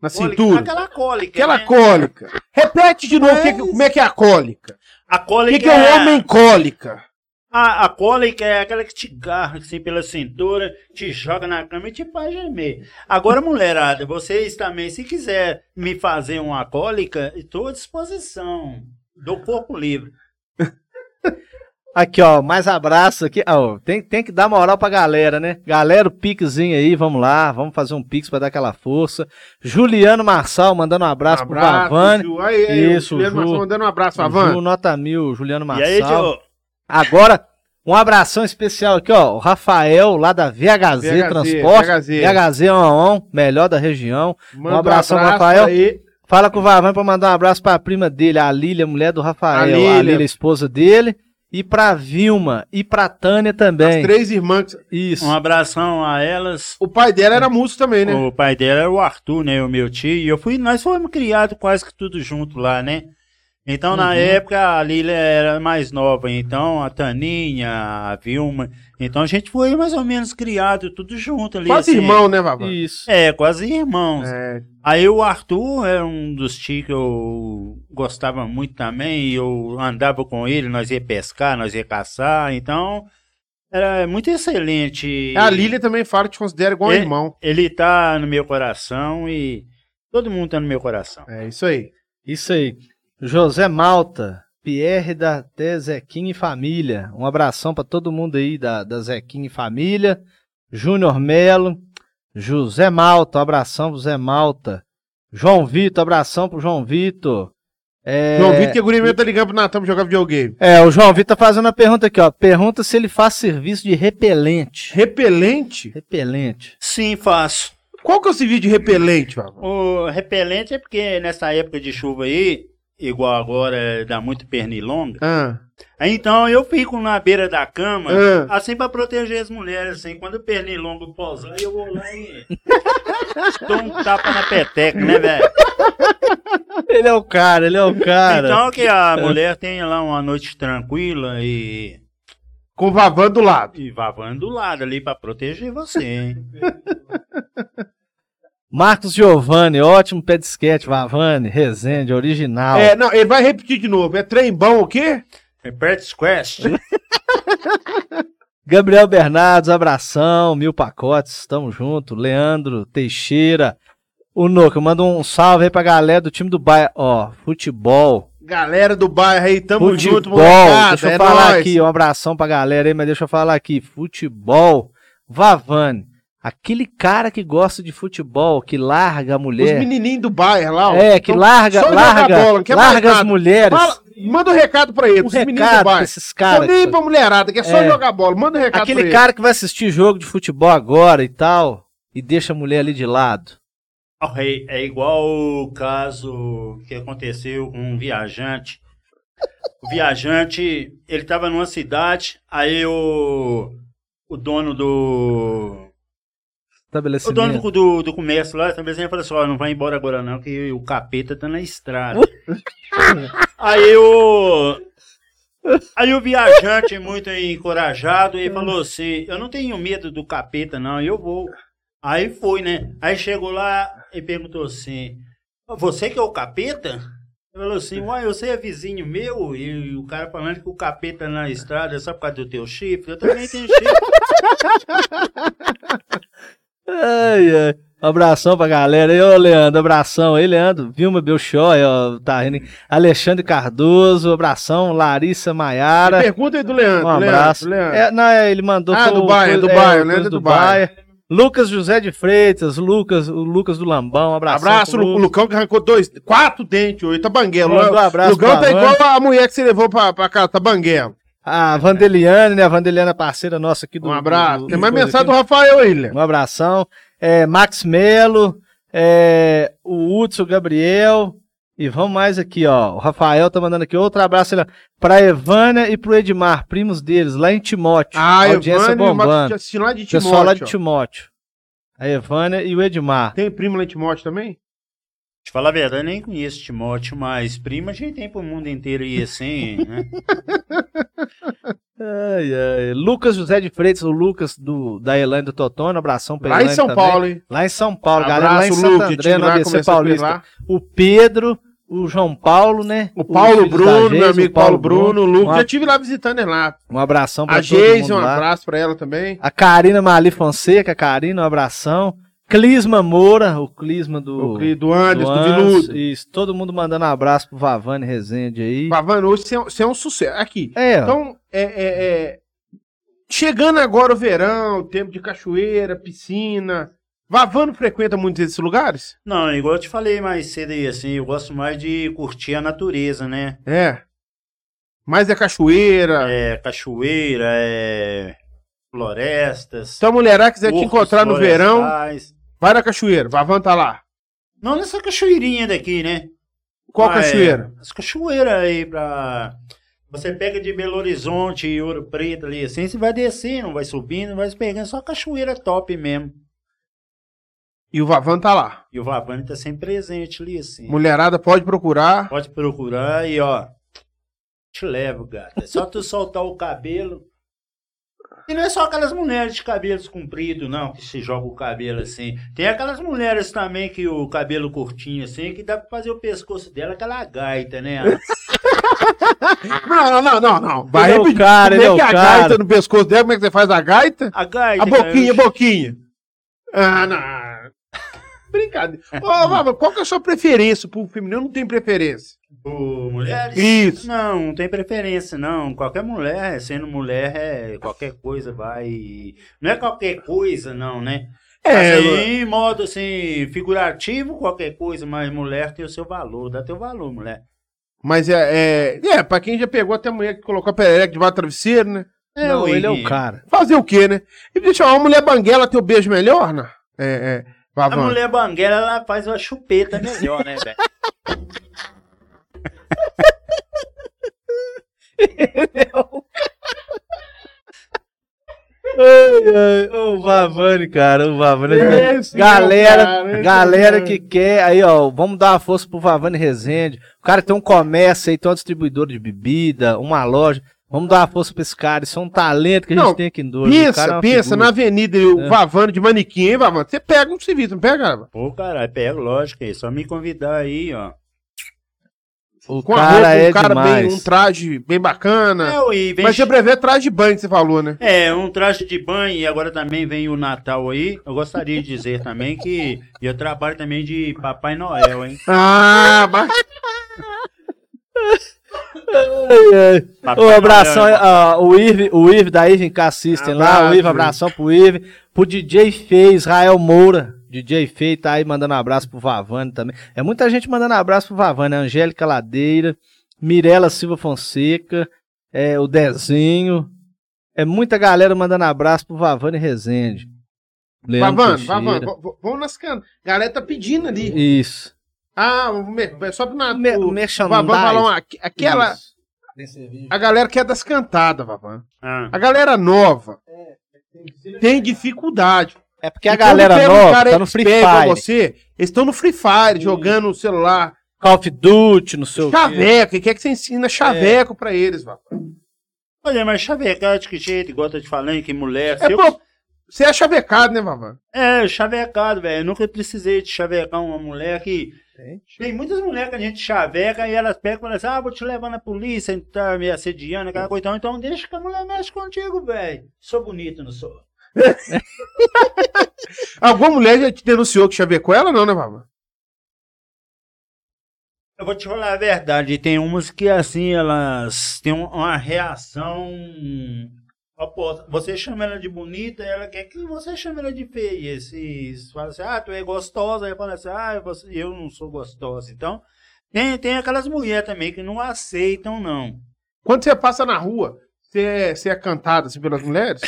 [SPEAKER 3] Na
[SPEAKER 4] cólica,
[SPEAKER 3] cintura.
[SPEAKER 4] Aquela cólica,
[SPEAKER 3] Aquela
[SPEAKER 4] né?
[SPEAKER 3] cólica. Repete de novo o que-
[SPEAKER 4] Mas-
[SPEAKER 3] como é que é a cólica.
[SPEAKER 4] A
[SPEAKER 3] O
[SPEAKER 4] cólica
[SPEAKER 3] que, que é o homem cólica?
[SPEAKER 4] A, a cólica é aquela que te garra assim pela cintura, te joga na cama e te faz gemer. Agora, mulherada, vocês também, se quiser me fazer uma cólica, estou à disposição. Do corpo livre.
[SPEAKER 2] Aqui, ó, mais abraço aqui. Ah, ó, tem, tem que dar moral pra galera, né? Galera, o piquezinho aí, vamos lá, vamos fazer um pix pra dar aquela força. Juliano Marçal mandando um abraço, pro Pavane.
[SPEAKER 3] Ju. Aí, aí,
[SPEAKER 2] Isso,
[SPEAKER 3] o Juliano
[SPEAKER 2] Ju.
[SPEAKER 3] Marçal mandando um abraço,
[SPEAKER 2] Ju,
[SPEAKER 3] Vavana.
[SPEAKER 2] nota mil, Juliano
[SPEAKER 4] E
[SPEAKER 2] Marçal.
[SPEAKER 4] aí, Tio?
[SPEAKER 2] Agora, um abração especial aqui, ó, o Rafael, lá da VHZ,
[SPEAKER 3] VHZ,
[SPEAKER 2] Transporte.
[SPEAKER 3] VHZ.
[SPEAKER 2] VHZ on, on, melhor da região.
[SPEAKER 3] Manda
[SPEAKER 2] Um abração, Rafael. Fala com o Vavan pra mandar um abraço pra prima dele, a Lília, mulher do
[SPEAKER 3] A
[SPEAKER 2] Rafael, a
[SPEAKER 3] Lília.
[SPEAKER 2] Lília, esposa dele, e pra Vilma e pra Tânia também.
[SPEAKER 3] Três irmãs.
[SPEAKER 2] Isso.
[SPEAKER 4] Um abração a elas.
[SPEAKER 3] O pai dela era músico também, né?
[SPEAKER 4] O pai dela era o Arthur, né? O meu tio. E eu fui, nós fomos criados quase que tudo junto lá, né? Então, na
[SPEAKER 2] Uhum.
[SPEAKER 4] época, a Lília era mais nova, então a Taninha, a Vilma. Então a gente foi mais ou menos criado tudo junto ali.
[SPEAKER 3] Quase
[SPEAKER 4] assim.
[SPEAKER 3] irmão, né, Vavá?
[SPEAKER 2] Isso.
[SPEAKER 4] É, quase irmãos.
[SPEAKER 3] É,
[SPEAKER 4] Aí o Arthur era um dos tios que eu gostava muito também, e eu andava com ele, nós ia pescar, nós ia caçar, então era muito excelente.
[SPEAKER 3] É a Lília também fala que te considera igual um
[SPEAKER 4] É.
[SPEAKER 3] irmão.
[SPEAKER 4] Ele tá no meu coração e todo mundo tá no meu coração.
[SPEAKER 3] É isso aí.
[SPEAKER 2] Isso aí. José Malta, Pierre da T Zequinha e Família. Um abração pra todo mundo aí da, da Zequinha e Família. Júnior Melo, José Malta, um abração pro Zé Malta. João Vitor, abração pro João Vitor. É,
[SPEAKER 3] João Vitor, que a guria minha tá ligando pro Natan pra jogar videogame.
[SPEAKER 2] é, o João Vitor tá fazendo a pergunta aqui, ó. Pergunta se ele faz serviço de repelente.
[SPEAKER 3] Repelente?
[SPEAKER 2] Repelente.
[SPEAKER 4] Sim, faço.
[SPEAKER 3] Qual que é o serviço de repelente, Vavá?
[SPEAKER 4] O repelente é porque nessa época de chuva aí, igual agora, dá muito pernilonga.
[SPEAKER 3] Ah,
[SPEAKER 4] Aí, Então eu fico na beira da cama,
[SPEAKER 3] Ah.
[SPEAKER 4] assim pra proteger as mulheres, assim, quando o pernilongo pousar, eu vou lá e dou um tapa na peteca, né, velho?
[SPEAKER 2] Ele é o cara, ele é o cara.
[SPEAKER 4] Então que a mulher tenha lá uma noite tranquila e,
[SPEAKER 3] com o Vavá do lado.
[SPEAKER 4] e vá voando do lado ali pra proteger você, hein?
[SPEAKER 2] Marcos Giovanni, ótimo pé de skate, Vavane, Resende, original.
[SPEAKER 3] É, não, ele vai repetir de novo. É trem bom o quê?
[SPEAKER 4] Repete Quest.
[SPEAKER 2] Gabriel Bernardes, abração, mil pacotes, tamo junto. Leandro Teixeira, o Noca, manda um salve aí pra galera do time do bairro. Ó, futebol.
[SPEAKER 3] Galera do bairro aí, tamo junto,
[SPEAKER 2] futebol.
[SPEAKER 3] molecada.
[SPEAKER 2] deixa eu
[SPEAKER 3] é
[SPEAKER 2] falar
[SPEAKER 3] nóis.
[SPEAKER 2] aqui, um abração pra galera aí, mas deixa eu falar aqui. Futebol. Vavane, aquele cara que gosta de futebol, que larga a
[SPEAKER 3] Os
[SPEAKER 2] mulher.
[SPEAKER 3] menininhos do bairro lá, ó.
[SPEAKER 2] É, que larga,
[SPEAKER 3] só jogar
[SPEAKER 2] larga,
[SPEAKER 3] bola, não quer mais
[SPEAKER 2] larga as
[SPEAKER 3] nada.
[SPEAKER 2] mulheres.
[SPEAKER 3] Fala- manda um recado pra ele,
[SPEAKER 2] um
[SPEAKER 3] pros meninos do
[SPEAKER 2] recado pra
[SPEAKER 3] bairro.
[SPEAKER 2] esses
[SPEAKER 3] Tô
[SPEAKER 2] caras.
[SPEAKER 3] nem pra mulherada, que é só
[SPEAKER 2] É.
[SPEAKER 3] jogar bola. Manda um recado pra
[SPEAKER 2] Aquele
[SPEAKER 3] ele.
[SPEAKER 2] cara que vai assistir jogo de futebol agora e tal, e deixa a mulher ali de lado.
[SPEAKER 4] É, é igual o caso que aconteceu com um viajante. O viajante, ele estava numa cidade, aí o, o dono do. O dono
[SPEAKER 2] Estabelecimento.
[SPEAKER 4] do, do, do comércio lá, também falou assim, ó, não vai embora agora não, que o capeta tá na estrada. aí o... Aí o viajante, muito encorajado, ele falou assim, eu não tenho medo do capeta não, eu vou. Aí foi, né? Aí chegou lá e perguntou assim, você que é o capeta? Ele falou assim, uai, você é vizinho meu? E o cara falando que o capeta na estrada é só por causa do teu chifre? Eu também tenho chifre.
[SPEAKER 2] Ai, ai. Abração pra galera. aí, Ô, Leandro, abração aí, Leandro. Vilma Belchó, aí, ó, tá rindo. hein? Alexandre Cardoso, abração. Larissa Maiara.
[SPEAKER 3] Pergunta aí do Leandro.
[SPEAKER 2] Um abraço.
[SPEAKER 3] Leandro, Leandro.
[SPEAKER 2] É, não, é, ele mandou
[SPEAKER 3] Ah,
[SPEAKER 2] foi o-
[SPEAKER 3] do Baia,
[SPEAKER 2] foi-
[SPEAKER 3] do
[SPEAKER 2] é,
[SPEAKER 3] Baia,
[SPEAKER 2] o
[SPEAKER 3] Leandro
[SPEAKER 2] do
[SPEAKER 3] do Baia.
[SPEAKER 2] Baia. Lucas José de Freitas, Lucas, o Lucas do Lambão, abração.
[SPEAKER 3] Abraço,
[SPEAKER 2] pro
[SPEAKER 3] Lu-
[SPEAKER 2] Lucas.
[SPEAKER 3] Lucão que arrancou dois, quatro dentes hoje, tá banguelo.
[SPEAKER 2] Mandou um abraço
[SPEAKER 3] Lucão
[SPEAKER 2] pra
[SPEAKER 3] tá
[SPEAKER 2] Havana.
[SPEAKER 3] igual a mulher que você levou pra, pra casa, tá banguelo.
[SPEAKER 2] A Vandeliane, né? A Vandeliane é parceira nossa aqui do.
[SPEAKER 3] Um abraço.
[SPEAKER 2] do-
[SPEAKER 3] Tem
[SPEAKER 2] do
[SPEAKER 3] mais
[SPEAKER 2] coisa
[SPEAKER 3] mensagem
[SPEAKER 2] aqui.
[SPEAKER 3] do Rafael aí, Léo.
[SPEAKER 2] Um abração. É, Max Melo, é, o Hudson Gabriel. E vamos mais aqui, ó. O Rafael tá mandando aqui outro abraço ele, ó, pra Evânia e pro Edmar, primos deles, lá em Timóteo.
[SPEAKER 3] Ah,
[SPEAKER 2] audiência
[SPEAKER 3] Evandro,
[SPEAKER 2] bombando.
[SPEAKER 3] assistindo lá de
[SPEAKER 2] Pessoal
[SPEAKER 3] Timóteo.
[SPEAKER 2] lá de
[SPEAKER 3] ó.
[SPEAKER 2] Timóteo. A Evânia e o Edmar.
[SPEAKER 3] Tem primo lá de Timóteo também?
[SPEAKER 4] Te falar a verdade, eu nem conheço Timóteo, mas prima a gente tem pro mundo inteiro e assim, né?
[SPEAKER 2] Ai, ai. Lucas José de Freitas, o Lucas do, da Elaine do Totono, abração pra
[SPEAKER 3] Lá em
[SPEAKER 2] Elaine
[SPEAKER 3] São
[SPEAKER 2] também.
[SPEAKER 3] Paulo, hein?
[SPEAKER 2] Lá em São Paulo, galera. Lá em
[SPEAKER 3] Abraço,
[SPEAKER 2] Santo
[SPEAKER 3] Luke,
[SPEAKER 2] André,
[SPEAKER 3] time
[SPEAKER 2] no
[SPEAKER 3] lá,
[SPEAKER 2] ABC
[SPEAKER 3] começou com ele
[SPEAKER 2] Paulista.
[SPEAKER 3] lá.
[SPEAKER 2] o Pedro, o João Paulo, né?
[SPEAKER 3] O
[SPEAKER 2] Os
[SPEAKER 3] Paulo
[SPEAKER 2] filhos da
[SPEAKER 3] Bruno,
[SPEAKER 2] Geisa,
[SPEAKER 3] meu
[SPEAKER 2] o
[SPEAKER 3] amigo Paulo Bruno, o Lucas. Já
[SPEAKER 2] Um,
[SPEAKER 3] estive lá visitando ele lá.
[SPEAKER 2] um abração pra
[SPEAKER 3] A
[SPEAKER 2] todo
[SPEAKER 3] Geise,
[SPEAKER 2] mundo
[SPEAKER 3] um
[SPEAKER 2] lá.
[SPEAKER 3] abraço pra ela também.
[SPEAKER 2] A Karina Mali Fonseca, Karina, um abração. Clisma Moura, o Clisma do,
[SPEAKER 3] O Cri- do Anderson, do
[SPEAKER 2] Anderson,
[SPEAKER 3] Viludo.
[SPEAKER 2] Isso, todo mundo mandando um abraço pro Vavane Rezende aí.
[SPEAKER 3] Pavano, hoje você é, um- você é um sucesso. Aqui.
[SPEAKER 2] É, ó.
[SPEAKER 3] Então, é, é- é- chegando agora o verão, o tempo de cachoeira, piscina. Vavano frequenta muitos desses lugares?
[SPEAKER 4] Não, igual eu te falei mais cedo aí, assim, eu gosto mais de curtir a natureza, né?
[SPEAKER 3] É. Mas é cachoeira.
[SPEAKER 4] É cachoeira, é florestas.
[SPEAKER 3] Se a mulherada quiser Então, é te
[SPEAKER 4] hortos
[SPEAKER 3] encontrar no
[SPEAKER 2] é
[SPEAKER 3] verão,
[SPEAKER 4] florestais.
[SPEAKER 3] vai na cachoeira. Vavano tá lá.
[SPEAKER 4] Não nessa cachoeirinha daqui, né?
[SPEAKER 3] Qual
[SPEAKER 4] Ah, é,
[SPEAKER 3] cachoeira?
[SPEAKER 4] As cachoeiras aí pra. Você pega de Belo Horizonte e Ouro Preto ali assim, você vai descendo, vai subindo, vai pegando só cachoeira top mesmo.
[SPEAKER 3] E o Vavan tá lá.
[SPEAKER 4] E o Vavani tá sempre presente ali, assim.
[SPEAKER 3] Mulherada pode procurar.
[SPEAKER 4] Pode procurar e, ó, te levo, gata. É só tu soltar o cabelo. E não é só aquelas mulheres de cabelos comprido, não, que se joga o cabelo assim. Tem aquelas mulheres também que o cabelo curtinho, assim, que dá pra fazer o pescoço dela aquela gaita, né?
[SPEAKER 3] Não, não, não, não. Vai
[SPEAKER 2] Ele é o
[SPEAKER 3] repetir.
[SPEAKER 2] cara,
[SPEAKER 3] Como
[SPEAKER 2] ele é
[SPEAKER 3] é
[SPEAKER 2] o
[SPEAKER 3] que a
[SPEAKER 2] cara.
[SPEAKER 3] gaita no pescoço dela? Como é que você faz a gaita?
[SPEAKER 4] A gaita.
[SPEAKER 3] A boquinha, a
[SPEAKER 4] cara,
[SPEAKER 3] boquinha. Ah, não. Brincadeira. Ô, Vavan, qual que é a sua preferência pro feminino? Eu não tenho preferência.
[SPEAKER 4] Ô, mulheres.
[SPEAKER 3] Isso.
[SPEAKER 4] Não, não tem preferência, não. Qualquer mulher, sendo mulher, é qualquer coisa vai. Não é qualquer coisa, não, né?
[SPEAKER 3] É,
[SPEAKER 4] assim, em modo assim, figurativo, qualquer coisa, mas mulher tem o seu valor, dá teu valor, mulher.
[SPEAKER 3] Mas é, é. É, pra quem já pegou até mulher que colocou a perereca debaixo do travesseiro, né?
[SPEAKER 4] É,
[SPEAKER 2] não,
[SPEAKER 4] o
[SPEAKER 2] ele é o
[SPEAKER 4] Henrique.
[SPEAKER 2] cara.
[SPEAKER 3] Fazer o quê, né? E deixa eu falar, uma mulher banguela tem o beijo melhor, né? É, é.
[SPEAKER 4] A
[SPEAKER 3] Vavan.
[SPEAKER 4] mulher banguela, ela faz uma chupeta melhor, né, velho?
[SPEAKER 2] Ai, ai, O Vavani, cara, o Vavani.
[SPEAKER 3] É,
[SPEAKER 2] assim,
[SPEAKER 3] Esse
[SPEAKER 2] galera,
[SPEAKER 3] é o cara, esse é
[SPEAKER 2] galera
[SPEAKER 3] o cara.
[SPEAKER 2] que quer, aí ó, vamos dar uma força pro Vavani Rezende. O cara tem um comércio aí, tem uma distribuidora de bebida, uma loja. Vamos dar uma força pra esse cara. Isso é um talento que a gente
[SPEAKER 3] Não,
[SPEAKER 2] tem aqui em Douro. O cara
[SPEAKER 3] Pensa,
[SPEAKER 2] é uma
[SPEAKER 3] pensa
[SPEAKER 2] figura. É.
[SPEAKER 3] na avenida, o Vavano de manequim, hein, Vavano? Você pega um serviço, não pega, Vavano?
[SPEAKER 4] Pô, caralho, pega, lógico, é só me convidar aí, ó.
[SPEAKER 2] O
[SPEAKER 3] Com
[SPEAKER 2] cara é
[SPEAKER 3] um cara
[SPEAKER 2] demais.
[SPEAKER 3] bem, um traje bem bacana.
[SPEAKER 4] É, e vem
[SPEAKER 3] Ah, Mas você prevê traje de banho que você falou, né?
[SPEAKER 4] É, um traje de banho e agora também vem o Natal aí. Eu gostaria de dizer também que eu trabalho também de Papai Noel, hein?
[SPEAKER 3] Ah, mas...
[SPEAKER 2] Ai, ai.
[SPEAKER 4] Papai
[SPEAKER 2] Ô, abração,
[SPEAKER 4] Noel, é
[SPEAKER 2] ah, o Irv, o Irv da Irving Cassisten lá, o
[SPEAKER 3] Abraço,
[SPEAKER 2] Irv, abração pro Irv, pro DJ Fê, Israel Moura, DJ Fê tá aí mandando abraço pro Vavane também, é muita gente mandando abraço pro Vavane, Angélica Ladeira, Mirela Silva Fonseca, é, o Dezinho, é muita galera mandando abraço pro Vavane Rezende, Leandro
[SPEAKER 3] Vavano,
[SPEAKER 2] Teixeira.
[SPEAKER 3] Vavano, v- v- vamos nas canas. Galera tá pedindo ali.
[SPEAKER 2] Isso.
[SPEAKER 3] Ah, o me- é só pro Natal.
[SPEAKER 2] Me,
[SPEAKER 3] Vavano falar
[SPEAKER 2] merchandise.
[SPEAKER 3] uma... aqu- Aquela...
[SPEAKER 2] Isso. Tem cerveja.
[SPEAKER 3] A galera que é das cantadas, Vavano.
[SPEAKER 4] Ah,
[SPEAKER 3] A galera nova tem dificuldade.
[SPEAKER 2] É porque a
[SPEAKER 3] E quando
[SPEAKER 2] galera
[SPEAKER 3] pega um
[SPEAKER 2] nova
[SPEAKER 3] cara
[SPEAKER 2] tá no Free
[SPEAKER 3] expert igual
[SPEAKER 2] Fire,
[SPEAKER 3] Você, eles estão no Free Fire, jogando no celular.
[SPEAKER 2] Call of Duty, não sei o quê.
[SPEAKER 3] Chaveco, e quer que você ensina chaveco pra eles, mano.
[SPEAKER 4] Olha, mas chavecada de que jeito? Igual eu tô te falando que mulher.
[SPEAKER 3] É,
[SPEAKER 4] se eu-
[SPEAKER 3] pô, você é chavecado, né, Vavan?
[SPEAKER 4] É, chavecado, velho. Eu nunca precisei de chavecar uma mulher que. Tem muitas mulheres que a gente chaveca e elas pegam e falam assim: ah, vou te levar na polícia, tá me assediando, aquela coisa. Então, Então deixa que a mulher mexe contigo, velho. Sou bonito, não sou?
[SPEAKER 3] Alguma mulher já te denunciou que chavecou ela, não, né, Vavan?
[SPEAKER 4] Eu vou te falar a verdade, tem umas que assim, elas têm um- uma reação oposta. Você chama ela de bonita, ela quer que você chame ela de feia. Se se fala assim, ah, tu é gostosa, aí fala assim, ah, você- eu não sou gostosa. Então, tem, tem aquelas mulheres também que não aceitam, não.
[SPEAKER 3] Quando você passa na rua, você é, você é cantado assim pelas mulheres?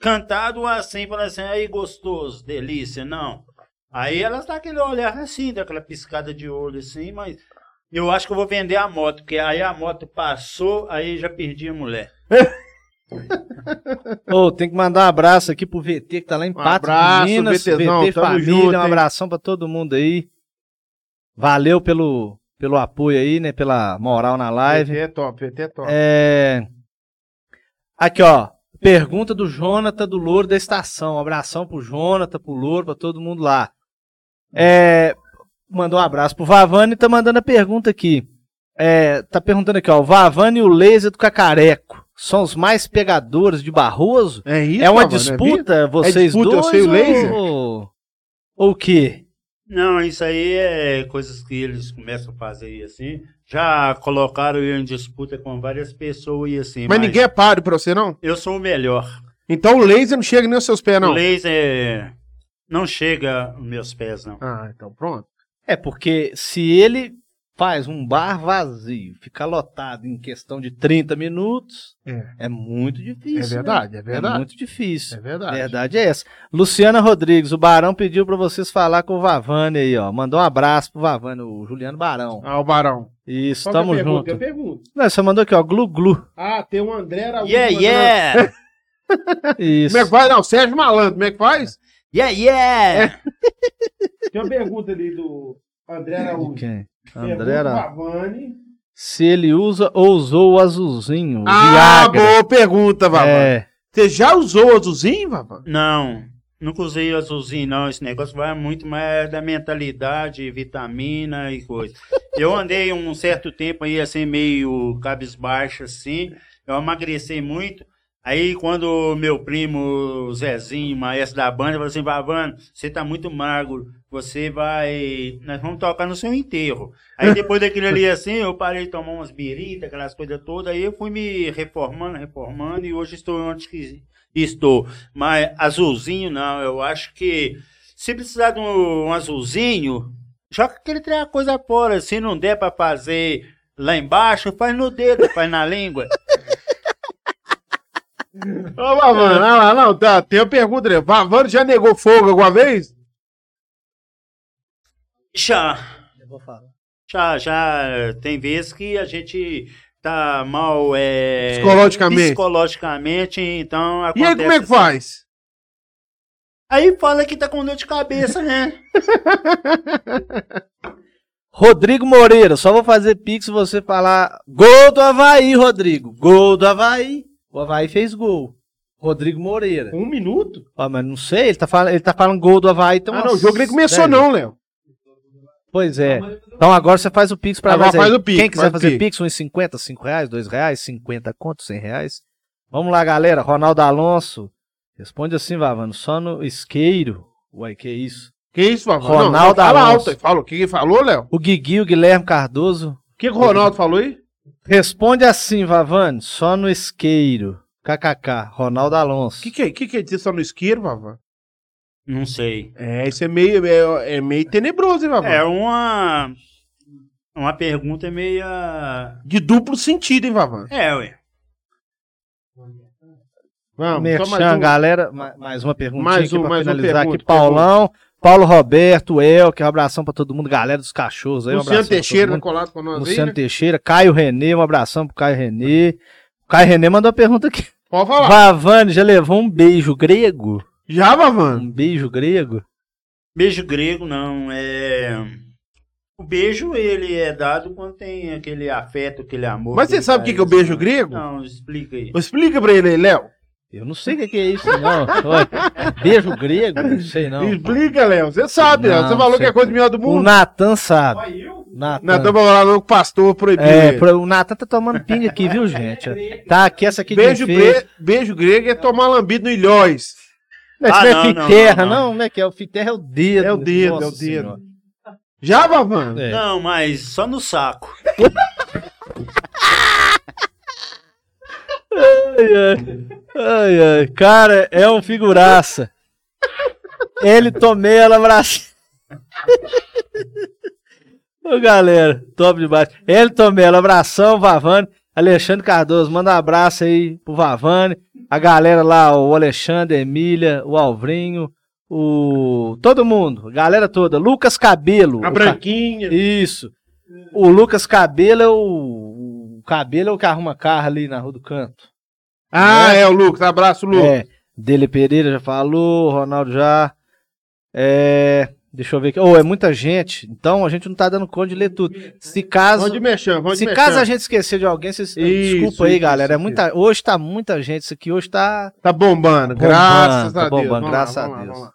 [SPEAKER 4] Cantado assim, fala assim, aí gostoso, delícia, não. Aí elas dão aquele olhar assim, daquela piscada de olho assim, mas eu acho que eu vou vender a moto, porque aí a moto passou, aí já perdi a mulher.
[SPEAKER 2] Ô, tem que mandar um abraço aqui pro VT que tá lá em Patos,
[SPEAKER 3] Um abraço,
[SPEAKER 2] Minas,
[SPEAKER 3] VTzão,
[SPEAKER 2] VT
[SPEAKER 3] tamo
[SPEAKER 2] Família,
[SPEAKER 3] junto,
[SPEAKER 2] um
[SPEAKER 3] hein?
[SPEAKER 2] abração pra todo mundo aí. Valeu pelo, pelo apoio aí, né, pela moral na
[SPEAKER 3] PT
[SPEAKER 2] live.
[SPEAKER 3] é top, PT é top.
[SPEAKER 2] É... Aqui, ó, pergunta do Jonathan do Louro da Estação. Um abração pro Jonathan, pro Louro, pra todo mundo lá. É... Mandou um abraço pro Vavani e tá mandando a pergunta aqui. É, tá perguntando aqui, ó, o Vavani e o Laser do Cacareco são os mais pegadores de Barroso?
[SPEAKER 3] É isso,
[SPEAKER 2] É uma
[SPEAKER 3] Vavan, né, viu?
[SPEAKER 2] disputa, vocês
[SPEAKER 3] disputa, eu
[SPEAKER 2] dois?
[SPEAKER 3] sei o laser?
[SPEAKER 2] Ou... ou o quê?
[SPEAKER 4] Não, isso aí é coisas que eles começam a fazer assim. Já colocaram eu em disputa com várias pessoas e assim.
[SPEAKER 3] Mas ninguém é páreo pra você, não?
[SPEAKER 4] Eu sou o melhor.
[SPEAKER 3] Então o laser não chega nem aos seus pés,
[SPEAKER 4] O
[SPEAKER 3] Ah, não.
[SPEAKER 4] laser não chega aos meus pés, não.
[SPEAKER 3] Ah, então pronto.
[SPEAKER 2] É porque se ele faz um bar vazio, ficar lotado em questão de 30 minutos,
[SPEAKER 3] É.
[SPEAKER 2] é muito
[SPEAKER 3] É
[SPEAKER 2] difícil.
[SPEAKER 3] verdade, é
[SPEAKER 2] né? É
[SPEAKER 3] verdade.
[SPEAKER 2] muito difícil.
[SPEAKER 3] É
[SPEAKER 2] A
[SPEAKER 3] verdade.
[SPEAKER 2] Verdade é essa. Luciana Rodrigues, o Barão pediu pra vocês falar com o Vavane aí, ó. Mandou um abraço pro Vavane, o Juliano Barão.
[SPEAKER 3] Ah, o Barão.
[SPEAKER 2] Isso,
[SPEAKER 1] Qual que é a
[SPEAKER 2] tamo
[SPEAKER 1] pergunta?
[SPEAKER 2] junto.
[SPEAKER 1] Eu pergunto.
[SPEAKER 2] Não, você mandou aqui, ó, glu glu.
[SPEAKER 1] Ah, tem
[SPEAKER 3] um
[SPEAKER 1] o André Araújo.
[SPEAKER 4] Yeah,
[SPEAKER 1] mandando-
[SPEAKER 4] yeah!
[SPEAKER 2] Isso.
[SPEAKER 3] Como é que faz? Não, Sérgio Malandro, como é que faz?
[SPEAKER 4] Yeah, yeah!
[SPEAKER 1] Tem uma pergunta ali do André
[SPEAKER 2] De
[SPEAKER 1] Araújo.
[SPEAKER 2] quem?
[SPEAKER 1] Pergunta
[SPEAKER 2] André
[SPEAKER 1] pro
[SPEAKER 2] era.
[SPEAKER 1] Avani.
[SPEAKER 2] Se ele usa ou usou o azulzinho.
[SPEAKER 3] Ah,
[SPEAKER 2] Viagra.
[SPEAKER 3] boa pergunta, Vavan.
[SPEAKER 2] É,
[SPEAKER 3] Você já usou o azulzinho, Vavan?
[SPEAKER 4] Não, nunca usei azulzinho, não. Esse negócio vai muito mais da mentalidade, vitamina e coisa. Eu andei um certo tempo aí, assim, meio cabisbaixo, assim. Eu emagreci muito. Aí, quando meu primo Zezinho, maestro da banda, falou assim: Vavano, você tá muito magro, você vai. Nós vamos tocar no seu enterro. Aí, depois daquilo ali, assim, eu parei de tomar umas biritas, aquelas coisas todas. Aí, eu fui me reformando, reformando, e hoje estou onde que estou. Mas azulzinho, não. Eu acho que se precisar de um, um azulzinho, joga aquele trem a coisa fora. Se não der pra fazer lá embaixo, faz no dedo, faz na língua.
[SPEAKER 3] Ô, Vavan, não, não, não, tá, tem uma pergunta ali. Vavan já negou fogo alguma vez?
[SPEAKER 4] Já, já, já. Tem vezes que a gente tá mal é,
[SPEAKER 3] Psicologicamente.
[SPEAKER 4] psicologicamente, então
[SPEAKER 3] E aí, como é que
[SPEAKER 4] acontece
[SPEAKER 3] faz?
[SPEAKER 4] Aí fala que tá com dor de cabeça, né?
[SPEAKER 2] Rodrigo Moreira, só vou fazer pix se você falar gol do Havaí, Rodrigo. Gol do Havaí. O Havaí fez gol. Rodrigo Moreira.
[SPEAKER 1] Um minuto?
[SPEAKER 2] Ó, mas não sei, ele tá falando, ele tá falando gol do Havaí. Então
[SPEAKER 3] ah, não, o jogo nem começou,
[SPEAKER 2] velho.
[SPEAKER 3] não, Léo.
[SPEAKER 2] Pois é. Então agora você faz o Pix pra
[SPEAKER 3] Agora
[SPEAKER 2] nós aí.
[SPEAKER 3] faz o Pix,
[SPEAKER 2] Quem quiser
[SPEAKER 3] faz o
[SPEAKER 2] fazer Pix, Um uns 50, 5 reais, 2 reais, 50 conto, 100 reais. Vamos lá, galera. Ronaldo Alonso. Responde assim, Vavano. Só no isqueiro. Uai, que isso?
[SPEAKER 3] Que isso, Vavan?
[SPEAKER 2] Ronaldo
[SPEAKER 3] não, fala
[SPEAKER 2] Alonso.
[SPEAKER 3] alto. aí, Fala, o que que falou, Léo?
[SPEAKER 2] O Guigui, o Guilherme Cardoso.
[SPEAKER 3] O que que o Ronaldo falou aí?
[SPEAKER 2] Responde assim, Vavano. Só no isqueiro. KKK. Ronaldo Alonso.
[SPEAKER 3] O que, que, é- que, que é dizer só no isqueiro, Vavan?
[SPEAKER 4] Não sei.
[SPEAKER 3] É, isso é meio, é, é meio tenebroso, hein, Vavan?
[SPEAKER 4] É uma. Uma pergunta meio.
[SPEAKER 3] De duplo sentido, hein, Vavan?
[SPEAKER 4] É, ué.
[SPEAKER 3] Vamos, só mais
[SPEAKER 2] Merchan,
[SPEAKER 3] um.
[SPEAKER 2] galera, ma- mais uma perguntinha
[SPEAKER 3] Mais
[SPEAKER 2] aqui
[SPEAKER 3] um,
[SPEAKER 2] pra
[SPEAKER 3] mais uma
[SPEAKER 2] finalizar
[SPEAKER 3] pergunta,
[SPEAKER 2] aqui. Paulão, Paulo Roberto, El, que um abração pra todo mundo, galera dos cachorros aí, um abração
[SPEAKER 3] Luciano
[SPEAKER 2] pra todo
[SPEAKER 3] Teixeira
[SPEAKER 2] mundo.
[SPEAKER 3] colado com nós aí,
[SPEAKER 2] Luciano
[SPEAKER 3] né?
[SPEAKER 2] Teixeira, Caio Renê, um abração pro Caio Renê. O Caio Renê mandou a pergunta aqui.
[SPEAKER 3] Pode falar.
[SPEAKER 2] Vavane, já levou um beijo grego?
[SPEAKER 3] Já, Vavan?
[SPEAKER 2] Um beijo grego?
[SPEAKER 4] Beijo grego, não. É... O beijo, ele é dado quando tem aquele afeto, aquele amor.
[SPEAKER 3] Mas você
[SPEAKER 4] aquele
[SPEAKER 3] sabe o que que é o
[SPEAKER 4] carinho,
[SPEAKER 3] beijo
[SPEAKER 4] assim.
[SPEAKER 3] grego?
[SPEAKER 4] Não, explica aí.
[SPEAKER 3] Explica pra ele aí, Léo.
[SPEAKER 2] Eu não sei o que que é isso, não. Ó, beijo grego? Não sei, não.
[SPEAKER 3] Explica, Léo. Você sabe, Léo.
[SPEAKER 2] Não,
[SPEAKER 3] Você falou
[SPEAKER 2] sei.
[SPEAKER 3] que é a coisa melhor do
[SPEAKER 2] O
[SPEAKER 3] mundo.
[SPEAKER 2] Natan sabe. Natan.
[SPEAKER 3] Nós estamos falando com o pastor proibido.
[SPEAKER 2] É,
[SPEAKER 3] ele.
[SPEAKER 2] pro- o Natan tá tomando pinga aqui, viu, gente? Tá aqui essa aqui
[SPEAKER 3] beijo,
[SPEAKER 2] de
[SPEAKER 3] bre- beijo grego é tomar lambido no ilhóis.
[SPEAKER 2] Não, isso
[SPEAKER 4] Ah,
[SPEAKER 2] não é
[SPEAKER 4] não, não,
[SPEAKER 2] fiterra, não,
[SPEAKER 4] não, não.
[SPEAKER 2] Como é que é? O fiterra é o dedo.
[SPEAKER 3] É o dedo, é o dedo. Já, Vavan?
[SPEAKER 2] É.
[SPEAKER 4] Não, mas só no saco.
[SPEAKER 2] Ai, ai. Cara, é um figuraça. Ele tomei ela abraçada. Ô, galera, top demais. Ele tomei ela abração, Vavane. Alexandre Cardoso, manda um abraço aí pro Vavane. A galera lá, o Alexandre, Emília, o Alvrinho, o. Todo mundo, a galera toda. Lucas Cabelo.
[SPEAKER 3] A
[SPEAKER 2] o ca-
[SPEAKER 3] branquinha.
[SPEAKER 2] Isso. O Lucas Cabelo é o. o Cabelo é o que arruma carro ali na Rua do Canto.
[SPEAKER 3] Ah, é o Lucas. Abraço, Lucas.
[SPEAKER 2] É. Dele Pereira já falou, Ronaldo já. É. Deixa eu ver aqui. Ô, é muita gente, então a gente não tá dando conta de ler tudo. Se caso.
[SPEAKER 3] Vamos de mexer, vamos de
[SPEAKER 2] É. Se
[SPEAKER 3] mexer.
[SPEAKER 2] caso a gente esquecer de alguém, vocês,
[SPEAKER 3] Isso,
[SPEAKER 2] desculpa aí,
[SPEAKER 3] isso,
[SPEAKER 2] galera. É
[SPEAKER 3] isso,
[SPEAKER 2] muita, hoje tá muita gente. Isso aqui hoje tá.
[SPEAKER 3] Tá bombando,
[SPEAKER 2] Bombando,
[SPEAKER 3] graças
[SPEAKER 2] tá
[SPEAKER 3] a Deus.
[SPEAKER 2] bombando,
[SPEAKER 3] Vamos lá,
[SPEAKER 2] graças a
[SPEAKER 3] vamos lá,
[SPEAKER 2] Deus.
[SPEAKER 3] vamos lá.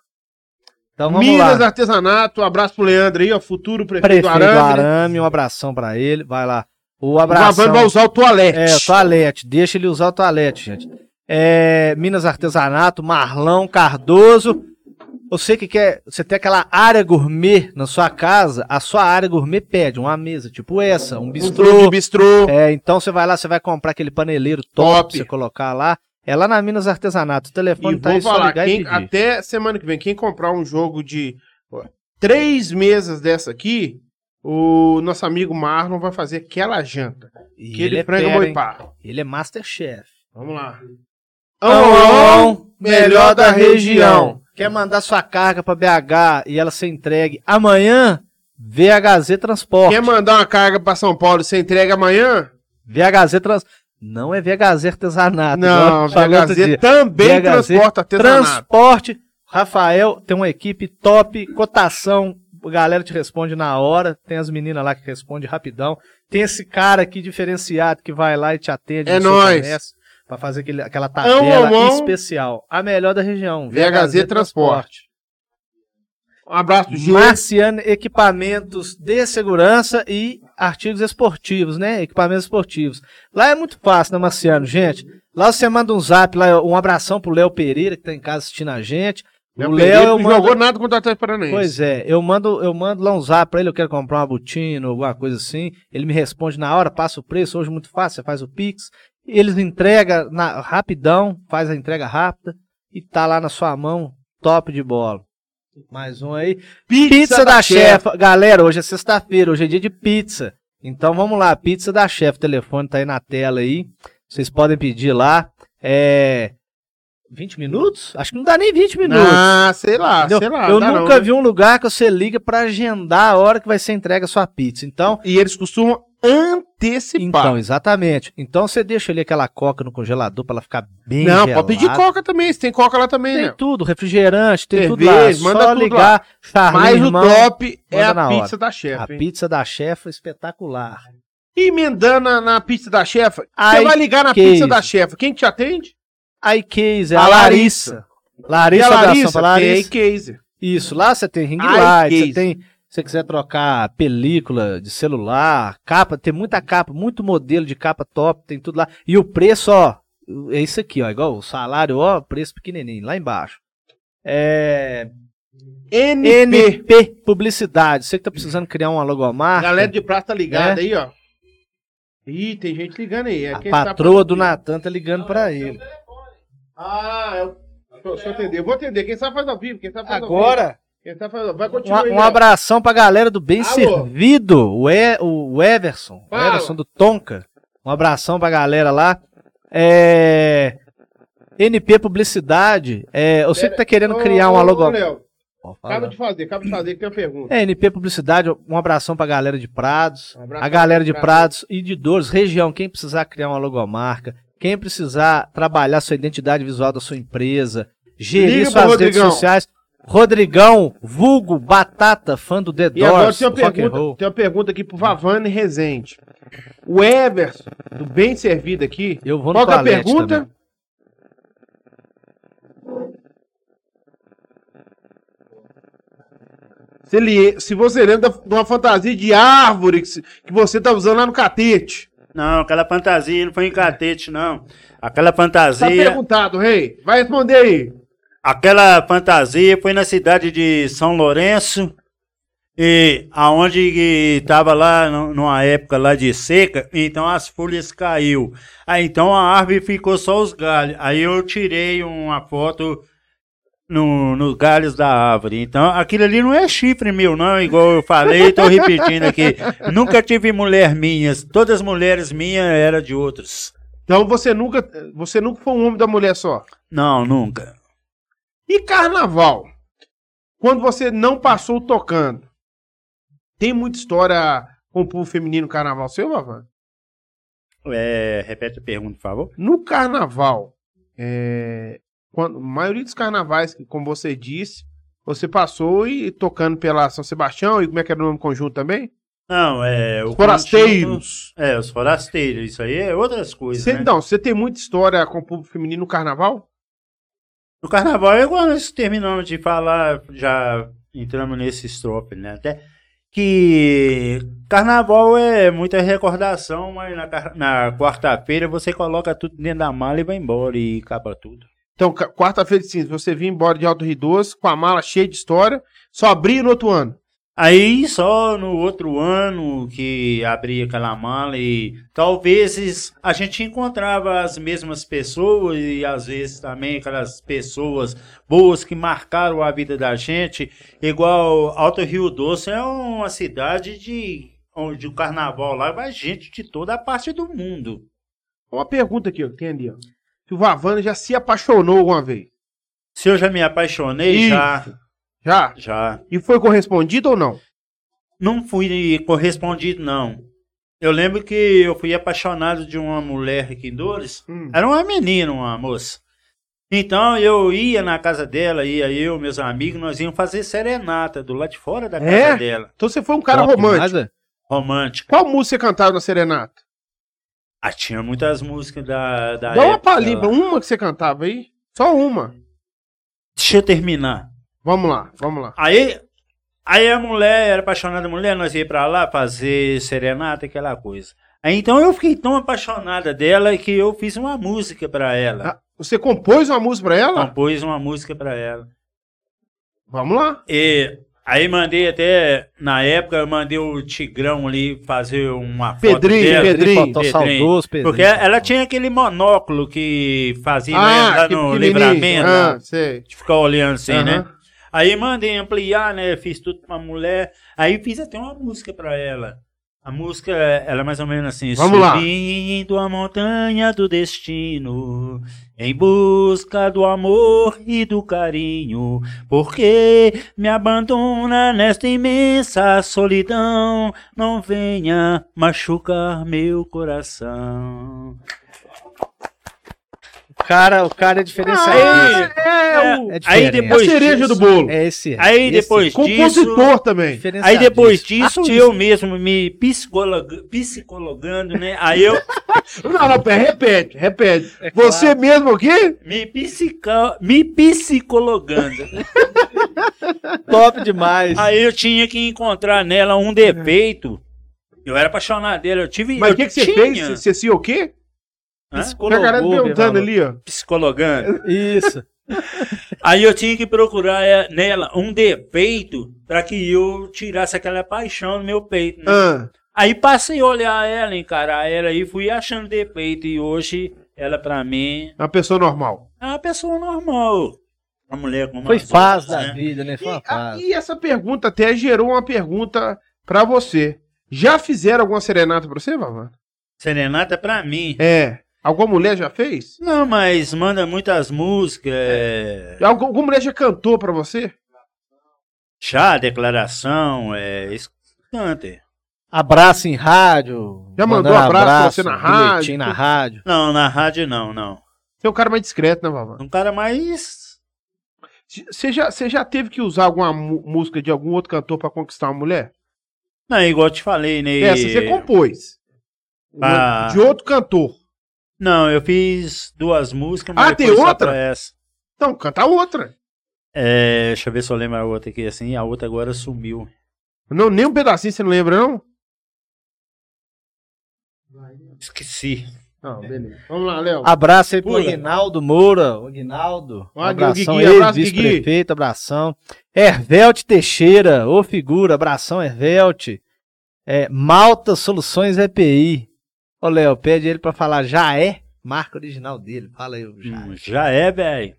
[SPEAKER 2] Então vamos
[SPEAKER 3] Minas
[SPEAKER 2] lá.
[SPEAKER 3] Artesanato, abraço pro Leandro aí, ó, futuro prefeito, do
[SPEAKER 2] Prefeito
[SPEAKER 3] Arame. né?
[SPEAKER 2] Arame, um abração pra ele. Vai lá. O
[SPEAKER 3] O Vavan
[SPEAKER 2] abração.
[SPEAKER 3] vai usar o toalete.
[SPEAKER 2] É, o toalete. Deixa ele usar o toalete, gente. É, Minas Artesanato, Marlão, Cardoso. Você que quer, você tem aquela área gourmet na sua casa, a sua área gourmet pede uma mesa tipo essa, um
[SPEAKER 3] Um clube de
[SPEAKER 2] bistrô.
[SPEAKER 3] bistrô.
[SPEAKER 2] É, então você vai lá, você vai comprar aquele paneleiro top,
[SPEAKER 3] Top.
[SPEAKER 2] pra você colocar lá. É lá na Minas Artesanato. O telefone
[SPEAKER 3] e
[SPEAKER 2] tá
[SPEAKER 3] vou
[SPEAKER 2] aí, só
[SPEAKER 3] falar,
[SPEAKER 2] ligar
[SPEAKER 3] quem-
[SPEAKER 2] e pedir.
[SPEAKER 3] até semana que vem, quem comprar um jogo de ó, três mesas dessa aqui, o nosso amigo Marlon vai fazer aquela janta.
[SPEAKER 2] E
[SPEAKER 3] Aquele
[SPEAKER 2] ele, é
[SPEAKER 3] frango
[SPEAKER 2] fera, hein?
[SPEAKER 3] boipá.
[SPEAKER 2] ele é Masterchef.
[SPEAKER 3] Vamos lá.
[SPEAKER 2] Ão,
[SPEAKER 3] Ão,
[SPEAKER 2] ão, melhor da região. Quer mandar sua carga pra BH e ela ser entregue amanhã? VHZ Transporte.
[SPEAKER 3] Quer mandar uma carga pra São Paulo e você entrega amanhã?
[SPEAKER 2] VHZ Trans... Não é VHZ Artesanato. igual
[SPEAKER 3] Não,
[SPEAKER 2] eu falei outro
[SPEAKER 3] VHZ
[SPEAKER 2] dia.
[SPEAKER 3] também
[SPEAKER 2] VHZ
[SPEAKER 3] transporta artesanato.
[SPEAKER 2] Transporte Rafael tem uma equipe top, cotação, a galera te responde na hora, tem as meninas lá que respondem rapidão, tem esse cara aqui diferenciado que vai lá e te atende.
[SPEAKER 3] É
[SPEAKER 2] no seu
[SPEAKER 3] nóis.
[SPEAKER 2] comércio, Pra fazer aquele, aquela
[SPEAKER 3] Amo,
[SPEAKER 2] tabela
[SPEAKER 3] amo.
[SPEAKER 2] especial. A melhor da região.
[SPEAKER 3] VHZ Transporte. Um abraço, Gil.
[SPEAKER 2] Marciano Equipamentos de Segurança e Artigos Esportivos, né? Equipamentos esportivos. Lá é muito fácil, né, Marciano? Gente, lá você manda um zap, lá um abração pro Léo Pereira, que tá em casa assistindo a gente.
[SPEAKER 3] Léo
[SPEAKER 2] o
[SPEAKER 3] Pereira
[SPEAKER 2] Léo eu
[SPEAKER 3] não
[SPEAKER 2] mando-
[SPEAKER 3] jogou nada contra o Atlético Paranaense.
[SPEAKER 2] Pois é, eu mando, eu mando lá um zap pra ele, eu quero comprar uma botina, alguma coisa assim. Ele me responde na hora, passa o preço, hoje é muito fácil, você faz o Pix. Eles entregam na, rapidão, faz a entrega rápida e tá lá na sua mão, top de bola. Mais um aí. Pizza, da, chefa. Galera, hoje é sexta-feira, hoje é dia de pizza. Então vamos lá, pizza da chefe. O telefone tá aí na tela aí. Vocês podem pedir lá. É. 20 minutos? Acho que não dá nem 20 minutos.
[SPEAKER 3] Ah, sei lá,
[SPEAKER 2] Entendeu?
[SPEAKER 3] sei lá.
[SPEAKER 2] eu
[SPEAKER 3] dá
[SPEAKER 2] nunca
[SPEAKER 3] não. né?
[SPEAKER 2] vi um lugar que você liga pra agendar a hora que vai ser entregue a sua pizza. Então,
[SPEAKER 3] E eles costumam antecipar.
[SPEAKER 2] então exatamente. Então você deixa ali aquela coca no congelador pra ela ficar bem
[SPEAKER 3] não,
[SPEAKER 2] gelada.
[SPEAKER 3] pode pedir coca também. Se tem coca lá também,
[SPEAKER 2] Tem
[SPEAKER 3] né?
[SPEAKER 2] tudo, refrigerante, tem tudo lá.
[SPEAKER 3] Cerveja,
[SPEAKER 2] Só
[SPEAKER 3] manda tudo
[SPEAKER 2] ligar, Charlie,
[SPEAKER 3] Mas
[SPEAKER 2] Ah, irmão,
[SPEAKER 3] o top é
[SPEAKER 2] manda
[SPEAKER 3] a
[SPEAKER 2] na
[SPEAKER 3] pizza da chefe.
[SPEAKER 2] A
[SPEAKER 3] hein?
[SPEAKER 2] pizza da chefa é espetacular.
[SPEAKER 3] Emendando na, na pizza da chefa,
[SPEAKER 2] Ai,
[SPEAKER 3] você vai ligar na
[SPEAKER 2] que
[SPEAKER 3] pizza
[SPEAKER 2] isso.
[SPEAKER 3] da chefa. Quem que te atende?
[SPEAKER 2] A iCase, é
[SPEAKER 3] A
[SPEAKER 2] a Larissa.
[SPEAKER 3] E
[SPEAKER 2] Larissa,
[SPEAKER 3] a
[SPEAKER 2] abração
[SPEAKER 3] Larissa,
[SPEAKER 2] pra
[SPEAKER 3] tem
[SPEAKER 2] Larissa.
[SPEAKER 3] a case.
[SPEAKER 2] Isso, lá você tem ring
[SPEAKER 3] iCase.
[SPEAKER 2] light, você tem... Se você quiser trocar película de celular, capa, tem muita capa, muito modelo de capa top, tem tudo lá. E o preço, ó, é isso aqui, ó, igual o salário, ó, preço pequenininho, lá embaixo. É...
[SPEAKER 3] NP.
[SPEAKER 2] NP Publicidade, você que tá precisando criar uma logomarca.
[SPEAKER 3] Galera de prata tá ligada
[SPEAKER 2] É.
[SPEAKER 3] aí, ó. Ih, tem gente ligando aí. É
[SPEAKER 2] A
[SPEAKER 3] quem tá
[SPEAKER 2] patroa do
[SPEAKER 3] participando.
[SPEAKER 2] Natan tá ligando pra ele.
[SPEAKER 3] Ah, eu... Deixa eu atender. Eu vou atender. Quem sabe faz ao vivo. Quem sabe faz ao vivo.
[SPEAKER 2] Agora,
[SPEAKER 3] Quem sabe faz ao... Vai
[SPEAKER 2] um,
[SPEAKER 3] continuar aí,
[SPEAKER 2] um
[SPEAKER 3] ó.
[SPEAKER 2] abração pra galera do Bem
[SPEAKER 3] Alô.
[SPEAKER 2] Servido, o, e, o Everson, o
[SPEAKER 3] Fala.
[SPEAKER 2] Everson do Tonka. Um abração pra galera lá. É, NP Publicidade, é, você que tá querendo
[SPEAKER 3] Ô,
[SPEAKER 2] criar uma
[SPEAKER 3] ô, ô,
[SPEAKER 2] logo...
[SPEAKER 3] Léo,
[SPEAKER 2] Ó, fala.
[SPEAKER 3] acaba de fazer. Acaba de fazer que tem uma pergunta.
[SPEAKER 2] É, NP Publicidade, um abração pra galera de Prados,
[SPEAKER 3] Um abraço
[SPEAKER 2] a galera de
[SPEAKER 3] pra-
[SPEAKER 2] Prados e de Dores, região, quem precisar criar uma logomarca, quem precisar trabalhar sua identidade visual da sua empresa, gerir
[SPEAKER 3] Liga pro
[SPEAKER 2] suas redes
[SPEAKER 3] Rodrigão.
[SPEAKER 2] sociais. Rodrigão, vulgo, batata, fã do The
[SPEAKER 3] E agora
[SPEAKER 2] Doors,
[SPEAKER 3] tem uma,
[SPEAKER 2] do rock and
[SPEAKER 3] pergunta,
[SPEAKER 2] roll.
[SPEAKER 3] tem uma pergunta aqui pro Vavane Rezende. O Everson, do Bem Servido aqui,
[SPEAKER 2] Eu vou
[SPEAKER 3] qual
[SPEAKER 2] no
[SPEAKER 3] que é a
[SPEAKER 2] toalete
[SPEAKER 3] pergunta?
[SPEAKER 2] também.
[SPEAKER 3] se, ele, é, se você lembra de uma fantasia de árvore que, se- que você tá usando lá no catete.
[SPEAKER 4] Não, aquela fantasia não foi em catete, não. Aquela
[SPEAKER 3] Tá
[SPEAKER 4] fantasia.
[SPEAKER 3] perguntado, rei. Vai responder aí.
[SPEAKER 4] Aquela fantasia foi na cidade de São Lourenço, e aonde estava lá nu- numa época lá de seca, então as folhas caiu. Aí então a árvore ficou só os galhos. Aí eu tirei uma foto no, nos galhos da árvore. Então aquilo ali não é chifre meu, não, igual eu falei, tô repetindo aqui. Nunca tive mulher minhas, todas as mulheres minhas eram de outros.
[SPEAKER 3] Então você nunca, você nunca foi um homem da mulher só.
[SPEAKER 4] Não, nunca.
[SPEAKER 3] E carnaval? Quando você não passou tocando. Tem muita história com o povo feminino no carnaval, seu, Vavan?
[SPEAKER 4] É, repete a pergunta, por favor.
[SPEAKER 3] No carnaval, é, quando, a maioria dos carnavais, que, como você disse, você passou e tocando pela São Sebastião e como é que era o nome do conjunto também?
[SPEAKER 4] Não, é. o
[SPEAKER 3] Forasteiros.
[SPEAKER 4] conjunto- É, os forasteiros. Isso aí é outras coisas.
[SPEAKER 3] Você,
[SPEAKER 4] né?
[SPEAKER 3] Então, você tem muita história com o público feminino no carnaval?
[SPEAKER 4] No carnaval é igual nós terminamos de falar, já entramos nesse estrofe, né? Até que carnaval é muita recordação, mas na, car- na quarta-feira você coloca tudo dentro da mala e vai embora e acaba tudo.
[SPEAKER 3] Então, ca- quarta-feira de cinza, você vinha embora de Alto Ridoso com a mala cheia de história, só abria no outro ano.
[SPEAKER 4] Aí só no outro ano que abria aquela mala e talvez es- a gente encontrava as mesmas pessoas e às vezes também aquelas pessoas boas que marcaram a vida da gente, igual Alto Rio Doce é uma cidade de onde o carnaval lá vai gente de toda a parte do mundo.
[SPEAKER 3] Uma pergunta aqui, ó, que tem ali, ó. Se o Vavana já se apaixonou alguma vez?
[SPEAKER 4] Se eu já me apaixonei,
[SPEAKER 3] Isso.
[SPEAKER 4] já,
[SPEAKER 3] Já?
[SPEAKER 4] já.
[SPEAKER 3] E foi correspondido ou não?
[SPEAKER 4] Não fui correspondido, não. Eu lembro que
[SPEAKER 3] Hum.
[SPEAKER 4] eu fui apaixonado de uma mulher aqui em Dores. Era uma menina, uma moça. Então eu ia na casa dela, ia eu, meus amigos, nós íamos fazer serenata do lado de fora da casa
[SPEAKER 3] É?
[SPEAKER 4] dela,
[SPEAKER 3] Então você foi um cara
[SPEAKER 2] Top
[SPEAKER 3] romântico.
[SPEAKER 2] demais, velho.
[SPEAKER 4] romântica.
[SPEAKER 3] Qual música você cantava na serenata?
[SPEAKER 4] Ah, tinha muitas músicas da, da
[SPEAKER 3] Dá uma
[SPEAKER 4] época
[SPEAKER 3] palibra,
[SPEAKER 4] lá.
[SPEAKER 3] uma que você cantava aí. Só uma.
[SPEAKER 4] Deixa eu terminar.
[SPEAKER 3] Vamos lá, vamos lá.
[SPEAKER 4] Aí, aí a mulher, era apaixonada da mulher, nós ia pra lá fazer serenata, aquela coisa. Aí então eu fiquei tão apaixonada dela que eu fiz uma música pra ela.
[SPEAKER 3] Ah, Você compôs uma música pra ela?
[SPEAKER 4] Compôs uma música pra ela.
[SPEAKER 3] Vamos lá.
[SPEAKER 4] E aí mandei até, na época, eu mandei o Tigrão ali fazer uma foto
[SPEAKER 3] Pedrinho,
[SPEAKER 4] dela.
[SPEAKER 3] Pedrinho.
[SPEAKER 2] Faltou
[SPEAKER 4] Pedrinho.
[SPEAKER 2] saudoso, Pedrinho.
[SPEAKER 4] Porque é- ela tinha aquele monóculo que fazia né, lá
[SPEAKER 3] Ah, que
[SPEAKER 4] no
[SPEAKER 3] pequenininho.
[SPEAKER 4] livramento,
[SPEAKER 3] Ah, sei.
[SPEAKER 4] de ficar olhando assim, né?
[SPEAKER 3] Aham.
[SPEAKER 4] Aí mandei ampliar, né? Fiz tudo pra mulher. Aí fiz até uma música pra ela. A música, ela é mais ou menos assim.
[SPEAKER 3] Vamos lá.
[SPEAKER 4] Subindo a montanha do destino, em busca do amor e do carinho, porque me abandona nesta imensa solidão, não venha machucar meu coração.
[SPEAKER 2] O cara, o cara é diferenciado.
[SPEAKER 4] Ah,
[SPEAKER 3] É, o...
[SPEAKER 2] é,
[SPEAKER 4] aí
[SPEAKER 2] diferente.
[SPEAKER 3] a
[SPEAKER 4] depois
[SPEAKER 3] cereja
[SPEAKER 4] disso-
[SPEAKER 3] do bolo.
[SPEAKER 2] É esse.
[SPEAKER 4] Aí
[SPEAKER 2] esse
[SPEAKER 4] depois disso...
[SPEAKER 3] Compositor também.
[SPEAKER 2] diferenciado.
[SPEAKER 4] Aí depois
[SPEAKER 2] Esse. Ah,
[SPEAKER 4] disso, eu mesmo me psicologa- psicologando, né? Aí eu
[SPEAKER 3] Não, não, pera, repete, repete.
[SPEAKER 2] É claro.
[SPEAKER 3] Você mesmo aqui?
[SPEAKER 4] me, psico, me psicologando.
[SPEAKER 2] Top demais.
[SPEAKER 4] Aí eu tinha que encontrar nela um defeito. Eu era apaixonado dela, eu tive.
[SPEAKER 3] Mas
[SPEAKER 4] eu
[SPEAKER 3] o que, que você
[SPEAKER 4] tinha-
[SPEAKER 3] fez? Você- Você se o quê?
[SPEAKER 4] Hã?
[SPEAKER 3] Tá caralho
[SPEAKER 2] Colocou,
[SPEAKER 3] perguntando
[SPEAKER 2] Bevaldo.
[SPEAKER 3] ali, ó.
[SPEAKER 4] Psicologando.
[SPEAKER 2] Isso.
[SPEAKER 4] Aí eu tinha que procurar eh, nela um defeito pra que eu tirasse aquela paixão do meu peito. né?
[SPEAKER 3] Ah,
[SPEAKER 4] Aí passei a olhar ela, encarar ela e fui achando defeito. E hoje ela pra mim
[SPEAKER 3] uma pessoa normal.
[SPEAKER 4] É uma pessoa normal. Uma mulher como
[SPEAKER 2] Foi
[SPEAKER 4] as
[SPEAKER 2] fase
[SPEAKER 4] outras,
[SPEAKER 2] da
[SPEAKER 4] né?
[SPEAKER 2] vida, né?
[SPEAKER 3] E,
[SPEAKER 2] Foi uma
[SPEAKER 3] a-
[SPEAKER 2] fase.
[SPEAKER 3] Ah, e essa pergunta até gerou uma pergunta pra você. Já fizeram alguma serenata pra você, Vavan?
[SPEAKER 4] Serenata pra mim.
[SPEAKER 3] É. Alguma mulher já fez?
[SPEAKER 4] Não, mas manda muitas músicas. é,
[SPEAKER 3] Algu- Alguma mulher já cantou pra você?
[SPEAKER 4] Chá, declaração, é. es- Cante.
[SPEAKER 2] Abraço em rádio.
[SPEAKER 3] Já mandou
[SPEAKER 2] mandando
[SPEAKER 3] abraço pra você na rádio,
[SPEAKER 2] bilhetinho na rádio.
[SPEAKER 4] Não, na rádio não, não.
[SPEAKER 3] Você é um cara mais discreto, né, Vavan?
[SPEAKER 4] Um cara mais.
[SPEAKER 3] Você já, você já teve que usar alguma mu- música de algum outro cantor pra conquistar uma mulher?
[SPEAKER 4] Não, igual eu te falei, né?
[SPEAKER 3] Essa você compôs. Um
[SPEAKER 4] Ah.
[SPEAKER 3] De outro cantor.
[SPEAKER 4] Não, eu fiz duas músicas, mas
[SPEAKER 3] Ah, tem
[SPEAKER 4] depois só
[SPEAKER 3] outra?
[SPEAKER 4] pra Essa.
[SPEAKER 3] Então, canta outra.
[SPEAKER 4] É, deixa eu ver se eu lembro a outra aqui assim. A outra agora sumiu.
[SPEAKER 3] Não, nem um pedacinho você não lembra, não?
[SPEAKER 4] Esqueci.
[SPEAKER 3] Não, beleza. Vamos lá, Léo.
[SPEAKER 2] Abraço aí pro
[SPEAKER 4] Pula.
[SPEAKER 2] Aguinaldo Moura. O Aguinaldo. Um
[SPEAKER 3] Ah,
[SPEAKER 2] abração,
[SPEAKER 3] Guigui, abraço,
[SPEAKER 2] ex-vice-prefeito, abração. Hervelte Teixeira, ô figura, abração, Hervelte. É, Malta Soluções EPI. Ô, Léo, pede ele pra falar já é marca original dele. Fala aí, o já.
[SPEAKER 4] Hum, já é, velho.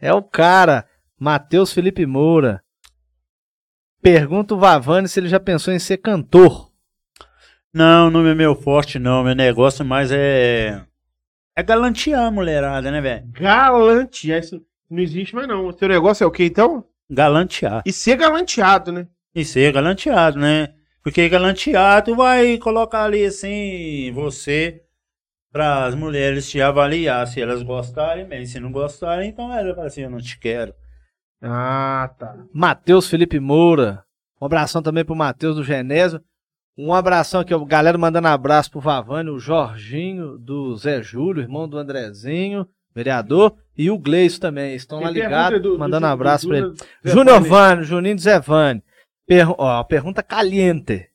[SPEAKER 2] É o cara, Matheus Felipe Moura. Pergunta o Vavani se ele já pensou em ser cantor.
[SPEAKER 4] Não, não é meu forte, não. Meu negócio mais é. É galantear a mulherada, né, velho?
[SPEAKER 3] Galantear. Isso não existe mais, não. O seu negócio é o quê, então?
[SPEAKER 4] Galantear.
[SPEAKER 3] E ser galanteado, né?
[SPEAKER 4] E ser galanteado, né? Porque galanteado vai colocar ali assim, você, para as mulheres te avaliar. Se elas gostarem, bem. Se não gostarem, então ela fala assim: eu não te quero.
[SPEAKER 3] Ah, tá.
[SPEAKER 2] Matheus Felipe Moura. Um abração também pro Matheus do Genésio. Um abração aqui, ó, galera mandando abraço pro Vavani, o Jorginho do Zé Júlio, irmão do Andrezinho, vereador, e o Gleison também. Estão lá ligados, mandando abraço pra ele. Júnior Vane, Juninho do Zé Vane. Per... Ó, pergunta caliente.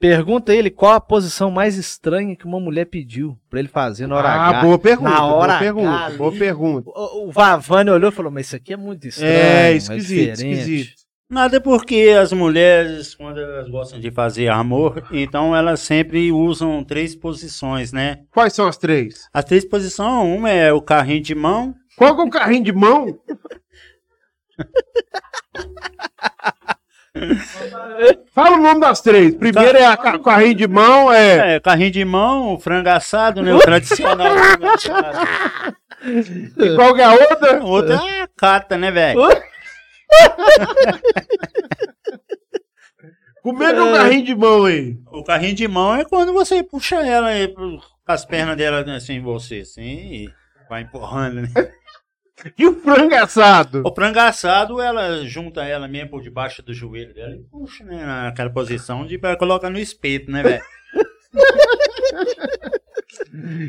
[SPEAKER 2] Pergunta ele qual a posição mais estranha que uma mulher pediu pra ele fazer na hora
[SPEAKER 3] Ah,
[SPEAKER 2] H.
[SPEAKER 3] boa pergunta.
[SPEAKER 2] Na hora
[SPEAKER 3] boa
[SPEAKER 2] H
[SPEAKER 3] pergunta.
[SPEAKER 2] ali.
[SPEAKER 3] Boa pergunta.
[SPEAKER 2] O, o Vavani olhou e falou, mas isso aqui é muito estranho.
[SPEAKER 3] É, esquisito,
[SPEAKER 2] diferente."
[SPEAKER 3] esquisito.
[SPEAKER 4] Nada porque as mulheres, quando elas gostam de fazer amor, então elas sempre usam três posições, né?
[SPEAKER 3] Quais são as três?
[SPEAKER 4] As três posições, uma é o carrinho de mão,
[SPEAKER 3] Qual que é o carrinho de mão? Fala o nome das três. Primeiro é a ca- carrinho de mão, é.
[SPEAKER 4] É, carrinho de mão, o frango assado, né? O tradicional. frango assado.
[SPEAKER 3] E qual que é a outra?
[SPEAKER 4] Outra é a cata, né, velho?
[SPEAKER 3] Como é que é o carrinho de mão aí?
[SPEAKER 4] O carrinho de mão é quando você puxa ela aí pro- com as pernas dela né, assim, você, assim, e vai empurrando, né?
[SPEAKER 3] E o frango é assado?
[SPEAKER 4] O frango assado, ela junta ela mesmo por debaixo do joelho dela e puxa, né? Naquela posição de pra colocar no espeto, né, velho?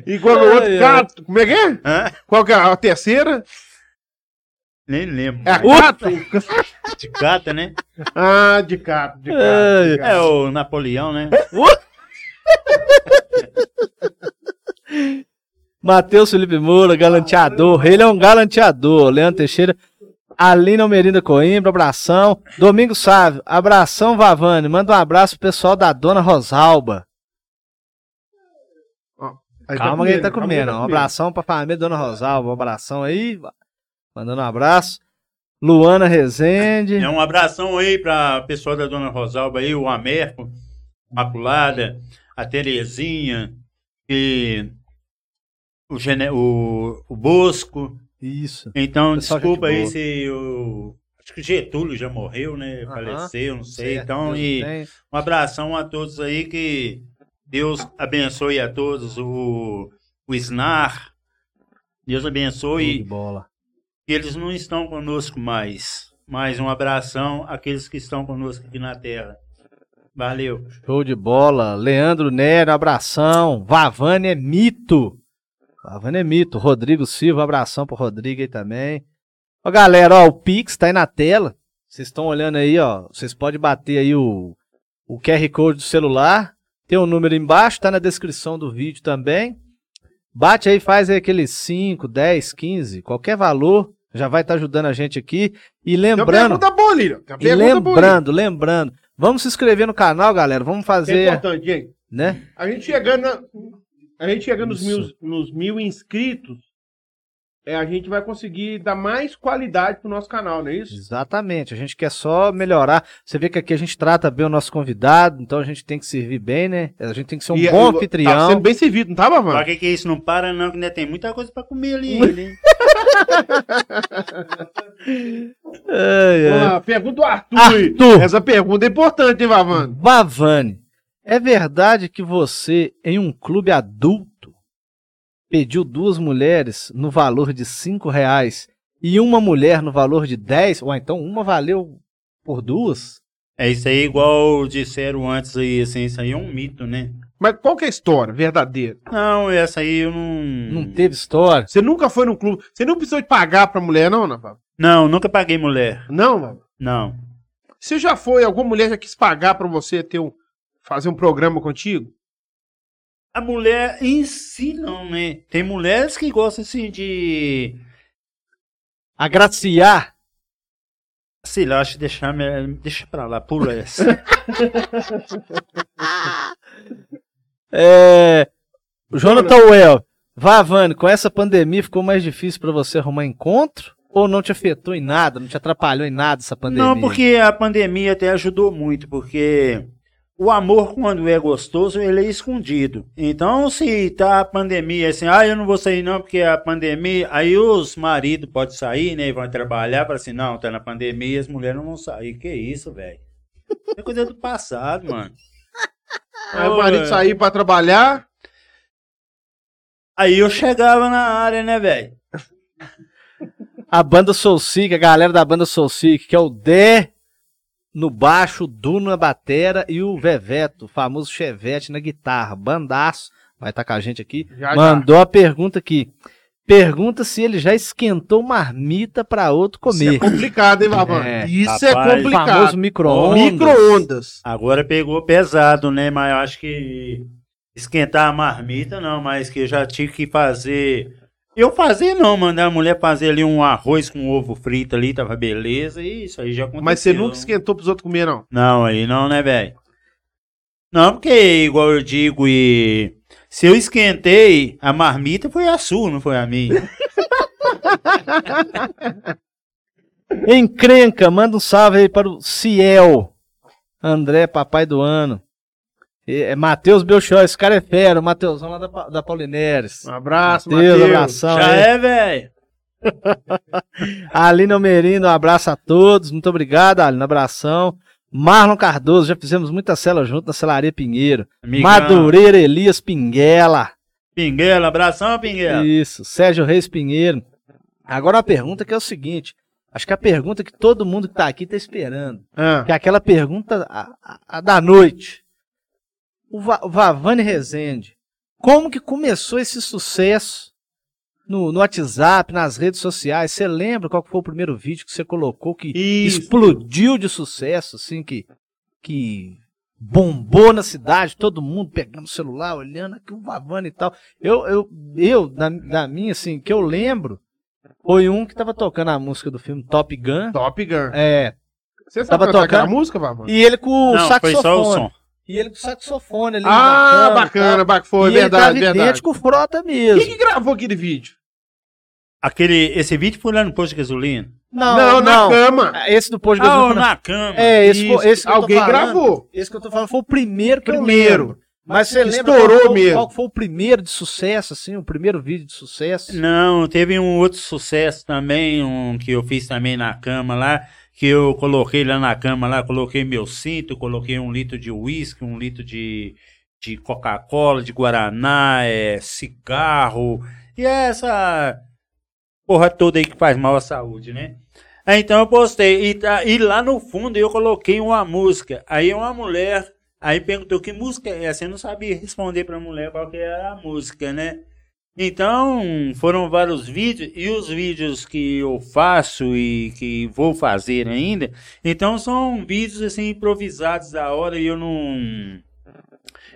[SPEAKER 3] E qual é o outro?
[SPEAKER 2] Ai, ai.
[SPEAKER 3] Cato. Como é que é?
[SPEAKER 4] Hã?
[SPEAKER 3] Qual que é a terceira?
[SPEAKER 4] Nem lembro.
[SPEAKER 3] É a
[SPEAKER 4] É
[SPEAKER 3] cato?
[SPEAKER 4] de gata, né?
[SPEAKER 3] Ah, de cato, de cato.
[SPEAKER 2] Ai.
[SPEAKER 3] de
[SPEAKER 4] É
[SPEAKER 3] cato.
[SPEAKER 4] o Napoleão, né?
[SPEAKER 2] Matheus Felipe Moura, galanteador. Ele é um galanteador. Leandro Teixeira. Aline Almerinda Coimbra, abração. Domingos Sávio, abração, Vavane. Manda um abraço pro pessoal da Dona Rosalba.
[SPEAKER 3] Aí
[SPEAKER 2] Calma que ele tá
[SPEAKER 3] calma que
[SPEAKER 2] comendo. Um abração pra família Dona Rosalba. Um abração aí. Mandando um abraço. Luana Rezende.
[SPEAKER 4] É um abração aí pra pessoal da Dona Rosalba aí, o Amerco, Maculada, a Terezinha, e o, Gene... o... o Bosco.
[SPEAKER 2] Isso.
[SPEAKER 4] Então,
[SPEAKER 2] Pessoal,
[SPEAKER 4] desculpa
[SPEAKER 2] gente
[SPEAKER 4] aí
[SPEAKER 2] boa.
[SPEAKER 4] se eu. Acho que Getúlio já morreu, né?
[SPEAKER 2] Aham.
[SPEAKER 4] Faleceu, não sei.
[SPEAKER 2] Certo,
[SPEAKER 4] então,
[SPEAKER 2] Deus
[SPEAKER 4] e.
[SPEAKER 2] o tenha.
[SPEAKER 4] Um abração a todos aí, que Deus abençoe a todos, o, o Snar, Deus
[SPEAKER 2] Show de
[SPEAKER 4] abençoe,
[SPEAKER 2] bola.
[SPEAKER 4] eles não estão conosco mais, mas um abração àqueles que estão conosco aqui na Terra. Valeu.
[SPEAKER 2] Show de bola. Leandro Nero, abração. Vavane é mito. Vavane é mito. Rodrigo Silva, abração pro Rodrigo aí também. Ó, galera, ó, o Pix tá aí na tela. Vocês estão olhando aí, ó. Vocês podem bater aí o, o QR Code do celular. Tem o número embaixo, tá na descrição do vídeo também. Bate aí, faz aí aqueles 5, 10, 15, qualquer valor. Já vai estar ajudando a gente aqui. E
[SPEAKER 3] Tem uma
[SPEAKER 2] lembrando,
[SPEAKER 3] Então, pergunta boa, Lírio. Tem uma
[SPEAKER 2] e
[SPEAKER 3] pergunta boa, Lírio.
[SPEAKER 2] lembrando, lembrando. Vamos se inscrever no canal, galera. Vamos
[SPEAKER 3] Isso é
[SPEAKER 2] fazer,
[SPEAKER 3] importante, gente.
[SPEAKER 2] né?
[SPEAKER 3] A gente chegando, na- a gente chegando nos, mil,
[SPEAKER 2] Isso.
[SPEAKER 3] nos mil inscritos, é, a gente vai conseguir dar mais qualidade pro nosso canal, não é isso?
[SPEAKER 2] Exatamente, a gente quer só melhorar. Você vê que aqui a gente trata bem o nosso convidado, então a gente tem que servir bem, né? A gente tem que ser um
[SPEAKER 3] E-
[SPEAKER 2] bom
[SPEAKER 3] e- Tá
[SPEAKER 2] anfitrião.
[SPEAKER 3] sendo bem servido, não tava, mano?
[SPEAKER 4] Pra que, que isso não para, não, que ainda tem muita coisa pra comer ali. ainda, hein?
[SPEAKER 2] Ai, ai.
[SPEAKER 3] Vamos lá, pergunta do Arthur. aí.
[SPEAKER 2] Arthur
[SPEAKER 3] Essa pergunta é importante, hein, Vavano?
[SPEAKER 2] Bavani, é verdade que você, em um clube adulto, pediu duas mulheres no valor de cinco reais e uma mulher no valor de 10? Ou então uma valeu por duas?
[SPEAKER 4] É isso aí, igual disseram antes aí, assim, isso aí é um mito, né?
[SPEAKER 3] Mas qual que é a história verdadeira?
[SPEAKER 4] Não, essa aí eu não.
[SPEAKER 3] Hum.
[SPEAKER 2] Não teve história?
[SPEAKER 3] Você nunca foi num clube. Você não precisou de pagar pra mulher, não, Navarro?
[SPEAKER 4] Não, nunca paguei mulher.
[SPEAKER 3] Não, mano.
[SPEAKER 4] Não.
[SPEAKER 3] Você já foi, alguma mulher já quis pagar pra você ter um, fazer um programa contigo?
[SPEAKER 4] A mulher em si não, né? Tem mulheres que gostam assim de.
[SPEAKER 2] Agraciar?
[SPEAKER 4] Sei lá, acho que deixar. me- Deixa pra lá, pula essa.
[SPEAKER 2] É... Jonathan Well, Vavane, com essa pandemia ficou mais difícil pra você arrumar encontro? Ou não te afetou em nada, não te atrapalhou em nada essa pandemia?
[SPEAKER 4] não, porque a pandemia até ajudou muito, porque o amor, quando é gostoso, ele é escondido. Então, se tá a pandemia assim, ah, eu não vou sair não, porque a pandemia. Aí os maridos podem sair, né? E vão trabalhar, para assim, não, tá na pandemia, as mulheres não vão sair. Que isso, velho? É coisa do passado, mano.
[SPEAKER 3] Aí o
[SPEAKER 4] Ô,
[SPEAKER 3] marido
[SPEAKER 4] é.
[SPEAKER 3] saiu pra trabalhar.
[SPEAKER 4] Aí eu chegava na área, né, velho?
[SPEAKER 2] A banda Soul Seek, a galera da banda Soul Seek, que é o Dé no baixo, o Du na batera e o Veveto, o famoso Chevette na guitarra. Bandaço, vai estar com a gente aqui.
[SPEAKER 3] Já, já.
[SPEAKER 2] Mandou a pergunta aqui. Pergunta se ele já esquentou marmita pra outro
[SPEAKER 3] Isso é
[SPEAKER 2] comer.
[SPEAKER 3] complicado, hein, Vavano?
[SPEAKER 2] É,
[SPEAKER 3] Isso
[SPEAKER 4] rapaz,
[SPEAKER 3] é
[SPEAKER 2] O
[SPEAKER 3] complicado.
[SPEAKER 2] famoso micro-ondas.
[SPEAKER 3] Micro-ondas.
[SPEAKER 4] Agora pegou pesado, né? Mas eu acho que esquentar a marmita não, mas que eu já tive que fazer. Eu fazer não, mandar a mulher fazer ali um arroz com ovo frito ali, tava beleza, e isso aí já aconteceu.
[SPEAKER 3] Mas você nunca esquentou pros outros comer, não.
[SPEAKER 4] Não, aí não, né, velho? Não, porque igual eu digo, e se eu esquentei, a marmita foi a sua, não foi a minha.
[SPEAKER 2] Encrenca, manda um salve aí para o Ciel. André, papai do ano. E- É Matheus Belchior, esse cara é fera. O Matheusão lá da, Pa- da Paulineres.
[SPEAKER 3] Um abraço,
[SPEAKER 2] Matheus,
[SPEAKER 3] Matheus.
[SPEAKER 2] abração.
[SPEAKER 4] já
[SPEAKER 2] aí.
[SPEAKER 4] é, velho.
[SPEAKER 2] Aline Almerino, um abraço a todos. Muito obrigado, Aline. Abração. Marlon Cardoso, já fizemos muita cela junto na Celaria Pinheiro.
[SPEAKER 4] Amigão.
[SPEAKER 2] Madureira Elias Pinguela.
[SPEAKER 4] Pinguela, abração, Pinguela.
[SPEAKER 2] Isso. Sérgio Reis Pinheiro. Agora uma pergunta que é o seguinte. Acho que é a pergunta que todo mundo que tá aqui tá esperando.
[SPEAKER 3] Ah,
[SPEAKER 2] Que é aquela pergunta a, a- a da noite. O, Va- o Vavane Rezende, como que começou esse sucesso no, no WhatsApp, nas redes sociais? Você lembra qual que foi o primeiro vídeo que você colocou que
[SPEAKER 3] Isso.
[SPEAKER 2] explodiu de sucesso, assim, que, que bombou na cidade, todo mundo pegando o celular, olhando aqui o Vavane e tal. Eu, eu, eu da, da minha, assim, que eu lembro, foi um que tava tocando a música do filme Top Gun.
[SPEAKER 3] Top Gun.
[SPEAKER 2] É,
[SPEAKER 3] Você sabe
[SPEAKER 2] Tava
[SPEAKER 3] cantar aquela
[SPEAKER 2] tocando?
[SPEAKER 3] música, Vavão?
[SPEAKER 2] e ele com o
[SPEAKER 4] Não,
[SPEAKER 2] saxofone.
[SPEAKER 4] foi só o som.
[SPEAKER 2] E ele com o saxofone ali.
[SPEAKER 3] Ah,
[SPEAKER 2] embarcando,
[SPEAKER 3] bacana, bacana.
[SPEAKER 2] tá?
[SPEAKER 3] Foi
[SPEAKER 2] e
[SPEAKER 3] verdade,
[SPEAKER 2] ele tava
[SPEAKER 3] verdade.
[SPEAKER 2] idêntico ao frota mesmo.
[SPEAKER 3] Quem que gravou aquele vídeo?
[SPEAKER 4] Aquele, esse vídeo foi lá no posto de gasolina?
[SPEAKER 3] Não, na cama.
[SPEAKER 2] Esse do posto de
[SPEAKER 4] Ah,
[SPEAKER 2] gasolina.
[SPEAKER 4] ou na cama.
[SPEAKER 2] É, esse,
[SPEAKER 3] Isso,
[SPEAKER 2] foi- esse que eu tô
[SPEAKER 3] Alguém
[SPEAKER 2] falando.
[SPEAKER 3] gravou.
[SPEAKER 2] Esse que eu tô falando foi o primeiro que eu lembro.
[SPEAKER 3] Primeiro.
[SPEAKER 2] Mas você
[SPEAKER 3] Que
[SPEAKER 2] lembra
[SPEAKER 3] estourou
[SPEAKER 2] qual, foi-
[SPEAKER 3] mesmo.
[SPEAKER 2] qual foi o primeiro de sucesso, assim? O primeiro vídeo de sucesso?
[SPEAKER 4] Não, teve um outro sucesso também, um que eu fiz também na cama lá, que eu coloquei lá na cama lá, coloquei meu cinto, coloquei um litro de uísque, um litro de, de Coca-Cola, de Guaraná, é, cigarro, e é essa porra toda aí que faz mal à saúde, né? Aí, então eu postei, e, tá- e lá no fundo eu coloquei uma música, aí uma mulher, aí perguntou que música é essa, eu não sabia responder pra mulher qual que era a música, né? Então, foram vários vídeos, e os vídeos que eu faço e que vou fazer ainda, então são vídeos assim improvisados da hora e eu não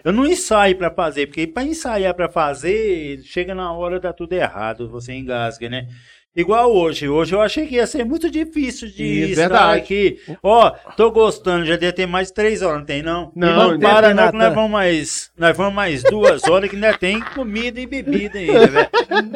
[SPEAKER 4] eu não ensaio pra fazer, porque pra ensaiar pra fazer, chega na hora dá tudo errado, você engasga, né? Igual hoje, hoje eu achei que ia ser muito difícil de
[SPEAKER 3] Isso,
[SPEAKER 4] estar
[SPEAKER 3] verdade.
[SPEAKER 4] aqui. Ó, tô gostando, já deve ter mais três horas, não tem não?
[SPEAKER 3] Não,
[SPEAKER 4] Não,
[SPEAKER 3] ainda
[SPEAKER 4] para
[SPEAKER 2] tem,
[SPEAKER 4] não, que nós
[SPEAKER 2] Natan.
[SPEAKER 4] vamos mais, nós vamos mais duas horas que ainda tem comida e bebida ainda, velho.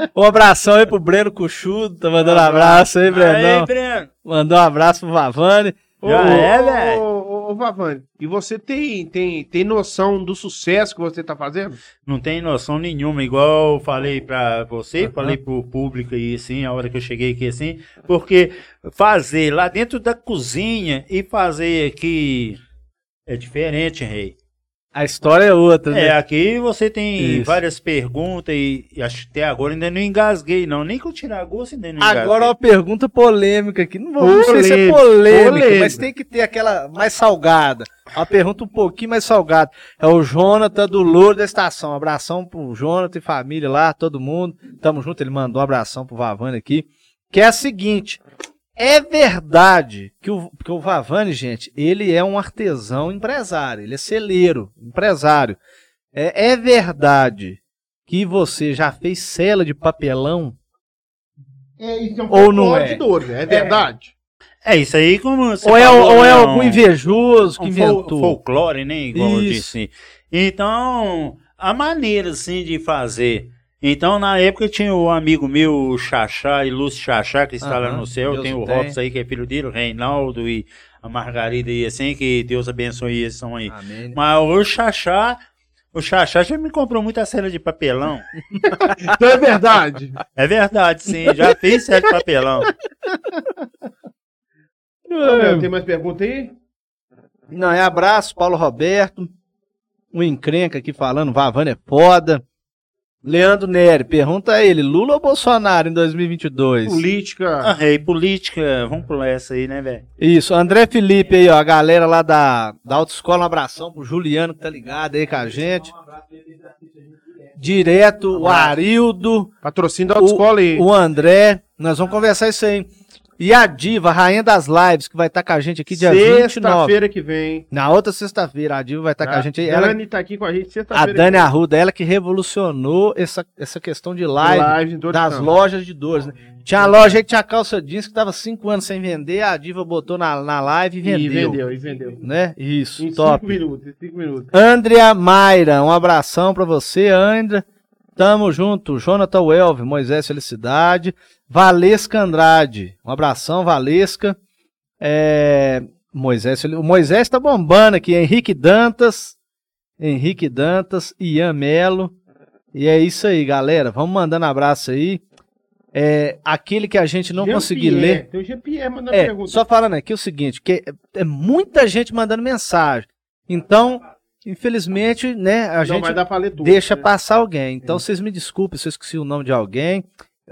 [SPEAKER 2] Um abração aí pro Breno Cuxudo, tá mandando
[SPEAKER 4] Abraço.
[SPEAKER 2] abraço aí, Brenão.
[SPEAKER 4] Aí, Breno.
[SPEAKER 2] Mandou um abraço pro Vavane.
[SPEAKER 4] Já
[SPEAKER 3] Ô,
[SPEAKER 4] é, velho.
[SPEAKER 3] Ô, ô, ô, Vavani, e você tem, tem, tem noção do sucesso que você tá fazendo?
[SPEAKER 4] Não tem noção nenhuma, igual eu falei pra você,
[SPEAKER 2] Aham.
[SPEAKER 4] falei pro público aí, assim, a hora que eu cheguei aqui, assim, porque fazer lá dentro da cozinha e fazer aqui é diferente, rei.
[SPEAKER 2] A história é outra, né?
[SPEAKER 4] É, aqui você tem
[SPEAKER 2] Isso.
[SPEAKER 4] várias perguntas e, e acho que até agora ainda não engasguei, não. Nem que eu tirar gosto ainda não engasguei.
[SPEAKER 2] Agora uma pergunta polêmica aqui. Não, vou, não sei se é
[SPEAKER 3] Polêmica,
[SPEAKER 2] polêmica, mas
[SPEAKER 3] polêmica.
[SPEAKER 2] tem que ter aquela mais salgada. Uma pergunta um pouquinho mais salgada. É o Jonathan do Louro da Estação. Um abração pro Jonathan e família lá, todo mundo. Tamo junto, ele mandou um abração pro Vavane aqui. Que é a seguinte. É verdade que o, que o Vavane, gente, ele é um artesão empresário, ele é celeiro, empresário. É, é verdade que você já fez cela de papelão
[SPEAKER 3] É, isso é um
[SPEAKER 2] Ou não
[SPEAKER 3] folclore
[SPEAKER 2] é?
[SPEAKER 3] de doido, é verdade.
[SPEAKER 4] É isso aí como você
[SPEAKER 2] Ou é,
[SPEAKER 4] falou,
[SPEAKER 2] ou é
[SPEAKER 4] não.
[SPEAKER 2] algum invejoso que
[SPEAKER 4] um fol-
[SPEAKER 2] inventou.
[SPEAKER 4] folclore, né? Igual eu
[SPEAKER 2] Isso.
[SPEAKER 4] disse. Então, a maneira, assim, de fazer. Então, na época, tinha um amigo meu, o Xaxá, e Lúcio Xaxá, que está lá
[SPEAKER 2] Aham,
[SPEAKER 4] no céu.
[SPEAKER 2] Deus
[SPEAKER 4] tem
[SPEAKER 2] o
[SPEAKER 4] o
[SPEAKER 2] tenha.
[SPEAKER 4] Robson aí, que é filho dele, o Reinaldo e a Margarida e assim, que Deus abençoe eles são aí.
[SPEAKER 2] Amém.
[SPEAKER 4] Mas o Xaxá, o Xaxá já me comprou muita cena de papelão.
[SPEAKER 3] Então é verdade.
[SPEAKER 4] É verdade, sim, já fiz cena de papelão.
[SPEAKER 2] É.
[SPEAKER 3] Olha, tem mais pergunta aí?
[SPEAKER 2] Não, é abraço, Paulo Roberto. O encrenca aqui falando, Vavana é foda. Leandro Neri, pergunta a ele, Lula ou Bolsonaro em 2022?
[SPEAKER 3] Política.
[SPEAKER 4] Ah, rei, política, vamos pular essa aí, né, velho?
[SPEAKER 2] Isso, André Felipe aí, ó, a galera lá da, da autoescola, um abração pro Juliano que tá ligado aí com a gente. Direto, o Arildo,
[SPEAKER 3] Patrocínio da autoescola aí.
[SPEAKER 2] o André, nós vamos conversar isso aí. E a Diva, a rainha das lives, que vai estar com a gente aqui dia 29.
[SPEAKER 3] Sexta-feira que vem.
[SPEAKER 2] Na outra sexta-feira, a Diva vai estar com a gente aí. Ela,
[SPEAKER 3] Dani tá aqui com a gente
[SPEAKER 2] a
[SPEAKER 3] sexta-feira. que
[SPEAKER 2] Dani
[SPEAKER 3] vem.
[SPEAKER 2] Arruda, ela que revolucionou essa, essa questão de live,
[SPEAKER 3] Live em todo
[SPEAKER 2] das
[SPEAKER 3] canto.
[SPEAKER 2] lojas de dores. Né? Tinha a loja aí que tinha calça jeans que tava cinco anos sem vender, a Diva botou na, na live e vendeu.
[SPEAKER 3] E vendeu, e vendeu.
[SPEAKER 2] Né? Isso,
[SPEAKER 3] Em
[SPEAKER 2] top.
[SPEAKER 3] cinco minutos, em cinco minutos.
[SPEAKER 2] Andrea Mayra, um abração pra você, Andrea. Tamo junto. Jonathan Welve, Moisés Felicidade. Valesca Andrade, um abração, Valesca. É, Moisés, Fel- o Moisés tá bombando aqui. Henrique Dantas, Henrique Dantas, Ian Melo. E é isso aí, galera. Vamos mandando abraço aí. É, aquele que a gente não
[SPEAKER 3] Jean
[SPEAKER 2] conseguir
[SPEAKER 3] Pierre,
[SPEAKER 2] ler.
[SPEAKER 3] Tem o Jean-Pierre mandando
[SPEAKER 2] É,
[SPEAKER 3] pergunta.
[SPEAKER 2] só falando aqui o seguinte, que é, é muita gente mandando mensagem. Então, infelizmente, né, a
[SPEAKER 3] não
[SPEAKER 2] gente
[SPEAKER 3] vai dar pra ler tudo.
[SPEAKER 2] deixa
[SPEAKER 3] né?
[SPEAKER 2] passar alguém. Então, vocês me desculpem se eu esqueci o nome de alguém.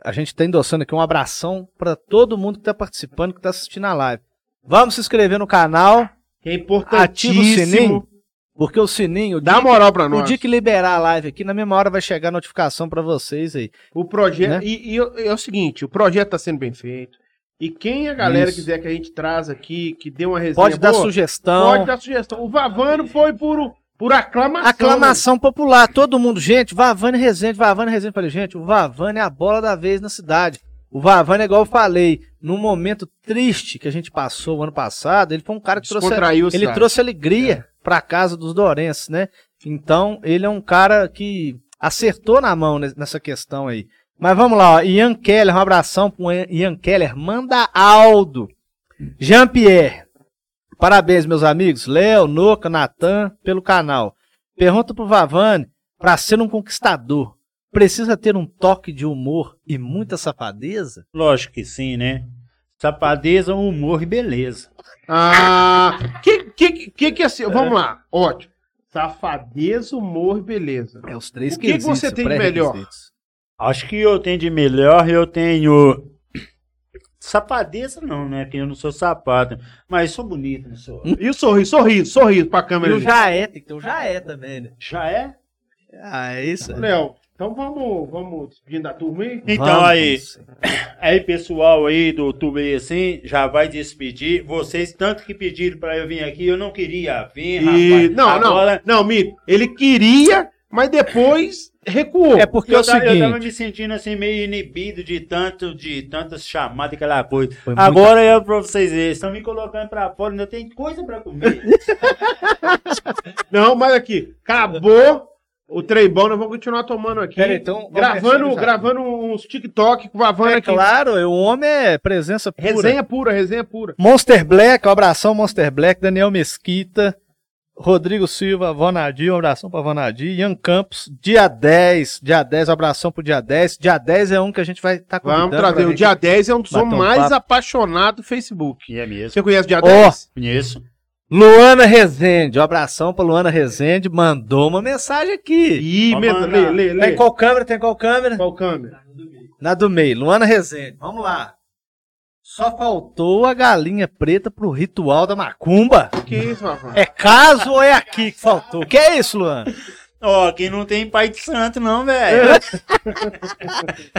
[SPEAKER 2] A gente está endossando aqui um abração para todo mundo que está participando, que está assistindo a live. Vamos se inscrever no canal,
[SPEAKER 3] Que é
[SPEAKER 2] ativa o
[SPEAKER 3] importantíssimo.
[SPEAKER 2] sininho, porque o sininho, o
[SPEAKER 3] Dá
[SPEAKER 2] dia,
[SPEAKER 3] moral pra
[SPEAKER 2] o
[SPEAKER 3] nós.
[SPEAKER 2] dia que liberar a live aqui, na mesma hora vai chegar a notificação para vocês aí.
[SPEAKER 3] O projeto.
[SPEAKER 2] Né?
[SPEAKER 3] E, e é é o seguinte: o projeto tá sendo bem feito. E quem a galera
[SPEAKER 2] Isso.
[SPEAKER 3] quiser que a gente traz aqui, que dê uma resenha.
[SPEAKER 2] Pode dar
[SPEAKER 3] boa,
[SPEAKER 2] sugestão.
[SPEAKER 3] Pode dar sugestão. O Vavano foi por, por aclamação.
[SPEAKER 2] Aclamação popular, todo mundo, gente, Vavane Rezende, Vavane Rezende. Falei, gente, o Vavane é a bola da vez na cidade. O Vavane, igual eu falei, num momento triste que a gente passou o ano passado, ele foi um cara que trouxe,
[SPEAKER 3] Descontraiu,
[SPEAKER 2] ele
[SPEAKER 3] sabe?
[SPEAKER 2] trouxe
[SPEAKER 3] É.
[SPEAKER 2] alegria pra casa dos Dorenses, né? Então, ele é um cara que acertou na mão ne- nessa questão aí. Mas vamos lá, ó, Ian Keller, um abração pro Ian- Ian Keller, manda Aldo. Jean-Pierre, parabéns, meus amigos, Léo, Noca, Natan, pelo canal. Pergunta pro Vavane, pra ser um conquistador, precisa ter um toque de humor e muita safadeza?
[SPEAKER 4] Lógico que sim, né? Safadeza, humor e beleza.
[SPEAKER 3] Ah, que, que, que, que é assim? Vamos lá, ótimo. Safadeza, humor e beleza.
[SPEAKER 2] É os três
[SPEAKER 3] O que que
[SPEAKER 2] quesitos,
[SPEAKER 3] você tem de melhor?
[SPEAKER 2] pré-requisitos.
[SPEAKER 4] Acho que eu tenho de melhor, eu tenho. Safadeza não, né? Que eu não sou sapato. Mas sou bonito, não sou.
[SPEAKER 3] E o sorriso, sorriso, sorriso pra
[SPEAKER 2] E
[SPEAKER 3] câmera.
[SPEAKER 2] o
[SPEAKER 3] ali.
[SPEAKER 2] já é, tem que ter o já é também, né?
[SPEAKER 4] Já é?
[SPEAKER 2] Ah, é isso. aí.
[SPEAKER 3] Léo, então vamos, vamos despedindo da turma aí.
[SPEAKER 4] Então
[SPEAKER 2] Vamos.
[SPEAKER 4] aí, aí pessoal aí do YouTube assim, já vai despedir. Vocês tanto que pediram pra eu vir aqui, eu não queria vir,
[SPEAKER 3] E,
[SPEAKER 4] rapaz.
[SPEAKER 3] não, não,
[SPEAKER 4] Agora,
[SPEAKER 3] não, Mico, ele queria, mas depois recuou.
[SPEAKER 2] É porque é
[SPEAKER 4] eu,
[SPEAKER 2] o
[SPEAKER 4] tava, eu tava
[SPEAKER 2] seguinte,
[SPEAKER 4] me sentindo assim meio inibido de tanto de tantas chamadas e aquela coisa.
[SPEAKER 2] Foi muita-
[SPEAKER 4] Agora eu pra vocês verem, estão me colocando pra fora, ainda tem coisa pra comer.
[SPEAKER 3] Não, mas aqui, acabou o trem bom, nós vamos continuar tomando aqui.
[SPEAKER 2] Pera aí, então, vamos
[SPEAKER 3] gravando,
[SPEAKER 2] começar já.
[SPEAKER 3] gravando uns TikTok com o Havana
[SPEAKER 2] é
[SPEAKER 3] aqui.
[SPEAKER 2] claro, o homem é presença pura.
[SPEAKER 3] Resenha pura, resenha pura.
[SPEAKER 2] Monster Black, um abração Monster Black, Daniel Mesquita, Rodrigo Silva, Vanadi, um abração pra Vanadi, Ian Campos, dia 10, dia 10, um abração pro dia 10, dia 10 é um que a gente vai estar tá
[SPEAKER 3] Vamos
[SPEAKER 2] convidando pra
[SPEAKER 3] trazer. O
[SPEAKER 2] vir
[SPEAKER 3] dia 10 é um dos
[SPEAKER 2] Bater um
[SPEAKER 3] homens mais
[SPEAKER 2] papo.
[SPEAKER 3] apaixonados do Facebook.
[SPEAKER 4] que é mesmo.
[SPEAKER 3] Você conhece o dia
[SPEAKER 2] Ó,
[SPEAKER 3] 10?
[SPEAKER 4] Conheço.
[SPEAKER 2] Luana Rezende, um abração pra Luana Rezende, mandou uma mensagem aqui.
[SPEAKER 3] Ih,
[SPEAKER 4] Ó,
[SPEAKER 3] mesmo,
[SPEAKER 4] mano,
[SPEAKER 3] lê, lê,
[SPEAKER 2] Tem
[SPEAKER 3] lê.
[SPEAKER 2] qual câmera? Tem qual câmera?
[SPEAKER 3] Qual câmera?
[SPEAKER 2] Na do meio, Luana Rezende, vamos lá. Só faltou a galinha preta pro ritual da macumba.
[SPEAKER 3] Que isso, Ah, Rafa?
[SPEAKER 2] É caso ou é aqui que faltou? Que é isso, Luana?
[SPEAKER 4] Ó, que não tem pai de santo não, velho.
[SPEAKER 3] É.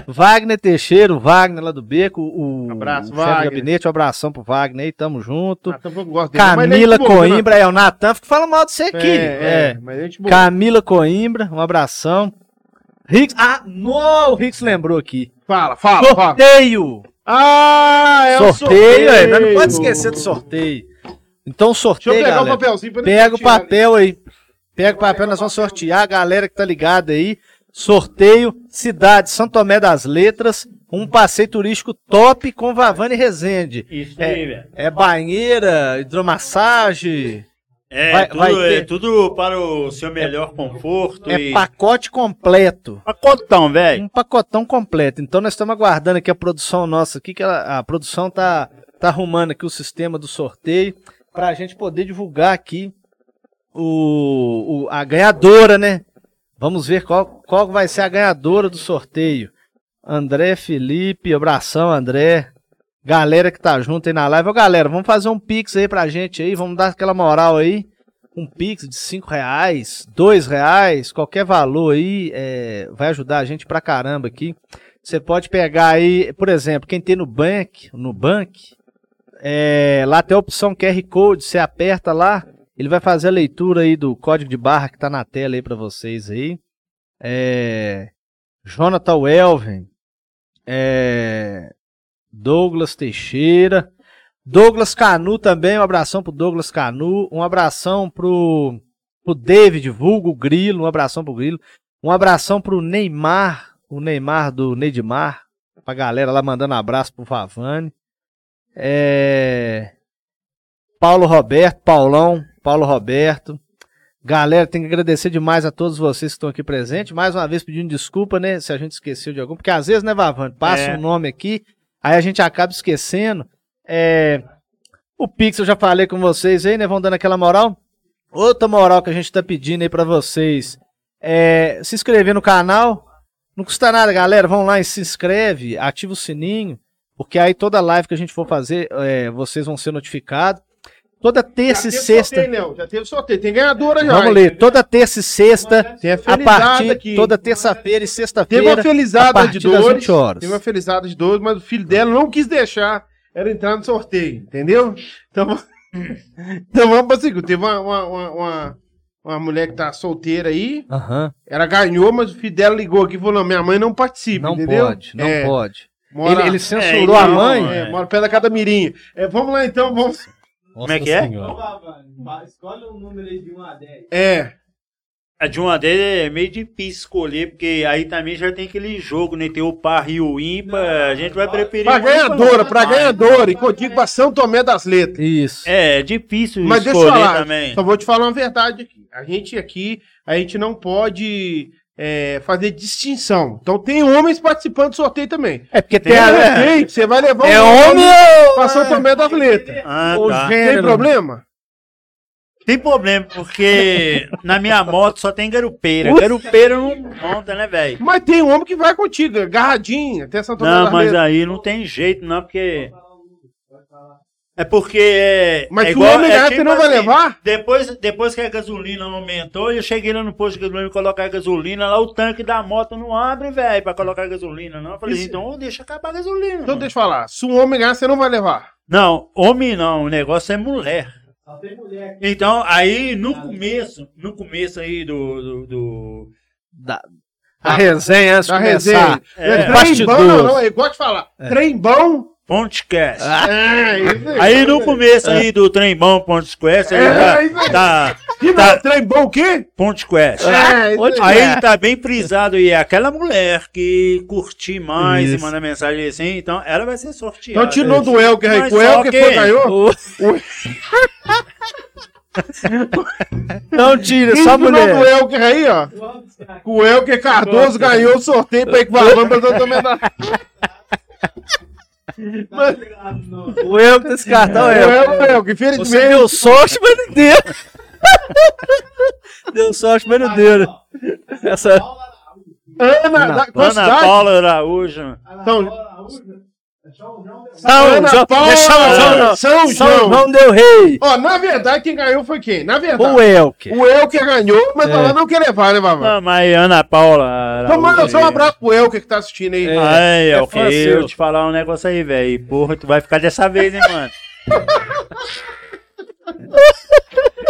[SPEAKER 2] Wagner Teixeira, o Wagner lá do Beco, o,
[SPEAKER 3] Abraço,
[SPEAKER 2] o chefe de
[SPEAKER 3] Wagner.
[SPEAKER 2] gabinete, um abração pro Wagner aí, tamo junto.
[SPEAKER 3] Natan, então eu gosto dele, mas ele é
[SPEAKER 2] Camila
[SPEAKER 3] gente boa, né?
[SPEAKER 2] Coimbra, é o Natan, fica falando mal de você aqui.
[SPEAKER 3] É,
[SPEAKER 2] É,
[SPEAKER 3] é, mas gente boa.
[SPEAKER 2] Camila Coimbra, um abração. Rix, ah, não, o Rix lembrou aqui.
[SPEAKER 3] Fala, fala, fala.
[SPEAKER 2] Sorteio!
[SPEAKER 3] Ah, é o
[SPEAKER 2] sorteio, é, nós não pode esquecer do sorteio. Então,
[SPEAKER 3] Deixa eu
[SPEAKER 2] sorteio,
[SPEAKER 3] pegar
[SPEAKER 2] galera.
[SPEAKER 3] o papelzinho pra
[SPEAKER 2] Pega o
[SPEAKER 3] sortear ali.
[SPEAKER 2] papel aí. Pega o papel, nós vamos sortear a galera que tá ligada aí. Sorteio, cidade São Tomé das Letras, um passeio turístico top com Vavane Rezende.
[SPEAKER 4] Isso
[SPEAKER 2] É.
[SPEAKER 4] aí, velho.
[SPEAKER 2] É banheira, hidromassagem,
[SPEAKER 4] É,
[SPEAKER 2] Vai-
[SPEAKER 4] tudo,
[SPEAKER 2] vai
[SPEAKER 4] é
[SPEAKER 2] ter-
[SPEAKER 4] tudo para o seu melhor conforto
[SPEAKER 2] é
[SPEAKER 4] e...
[SPEAKER 2] pacote completo.
[SPEAKER 4] Pacotão, velho.
[SPEAKER 2] Um pacotão completo. Então nós estamos aguardando aqui a produção nossa aqui, que ela- a produção tá, tá arrumando aqui o sistema do sorteio para a gente poder divulgar aqui o, o- a ganhadora, né? Vamos ver qual, qual vai ser a ganhadora do sorteio. André Felipe, abração, André. Galera que tá junto aí na live. Ô, galera, vamos fazer um pix aí pra gente aí. Vamos dar aquela moral aí. Um pix de 5 reais, 2 reais, qualquer valor aí é, vai ajudar a gente pra caramba aqui. Você pode pegar aí, por exemplo, quem tem no Bank, no Bank, é, lá tem a opção QR Code, você aperta lá, ele vai fazer a leitura aí do código de barra que tá na tela aí pra vocês aí. É, Jonathan Welven, é, Douglas Teixeira, Douglas Canu também, um abração pro Douglas Canu, um abração pro, pro David Vulgo Grilo, um abração pro Grilo, um abração pro Neymar, o Neymar do Neidmar, pra galera lá mandando abraço pro Favani. É... Paulo Roberto, Paulão, Paulo Roberto. Galera, tem que agradecer demais a todos vocês que estão aqui presentes. Mais uma vez pedindo desculpa, né? Se a gente esqueceu de algum. Porque às vezes, né, Vavani? Passa
[SPEAKER 4] É.
[SPEAKER 2] um nome aqui, aí a gente acaba esquecendo. É, O Pix, eu já falei com vocês aí, né? Vão dando aquela moral. Outra moral que a gente tá pedindo aí pra vocês é se inscrever no canal, Não custa nada, galera. Vão lá e se inscreve, ativa o sininho, porque aí toda live que a gente for fazer, é, vocês vão ser notificados. Toda terça e
[SPEAKER 3] teve
[SPEAKER 2] sexta.
[SPEAKER 3] Sorteio, Léo, já teve sorteio. Tem ganhadora já.
[SPEAKER 2] Vamos
[SPEAKER 3] hein?
[SPEAKER 2] ler. Toda terça e sexta,
[SPEAKER 3] Tem a
[SPEAKER 2] a
[SPEAKER 3] felizada
[SPEAKER 2] partir.
[SPEAKER 3] aqui.
[SPEAKER 2] Toda terça-feira e
[SPEAKER 3] Teve uma
[SPEAKER 2] sexta-feira. a
[SPEAKER 3] felizada
[SPEAKER 2] partir
[SPEAKER 3] de
[SPEAKER 2] das
[SPEAKER 3] dores.
[SPEAKER 2] 20 horas.
[SPEAKER 3] Teve uma felizada de dores, mas o filho dela não quis deixar ela entrar no sorteio, entendeu? Então, va- então vamos pra segunda. Teve uma, uma, uma, uma- uma mulher que tá solteira aí,
[SPEAKER 2] Aham.
[SPEAKER 3] ela ganhou, mas o filho dela ligou aqui e falou: não, minha mãe não participa,
[SPEAKER 2] Não
[SPEAKER 3] entendeu?
[SPEAKER 2] pode, não
[SPEAKER 3] É,
[SPEAKER 2] pode.
[SPEAKER 3] Mora,
[SPEAKER 2] Ele- ele censurou
[SPEAKER 3] é,
[SPEAKER 2] a
[SPEAKER 3] não,
[SPEAKER 2] mãe?
[SPEAKER 3] É, mora perto da casa da Mirinha. É, vamos lá então, vamos.
[SPEAKER 2] Como
[SPEAKER 4] é que é?
[SPEAKER 1] Escolhe um número aí de 1 a 10.
[SPEAKER 3] É,
[SPEAKER 4] A de uma delas é meio difícil escolher, porque aí também já tem aquele jogo, né? Tem o par e o ímpar, a gente vai preferir.
[SPEAKER 3] pra
[SPEAKER 4] o ímpar,
[SPEAKER 3] ganhadora, pra
[SPEAKER 4] mas-
[SPEAKER 3] ganhadora. E que eu digo pra São Tomé das Letras.
[SPEAKER 2] Isso.
[SPEAKER 4] É, é difícil
[SPEAKER 3] Mas deixa eu
[SPEAKER 4] escolher
[SPEAKER 3] falar,
[SPEAKER 4] também.
[SPEAKER 3] só vou te falar uma verdade aqui. A gente aqui, a gente não pode é, fazer distinção. Então tem homens participando do sorteio também.
[SPEAKER 2] É porque
[SPEAKER 3] Tem
[SPEAKER 2] tem
[SPEAKER 4] né?
[SPEAKER 2] a.
[SPEAKER 3] homem, você vai levar
[SPEAKER 2] É homem ou.
[SPEAKER 3] Passou também das letras.
[SPEAKER 4] É. Ah,
[SPEAKER 2] o
[SPEAKER 4] tá.
[SPEAKER 2] gê-
[SPEAKER 3] Tem
[SPEAKER 2] Gênero.
[SPEAKER 3] problema?
[SPEAKER 4] Tem problema, porque na minha moto só tem garupeira.
[SPEAKER 2] é
[SPEAKER 4] Garupeira não conta, né, velho?
[SPEAKER 3] Mas tem homem que vai contigo, agarradinho, até São Tomé
[SPEAKER 4] Não,
[SPEAKER 3] das
[SPEAKER 4] mas
[SPEAKER 3] Letras.
[SPEAKER 4] aí não tem jeito, não, porque.
[SPEAKER 1] um
[SPEAKER 4] É porque. É,
[SPEAKER 3] Mas
[SPEAKER 4] é assim,
[SPEAKER 3] se o homem ganhar, você não vai levar?
[SPEAKER 4] Depois, depois que a gasolina aumentou, eu cheguei lá no posto de gasolina colocar a gasolina, lá o tanque da moto não abre, velho, pra colocar a gasolina, não. Eu falei,
[SPEAKER 3] Isso-
[SPEAKER 4] então deixa acabar a gasolina.
[SPEAKER 3] Então
[SPEAKER 4] mano.
[SPEAKER 3] deixa eu falar, se um homem ganhar, você não vai levar.
[SPEAKER 4] Não, homem não, o negócio é mulher.
[SPEAKER 1] Só tem mulher aqui.
[SPEAKER 4] Então, aí no começo, no começo aí do. do, do-
[SPEAKER 2] Da- A resenha antes de
[SPEAKER 3] Na
[SPEAKER 2] começar.
[SPEAKER 3] resenha.
[SPEAKER 4] É,
[SPEAKER 3] trem bom, não,
[SPEAKER 2] bastidores.
[SPEAKER 3] não, eu gosto de falar. Trem bom.
[SPEAKER 4] Podcast.
[SPEAKER 3] É, isso
[SPEAKER 4] Aí no começo aí do Trembão Ponte Quest, aí
[SPEAKER 3] É,
[SPEAKER 4] tá-
[SPEAKER 3] é isso aí.
[SPEAKER 4] tá
[SPEAKER 3] Que
[SPEAKER 4] tá-
[SPEAKER 3] não, é trem bom o quê?
[SPEAKER 4] Ponte Quest.
[SPEAKER 3] É, isso aí.
[SPEAKER 4] Aí tá bem frisado e é aquela mulher que curti mais e
[SPEAKER 2] Isso.
[SPEAKER 4] manda mensagem assim, então ela vai ser sorteada.
[SPEAKER 3] Então tirou do Elker aí,
[SPEAKER 4] Mas
[SPEAKER 3] com o Elker
[SPEAKER 4] ok.
[SPEAKER 3] foi ganhou.
[SPEAKER 2] Não tira,
[SPEAKER 3] Só
[SPEAKER 2] só
[SPEAKER 3] mulher. do
[SPEAKER 2] mulher.
[SPEAKER 3] Elker aí, ó.
[SPEAKER 1] Vamos buscar aqui.
[SPEAKER 3] O Elker Cardoso ganhou o sorteio pra equivalente pra São Tomé da
[SPEAKER 1] Tá chegado no-
[SPEAKER 2] O eu desse cartão
[SPEAKER 3] O
[SPEAKER 2] é.
[SPEAKER 3] Elker, o Elker,
[SPEAKER 2] Você
[SPEAKER 3] infelizmente.
[SPEAKER 2] deu sorte, mas não deu. deu sorte, mas não deu. né? Essa...
[SPEAKER 1] Paula Araújo.
[SPEAKER 3] Ana, da, qual
[SPEAKER 4] Ana
[SPEAKER 3] cidade?
[SPEAKER 4] Paula Araújo.
[SPEAKER 3] Então-
[SPEAKER 1] Paula Araújo. É João João Del-
[SPEAKER 2] São
[SPEAKER 3] Ana
[SPEAKER 2] João,
[SPEAKER 3] Paula-
[SPEAKER 2] é São João, não.
[SPEAKER 3] São
[SPEAKER 2] São
[SPEAKER 3] João.
[SPEAKER 2] João deu rei.
[SPEAKER 3] Ó, na verdade, quem ganhou foi quem? Na verdade.
[SPEAKER 2] O Elke.
[SPEAKER 3] O Elker ganhou, mas ela não quer levar, né, Vavá?
[SPEAKER 4] Ah, mas Ana Paula Araújo.
[SPEAKER 3] Então manda só um
[SPEAKER 4] aí.
[SPEAKER 3] abraço pro Elker que tá assistindo aí.
[SPEAKER 4] Ai,
[SPEAKER 2] É
[SPEAKER 4] ok,
[SPEAKER 2] fã seu.
[SPEAKER 4] eu te falar um negócio aí, velho. Porra, tu vai ficar dessa vez, hein, mano.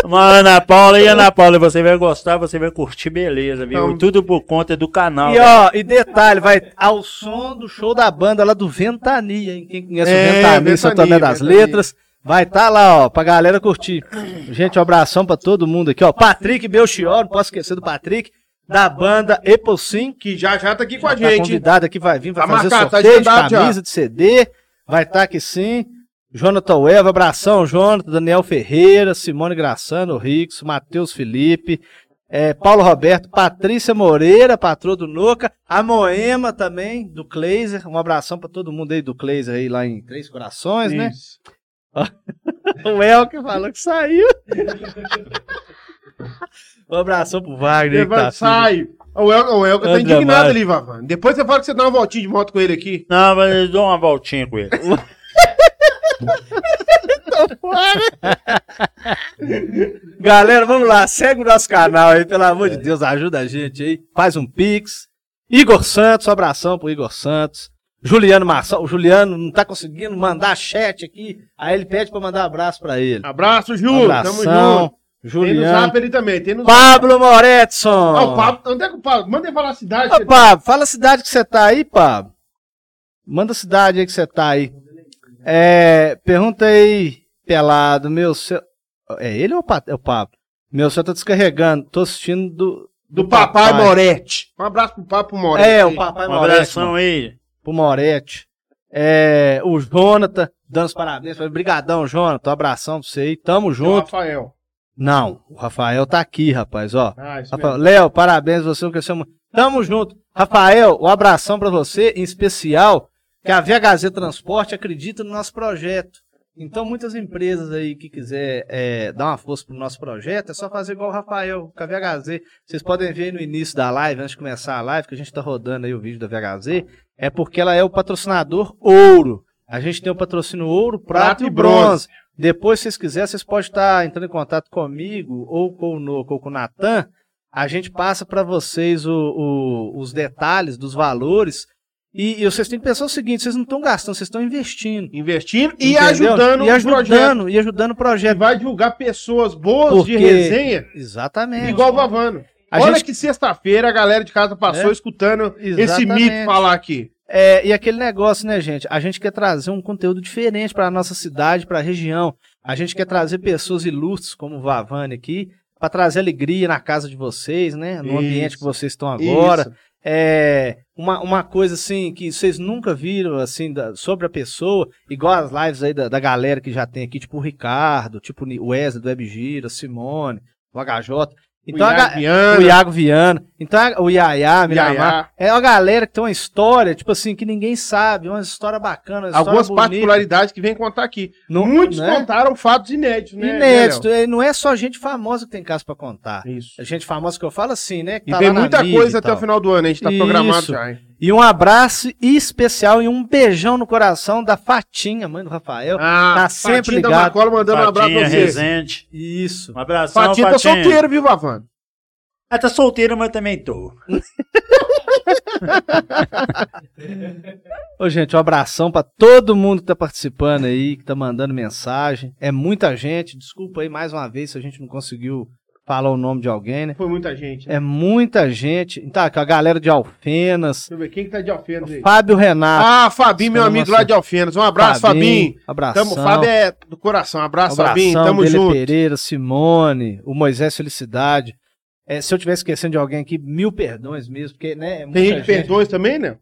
[SPEAKER 4] Mas Ana Paula e Ana Paula, você vai gostar, você vai curtir, beleza, viu?
[SPEAKER 3] Então-
[SPEAKER 4] Tudo por conta do canal.
[SPEAKER 2] E ó, e detalhe, vai ao som do show da banda lá do Ventania, hein? Quem conhece
[SPEAKER 3] É,
[SPEAKER 2] o Ventania, São
[SPEAKER 3] Ventania,
[SPEAKER 2] Tomé das
[SPEAKER 3] Ventania.
[SPEAKER 2] Letras, vai tá lá, ó, pra galera curtir. Gente, um abração pra todo mundo aqui, ó. Patrick Belchior, não posso esquecer do Patrick, da banda Apple Sync.
[SPEAKER 3] Que já já tá aqui com a
[SPEAKER 2] Tá
[SPEAKER 3] gente.
[SPEAKER 2] convidado aqui, vai vir, vai
[SPEAKER 3] Tá
[SPEAKER 2] fazer
[SPEAKER 3] marcado, tá
[SPEAKER 2] sorteio
[SPEAKER 3] agendado
[SPEAKER 2] de
[SPEAKER 3] já.
[SPEAKER 2] camisa, de CD. Vai estar aqui sim. Jonathan Weva, abração, Jonathan, Daniel Ferreira, Simone Graçano, Rix, Matheus Felipe, eh, Paulo Roberto, Patrícia Moreira, patroa do Noca, a Moema também, do Kleiser. Um abração pra todo mundo aí do Kleiser aí lá em Três Corações, né?
[SPEAKER 3] Isso.
[SPEAKER 2] O Elke falou que saiu. um abração pro Wagner. aí que tá
[SPEAKER 3] Leva- Sai. O Elker, o Elker tá
[SPEAKER 2] André
[SPEAKER 3] indignado
[SPEAKER 2] Mário.
[SPEAKER 3] ali, Vavá. Depois você fala que você dá uma voltinha de moto com ele aqui.
[SPEAKER 4] Não, mas eu dou uma voltinha com ele.
[SPEAKER 2] Galera, vamos lá, segue o nosso canal aí, pelo amor de Deus, ajuda a gente aí. Faz um pix. Igor Santos, um abração pro Igor Santos. Juliano Marçal, o Juliano não tá conseguindo mandar chat aqui, aí ele pede pra mandar abraço pra ele.
[SPEAKER 3] Abraço, Ju.
[SPEAKER 2] Um
[SPEAKER 3] Tamo junto.
[SPEAKER 2] abração,
[SPEAKER 3] Tem no
[SPEAKER 2] Juliano.
[SPEAKER 3] zap ele também, tem no
[SPEAKER 2] Pablo Moretson.
[SPEAKER 3] Ah, o Pablo, onde é que o Pablo? Manda ele falar a cidade.
[SPEAKER 2] Ô, Pablo, fala a cidade que você tá aí, Pablo. Manda a cidade aí que você tá aí. É, pergunta aí, pelado, meu céu. É ele ou o Pa- é o Pablo? Meu céu tá descarregando, tô assistindo do.
[SPEAKER 3] do Papai Moretti. Um abraço pro Papo Moretti.
[SPEAKER 2] É, o Papai
[SPEAKER 4] Um
[SPEAKER 2] Moretti.
[SPEAKER 4] abração
[SPEAKER 2] mano,
[SPEAKER 4] aí.
[SPEAKER 2] Pro Moretti. É, o Jonathan, dando os parabéns. Obrigadão, Jonathan. Um abração pra você aí. Tamo
[SPEAKER 3] É o
[SPEAKER 2] junto.
[SPEAKER 3] Rafael.
[SPEAKER 2] Não, o Rafael tá aqui, rapaz, ó.
[SPEAKER 3] Ah, isso
[SPEAKER 2] Rafael,
[SPEAKER 3] mesmo.
[SPEAKER 2] Léo, parabéns, você é um cresceu muito. Tamo junto. Rafael, um abração pra você, em especial, que a VHZ Transporte acredita no nosso projeto. Então, muitas empresas aí que quiser é, dar uma força pro nosso projeto, é só fazer igual o Rafael, com a VHZ. Vocês podem ver aí no início da live, antes de começar a live, que a gente está rodando aí o vídeo da VHZ, é porque ela é o patrocinador ouro. A gente tem o patrocínio ouro, prato,
[SPEAKER 3] Prato e
[SPEAKER 2] e bronze. Depois, se vocês quiserem, vocês podem estar entrando em contato comigo, ou com o Noco, ou com o Natan. A gente passa para vocês o- o- os detalhes dos valores. E, e vocês têm que pensar o seguinte: vocês não estão gastando, vocês estão investindo.
[SPEAKER 3] Investindo e
[SPEAKER 2] Entendeu?
[SPEAKER 3] ajudando
[SPEAKER 2] e
[SPEAKER 3] o projeto.
[SPEAKER 2] ajudando, e ajudando o
[SPEAKER 3] E
[SPEAKER 2] projeto.
[SPEAKER 3] vai divulgar pessoas boas de
[SPEAKER 2] Porque-
[SPEAKER 3] resenha,
[SPEAKER 2] Exatamente.
[SPEAKER 3] igual o Vavano.
[SPEAKER 2] A
[SPEAKER 3] Olha
[SPEAKER 2] gente-
[SPEAKER 3] que sexta-feira a galera de casa passou
[SPEAKER 2] É.
[SPEAKER 3] escutando esse
[SPEAKER 2] Exatamente.
[SPEAKER 3] mito falar aqui.
[SPEAKER 2] É, e aquele negócio, né, gente? A gente quer trazer um conteúdo diferente para nossa cidade, para a região. A gente quer trazer pessoas ilustres como o Vavani aqui, para trazer alegria na casa de vocês, né? No
[SPEAKER 3] Isso.
[SPEAKER 2] ambiente que vocês estão agora. é, uma, uma coisa assim que vocês nunca viram assim da- sobre a pessoa, igual as lives aí da, da galera que já tem aqui, tipo o Ricardo, tipo o Ni- o Wesley do Webgira, Simone, o HJ. Então,
[SPEAKER 3] o
[SPEAKER 2] a
[SPEAKER 3] Iago
[SPEAKER 2] ga-
[SPEAKER 3] Viana,
[SPEAKER 2] o Iago Viana. Então, a- o Yaya, Miramar.
[SPEAKER 3] Yaya.
[SPEAKER 2] É uma galera que tem uma história, tipo assim, que ninguém sabe, uma história bacana, uma
[SPEAKER 3] Algumas
[SPEAKER 2] história bonita.
[SPEAKER 3] particularidades que vem contar aqui.
[SPEAKER 2] Não-
[SPEAKER 3] Muitos
[SPEAKER 2] né?
[SPEAKER 3] contaram fatos inéditos, né?
[SPEAKER 2] Inédito, é, não é só gente famosa que tem caso pra contar.
[SPEAKER 3] né, Léo? Isso.
[SPEAKER 2] É Gente famosa que eu falo assim, né? que
[SPEAKER 3] E
[SPEAKER 2] tá
[SPEAKER 3] vem
[SPEAKER 2] lá na
[SPEAKER 3] muita
[SPEAKER 2] mídia
[SPEAKER 3] coisa
[SPEAKER 2] e
[SPEAKER 3] até o
[SPEAKER 2] tal.
[SPEAKER 3] final do ano, a gente tá
[SPEAKER 2] Isso.
[SPEAKER 3] programado já, hein?
[SPEAKER 2] E um abraço especial e um beijão no coração da Fatinha, mãe do Rafael.
[SPEAKER 3] Ah,
[SPEAKER 2] Tá sempre
[SPEAKER 3] Patinho da
[SPEAKER 2] ligado.
[SPEAKER 3] Macola mandando um abraço pra
[SPEAKER 4] Fatinha
[SPEAKER 3] você.
[SPEAKER 4] Rezende.
[SPEAKER 2] Isso.
[SPEAKER 4] Um abração,
[SPEAKER 3] Patinho tá
[SPEAKER 4] Fatinha.
[SPEAKER 3] solteiro, viu, Vavano?
[SPEAKER 4] Ah, tá solteiro, mas também tô.
[SPEAKER 2] Ô, gente, um abração pra todo mundo que tá participando aí, que tá mandando mensagem. É muita gente. Desculpa aí mais uma vez se a gente não conseguiu falar o nome de alguém, né?
[SPEAKER 3] Foi muita gente, né?
[SPEAKER 2] É muita gente. Tá, com a galera de Alfenas.
[SPEAKER 3] Deixa eu ver, quem que tá de Alfenas aí?
[SPEAKER 2] Fábio Renato.
[SPEAKER 3] Ah, Fabinho, meu
[SPEAKER 2] Espera
[SPEAKER 3] amigo
[SPEAKER 2] uma
[SPEAKER 3] lá de Alfenas. Um abraço, Fabinho.
[SPEAKER 2] Abração.
[SPEAKER 3] Tamo, Fábio é do coração. Abraço,
[SPEAKER 2] abração, é
[SPEAKER 3] Fabinho. Tamo
[SPEAKER 2] Bele
[SPEAKER 3] junto.
[SPEAKER 2] Pereira, Simone, o Moisés Felicidade. É, se eu estiver esquecendo de alguém aqui, mil perdões mesmo, porque, né? é muita
[SPEAKER 3] Tem gente
[SPEAKER 2] gente.
[SPEAKER 3] que perdoa também, né?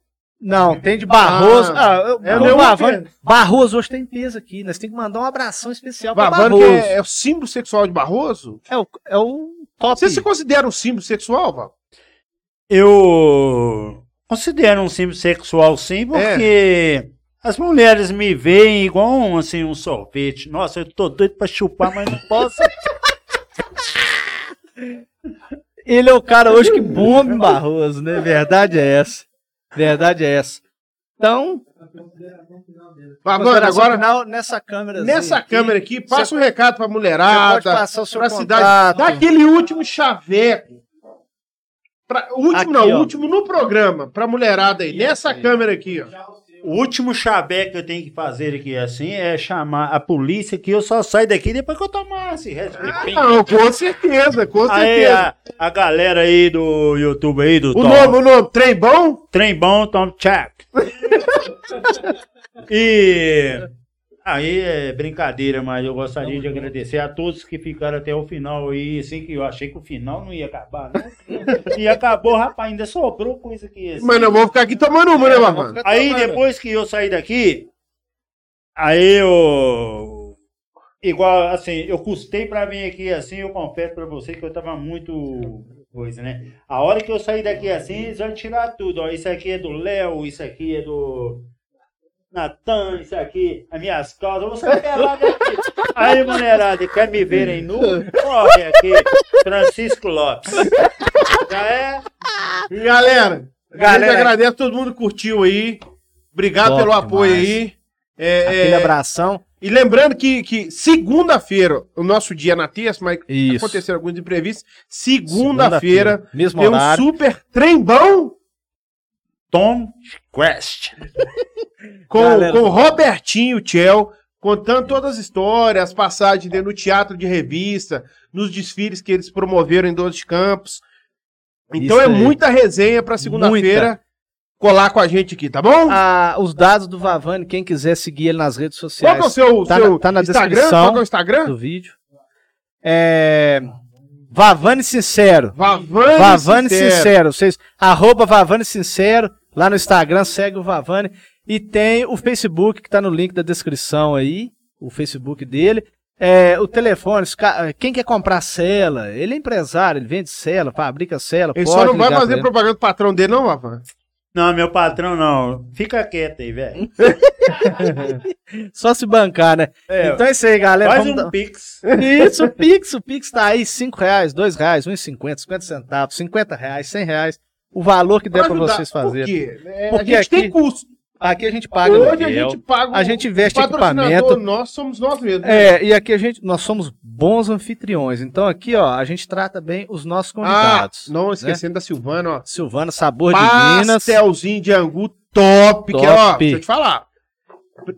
[SPEAKER 2] Não, tem de Barroso.
[SPEAKER 3] Ah,
[SPEAKER 2] Ah, eu-
[SPEAKER 3] é
[SPEAKER 2] o
[SPEAKER 3] meu
[SPEAKER 2] Barroso-
[SPEAKER 3] Alfenas.
[SPEAKER 2] Barroso hoje tem peso aqui. Nós temos que mandar um abração especial para
[SPEAKER 3] Vavano,
[SPEAKER 2] Barroso.
[SPEAKER 3] que é, é o símbolo sexual de Barroso?
[SPEAKER 2] É o, é o top.
[SPEAKER 3] Você se considera um símbolo sexual, Val?
[SPEAKER 4] Eu considero um símbolo sexual
[SPEAKER 3] É.
[SPEAKER 4] sim, porque as mulheres me veem igual um, assim, um sorvete. Nossa, eu tô doido pra chupar, mas não posso.
[SPEAKER 2] Ele é o cara hoje que bomba em Barroso, né? Verdade é essa. Verdade é essa. Então, um
[SPEAKER 3] Vavano,
[SPEAKER 2] consideração
[SPEAKER 3] agora,
[SPEAKER 2] final nessa câmera.
[SPEAKER 3] nessa câmera aqui, passa um recado pra
[SPEAKER 2] pode
[SPEAKER 3] mulherada,
[SPEAKER 2] passar o seu
[SPEAKER 3] pra cidade.
[SPEAKER 2] contato.
[SPEAKER 3] Dá aquele último chaveco. Pra, o último
[SPEAKER 2] Aqui,
[SPEAKER 3] não, o
[SPEAKER 2] ó.
[SPEAKER 3] último no programa, pra mulherada aí. Nessa câmera aqui, ó.
[SPEAKER 4] O último chavé que eu tenho que fazer aqui assim é chamar a polícia que eu só saio daqui depois que eu tomar esse
[SPEAKER 3] Ah,
[SPEAKER 4] respeito.
[SPEAKER 3] não, com certeza, com
[SPEAKER 4] Aí
[SPEAKER 2] ah,
[SPEAKER 3] certeza.
[SPEAKER 4] a, a galera aí do YouTube aí do
[SPEAKER 3] o
[SPEAKER 4] Tom.
[SPEAKER 3] nome, o nome, trem bom?
[SPEAKER 4] Trem bom, Tom Check. e aí é brincadeira, mas eu gostaria de agradecer a todos que ficaram até o final aí, assim que eu achei que o final não ia acabar, né? e acabou, rapaz, ainda sobrou coisa que assim.
[SPEAKER 3] Mas não vou ficar aqui tomando uma,
[SPEAKER 2] É,
[SPEAKER 3] né, Bavano?
[SPEAKER 2] Então,
[SPEAKER 4] Aí depois que eu saí daqui, aí eu. Igual assim, eu custei pra vir aqui assim, eu confesso pra você que eu tava muito coisa, né? A hora que eu saí daqui assim, eles vão tirar tudo. Ó, isso aqui é do Léo, isso aqui é do. Natan, isso aqui, as minhas calças, eu vou sair pelado aqui. Aí, mulherada, quer me verem nu? Corre aqui, Francisco Lopes. Já é?
[SPEAKER 3] Galera, galera,
[SPEAKER 2] Galera.
[SPEAKER 3] agradece todo mundo que curtiu aí. Obrigado
[SPEAKER 2] Top
[SPEAKER 3] pelo apoio
[SPEAKER 2] demais.
[SPEAKER 3] aí. É,
[SPEAKER 2] Aquele
[SPEAKER 3] é,
[SPEAKER 2] abração.
[SPEAKER 3] E lembrando que, que segunda-feira, o nosso dia é na terça, mas
[SPEAKER 2] Isso.
[SPEAKER 3] aconteceram alguns imprevistos. Segunda-feira
[SPEAKER 2] mesmo
[SPEAKER 3] tem um
[SPEAKER 2] horário.
[SPEAKER 3] super trem bom
[SPEAKER 4] Tom Quest.
[SPEAKER 3] com,
[SPEAKER 2] Galera.
[SPEAKER 3] com o Robertinho Tchel, contando todas as histórias, as passagens dele no teatro de revista, nos desfiles que eles promoveram em 12 campos. Então
[SPEAKER 2] Isso
[SPEAKER 3] é
[SPEAKER 2] aí.
[SPEAKER 3] muita resenha pra segunda-feira colar com a gente aqui, tá bom?
[SPEAKER 2] Ah, os dados do Vavani, quem quiser seguir ele nas redes
[SPEAKER 3] Qual que é o
[SPEAKER 2] sociais
[SPEAKER 3] seu,
[SPEAKER 2] Tá
[SPEAKER 3] seu
[SPEAKER 2] na- tá na
[SPEAKER 3] Instagram?
[SPEAKER 2] descrição.
[SPEAKER 3] Qual que é o Instagram?
[SPEAKER 2] do vídeo. É... Vavane Sincero.
[SPEAKER 3] Vavane,
[SPEAKER 2] Vavane
[SPEAKER 3] Sincero.
[SPEAKER 2] Sincero. Vocês, arroba Vavane Sincero. Lá no Instagram, segue o Vavane. E tem o Facebook, que tá no link da descrição aí. O Facebook dele. É, o telefone, os ca- quem quer comprar cela? Ele é empresário, ele vende cela, fabrica cela.
[SPEAKER 3] Ele
[SPEAKER 2] pode
[SPEAKER 3] só não vai
[SPEAKER 2] ligar pra
[SPEAKER 3] fazer
[SPEAKER 2] ele.
[SPEAKER 3] propaganda do patrão dele, não, Vavan.
[SPEAKER 4] Não, meu patrão não. Fica quieto aí, velho.
[SPEAKER 2] Só se bancar, né?
[SPEAKER 4] É,
[SPEAKER 2] Então é isso aí, galera.
[SPEAKER 4] faz
[SPEAKER 2] Vamos
[SPEAKER 4] um
[SPEAKER 2] dar-
[SPEAKER 4] pix.
[SPEAKER 2] Isso, o Pix, o Pix tá aí, 5 reais, 2 reais, 1,50, 50 centavos, 50 reais, 100 reais, o valor que der pra
[SPEAKER 3] ajudar.
[SPEAKER 2] vocês fazerem.
[SPEAKER 3] Por quê? É, a
[SPEAKER 2] Porque
[SPEAKER 3] gente tem
[SPEAKER 2] aqui
[SPEAKER 3] custo.
[SPEAKER 2] Aqui a gente paga
[SPEAKER 3] Hoje
[SPEAKER 2] aluguel,
[SPEAKER 3] a gente paga
[SPEAKER 2] a gente
[SPEAKER 3] o
[SPEAKER 2] investe equipamento,
[SPEAKER 3] Um patrocinador, né? nós somos nós mesmos. Ah,
[SPEAKER 2] é, e aqui a gente, nós somos bons anfitriões, então aqui, ó, a gente trata bem os nossos
[SPEAKER 3] ah,
[SPEAKER 2] convidados.
[SPEAKER 3] não esquecendo da Silvana, ó.
[SPEAKER 2] Silvana, sabor de Minas,
[SPEAKER 3] Pastelzinho de angu top, que é, ó,
[SPEAKER 2] Top.
[SPEAKER 3] deixa eu te falar.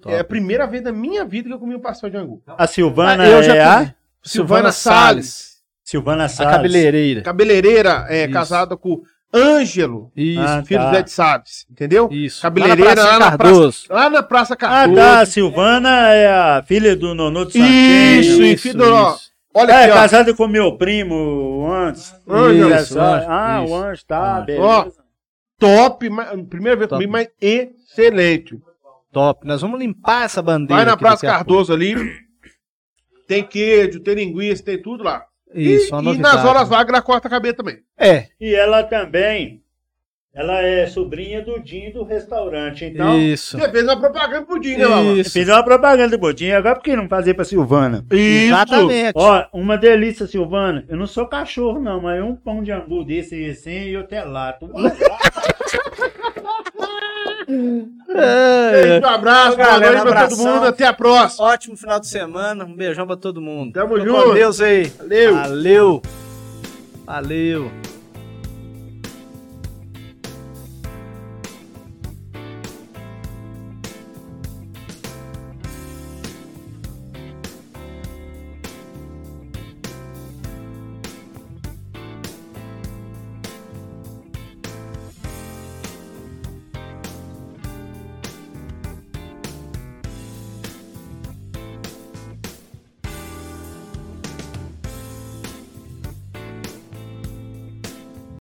[SPEAKER 2] Top.
[SPEAKER 3] É a primeira vez da minha vida que eu comi um pastel de angu.
[SPEAKER 4] A Silvana
[SPEAKER 2] Ah, eu já
[SPEAKER 4] é
[SPEAKER 2] comi.
[SPEAKER 4] a
[SPEAKER 3] Silvana Salles,
[SPEAKER 4] Silvana
[SPEAKER 2] a
[SPEAKER 4] Salles.
[SPEAKER 2] cabeleireira.
[SPEAKER 3] cabeleireira, é,
[SPEAKER 2] Isso.
[SPEAKER 3] casada com Ângelo,
[SPEAKER 2] Isso,
[SPEAKER 4] Ah,
[SPEAKER 3] filho
[SPEAKER 4] tá.
[SPEAKER 3] do Zé de Salles, entendeu?
[SPEAKER 2] isso.
[SPEAKER 3] então, cabeleireira
[SPEAKER 2] Pracinha
[SPEAKER 3] lá na praça-
[SPEAKER 2] Cardoso.
[SPEAKER 3] Lá na Praça
[SPEAKER 4] Ah,
[SPEAKER 3] Cardoso.
[SPEAKER 4] tá. A Silvana é a filha do Nonô de Santini.
[SPEAKER 3] Isso,
[SPEAKER 4] Isso,
[SPEAKER 3] filho do- ó, Olha
[SPEAKER 4] é,
[SPEAKER 3] aqui, ó.
[SPEAKER 4] casada com meu primo antes.
[SPEAKER 3] Anjo,
[SPEAKER 4] Olha
[SPEAKER 2] Isso,
[SPEAKER 4] só.
[SPEAKER 2] anjo,
[SPEAKER 4] ah,
[SPEAKER 2] isso.
[SPEAKER 4] o anjo tá,
[SPEAKER 2] Anjo.
[SPEAKER 4] beleza.
[SPEAKER 3] Ó, top, mas- primeira vez
[SPEAKER 2] Top.
[SPEAKER 3] comigo, mas excelente.
[SPEAKER 2] Top, nós vamos limpar essa bandeira.
[SPEAKER 3] Vai na
[SPEAKER 2] aqui
[SPEAKER 3] Praça
[SPEAKER 2] daqui a
[SPEAKER 3] Cardoso ali. Tem queijo, tem linguiça, tem tudo lá.
[SPEAKER 2] pouco. Isso, uma
[SPEAKER 3] e, e
[SPEAKER 2] novidade.
[SPEAKER 3] nas horas vagas, ela corta a cabeça também.
[SPEAKER 2] É,
[SPEAKER 4] E ela também, ela é sobrinha do Dinho do restaurante. Então,
[SPEAKER 2] isso.
[SPEAKER 3] Você fez uma propaganda pro Dinho, né, Lala?
[SPEAKER 2] Isso.
[SPEAKER 4] fiz uma propaganda do Dinho. Agora por que não fazer pra Silvana?
[SPEAKER 2] Exatamente.
[SPEAKER 4] Ó, uma delícia, Silvana. Eu não sou cachorro, não, mas um pão de angu desse e assim e eu telato.
[SPEAKER 2] É.
[SPEAKER 3] Beijo, Um abraço, boa
[SPEAKER 2] Galera,
[SPEAKER 3] noite pra todo
[SPEAKER 2] abração.
[SPEAKER 3] mundo. Até a próxima.
[SPEAKER 2] Ótimo final de semana. Um beijão pra todo mundo.
[SPEAKER 3] Tamo
[SPEAKER 2] Fica
[SPEAKER 3] junto.
[SPEAKER 2] Com Deus aí.
[SPEAKER 3] Valeu.
[SPEAKER 2] Valeu. Valeu.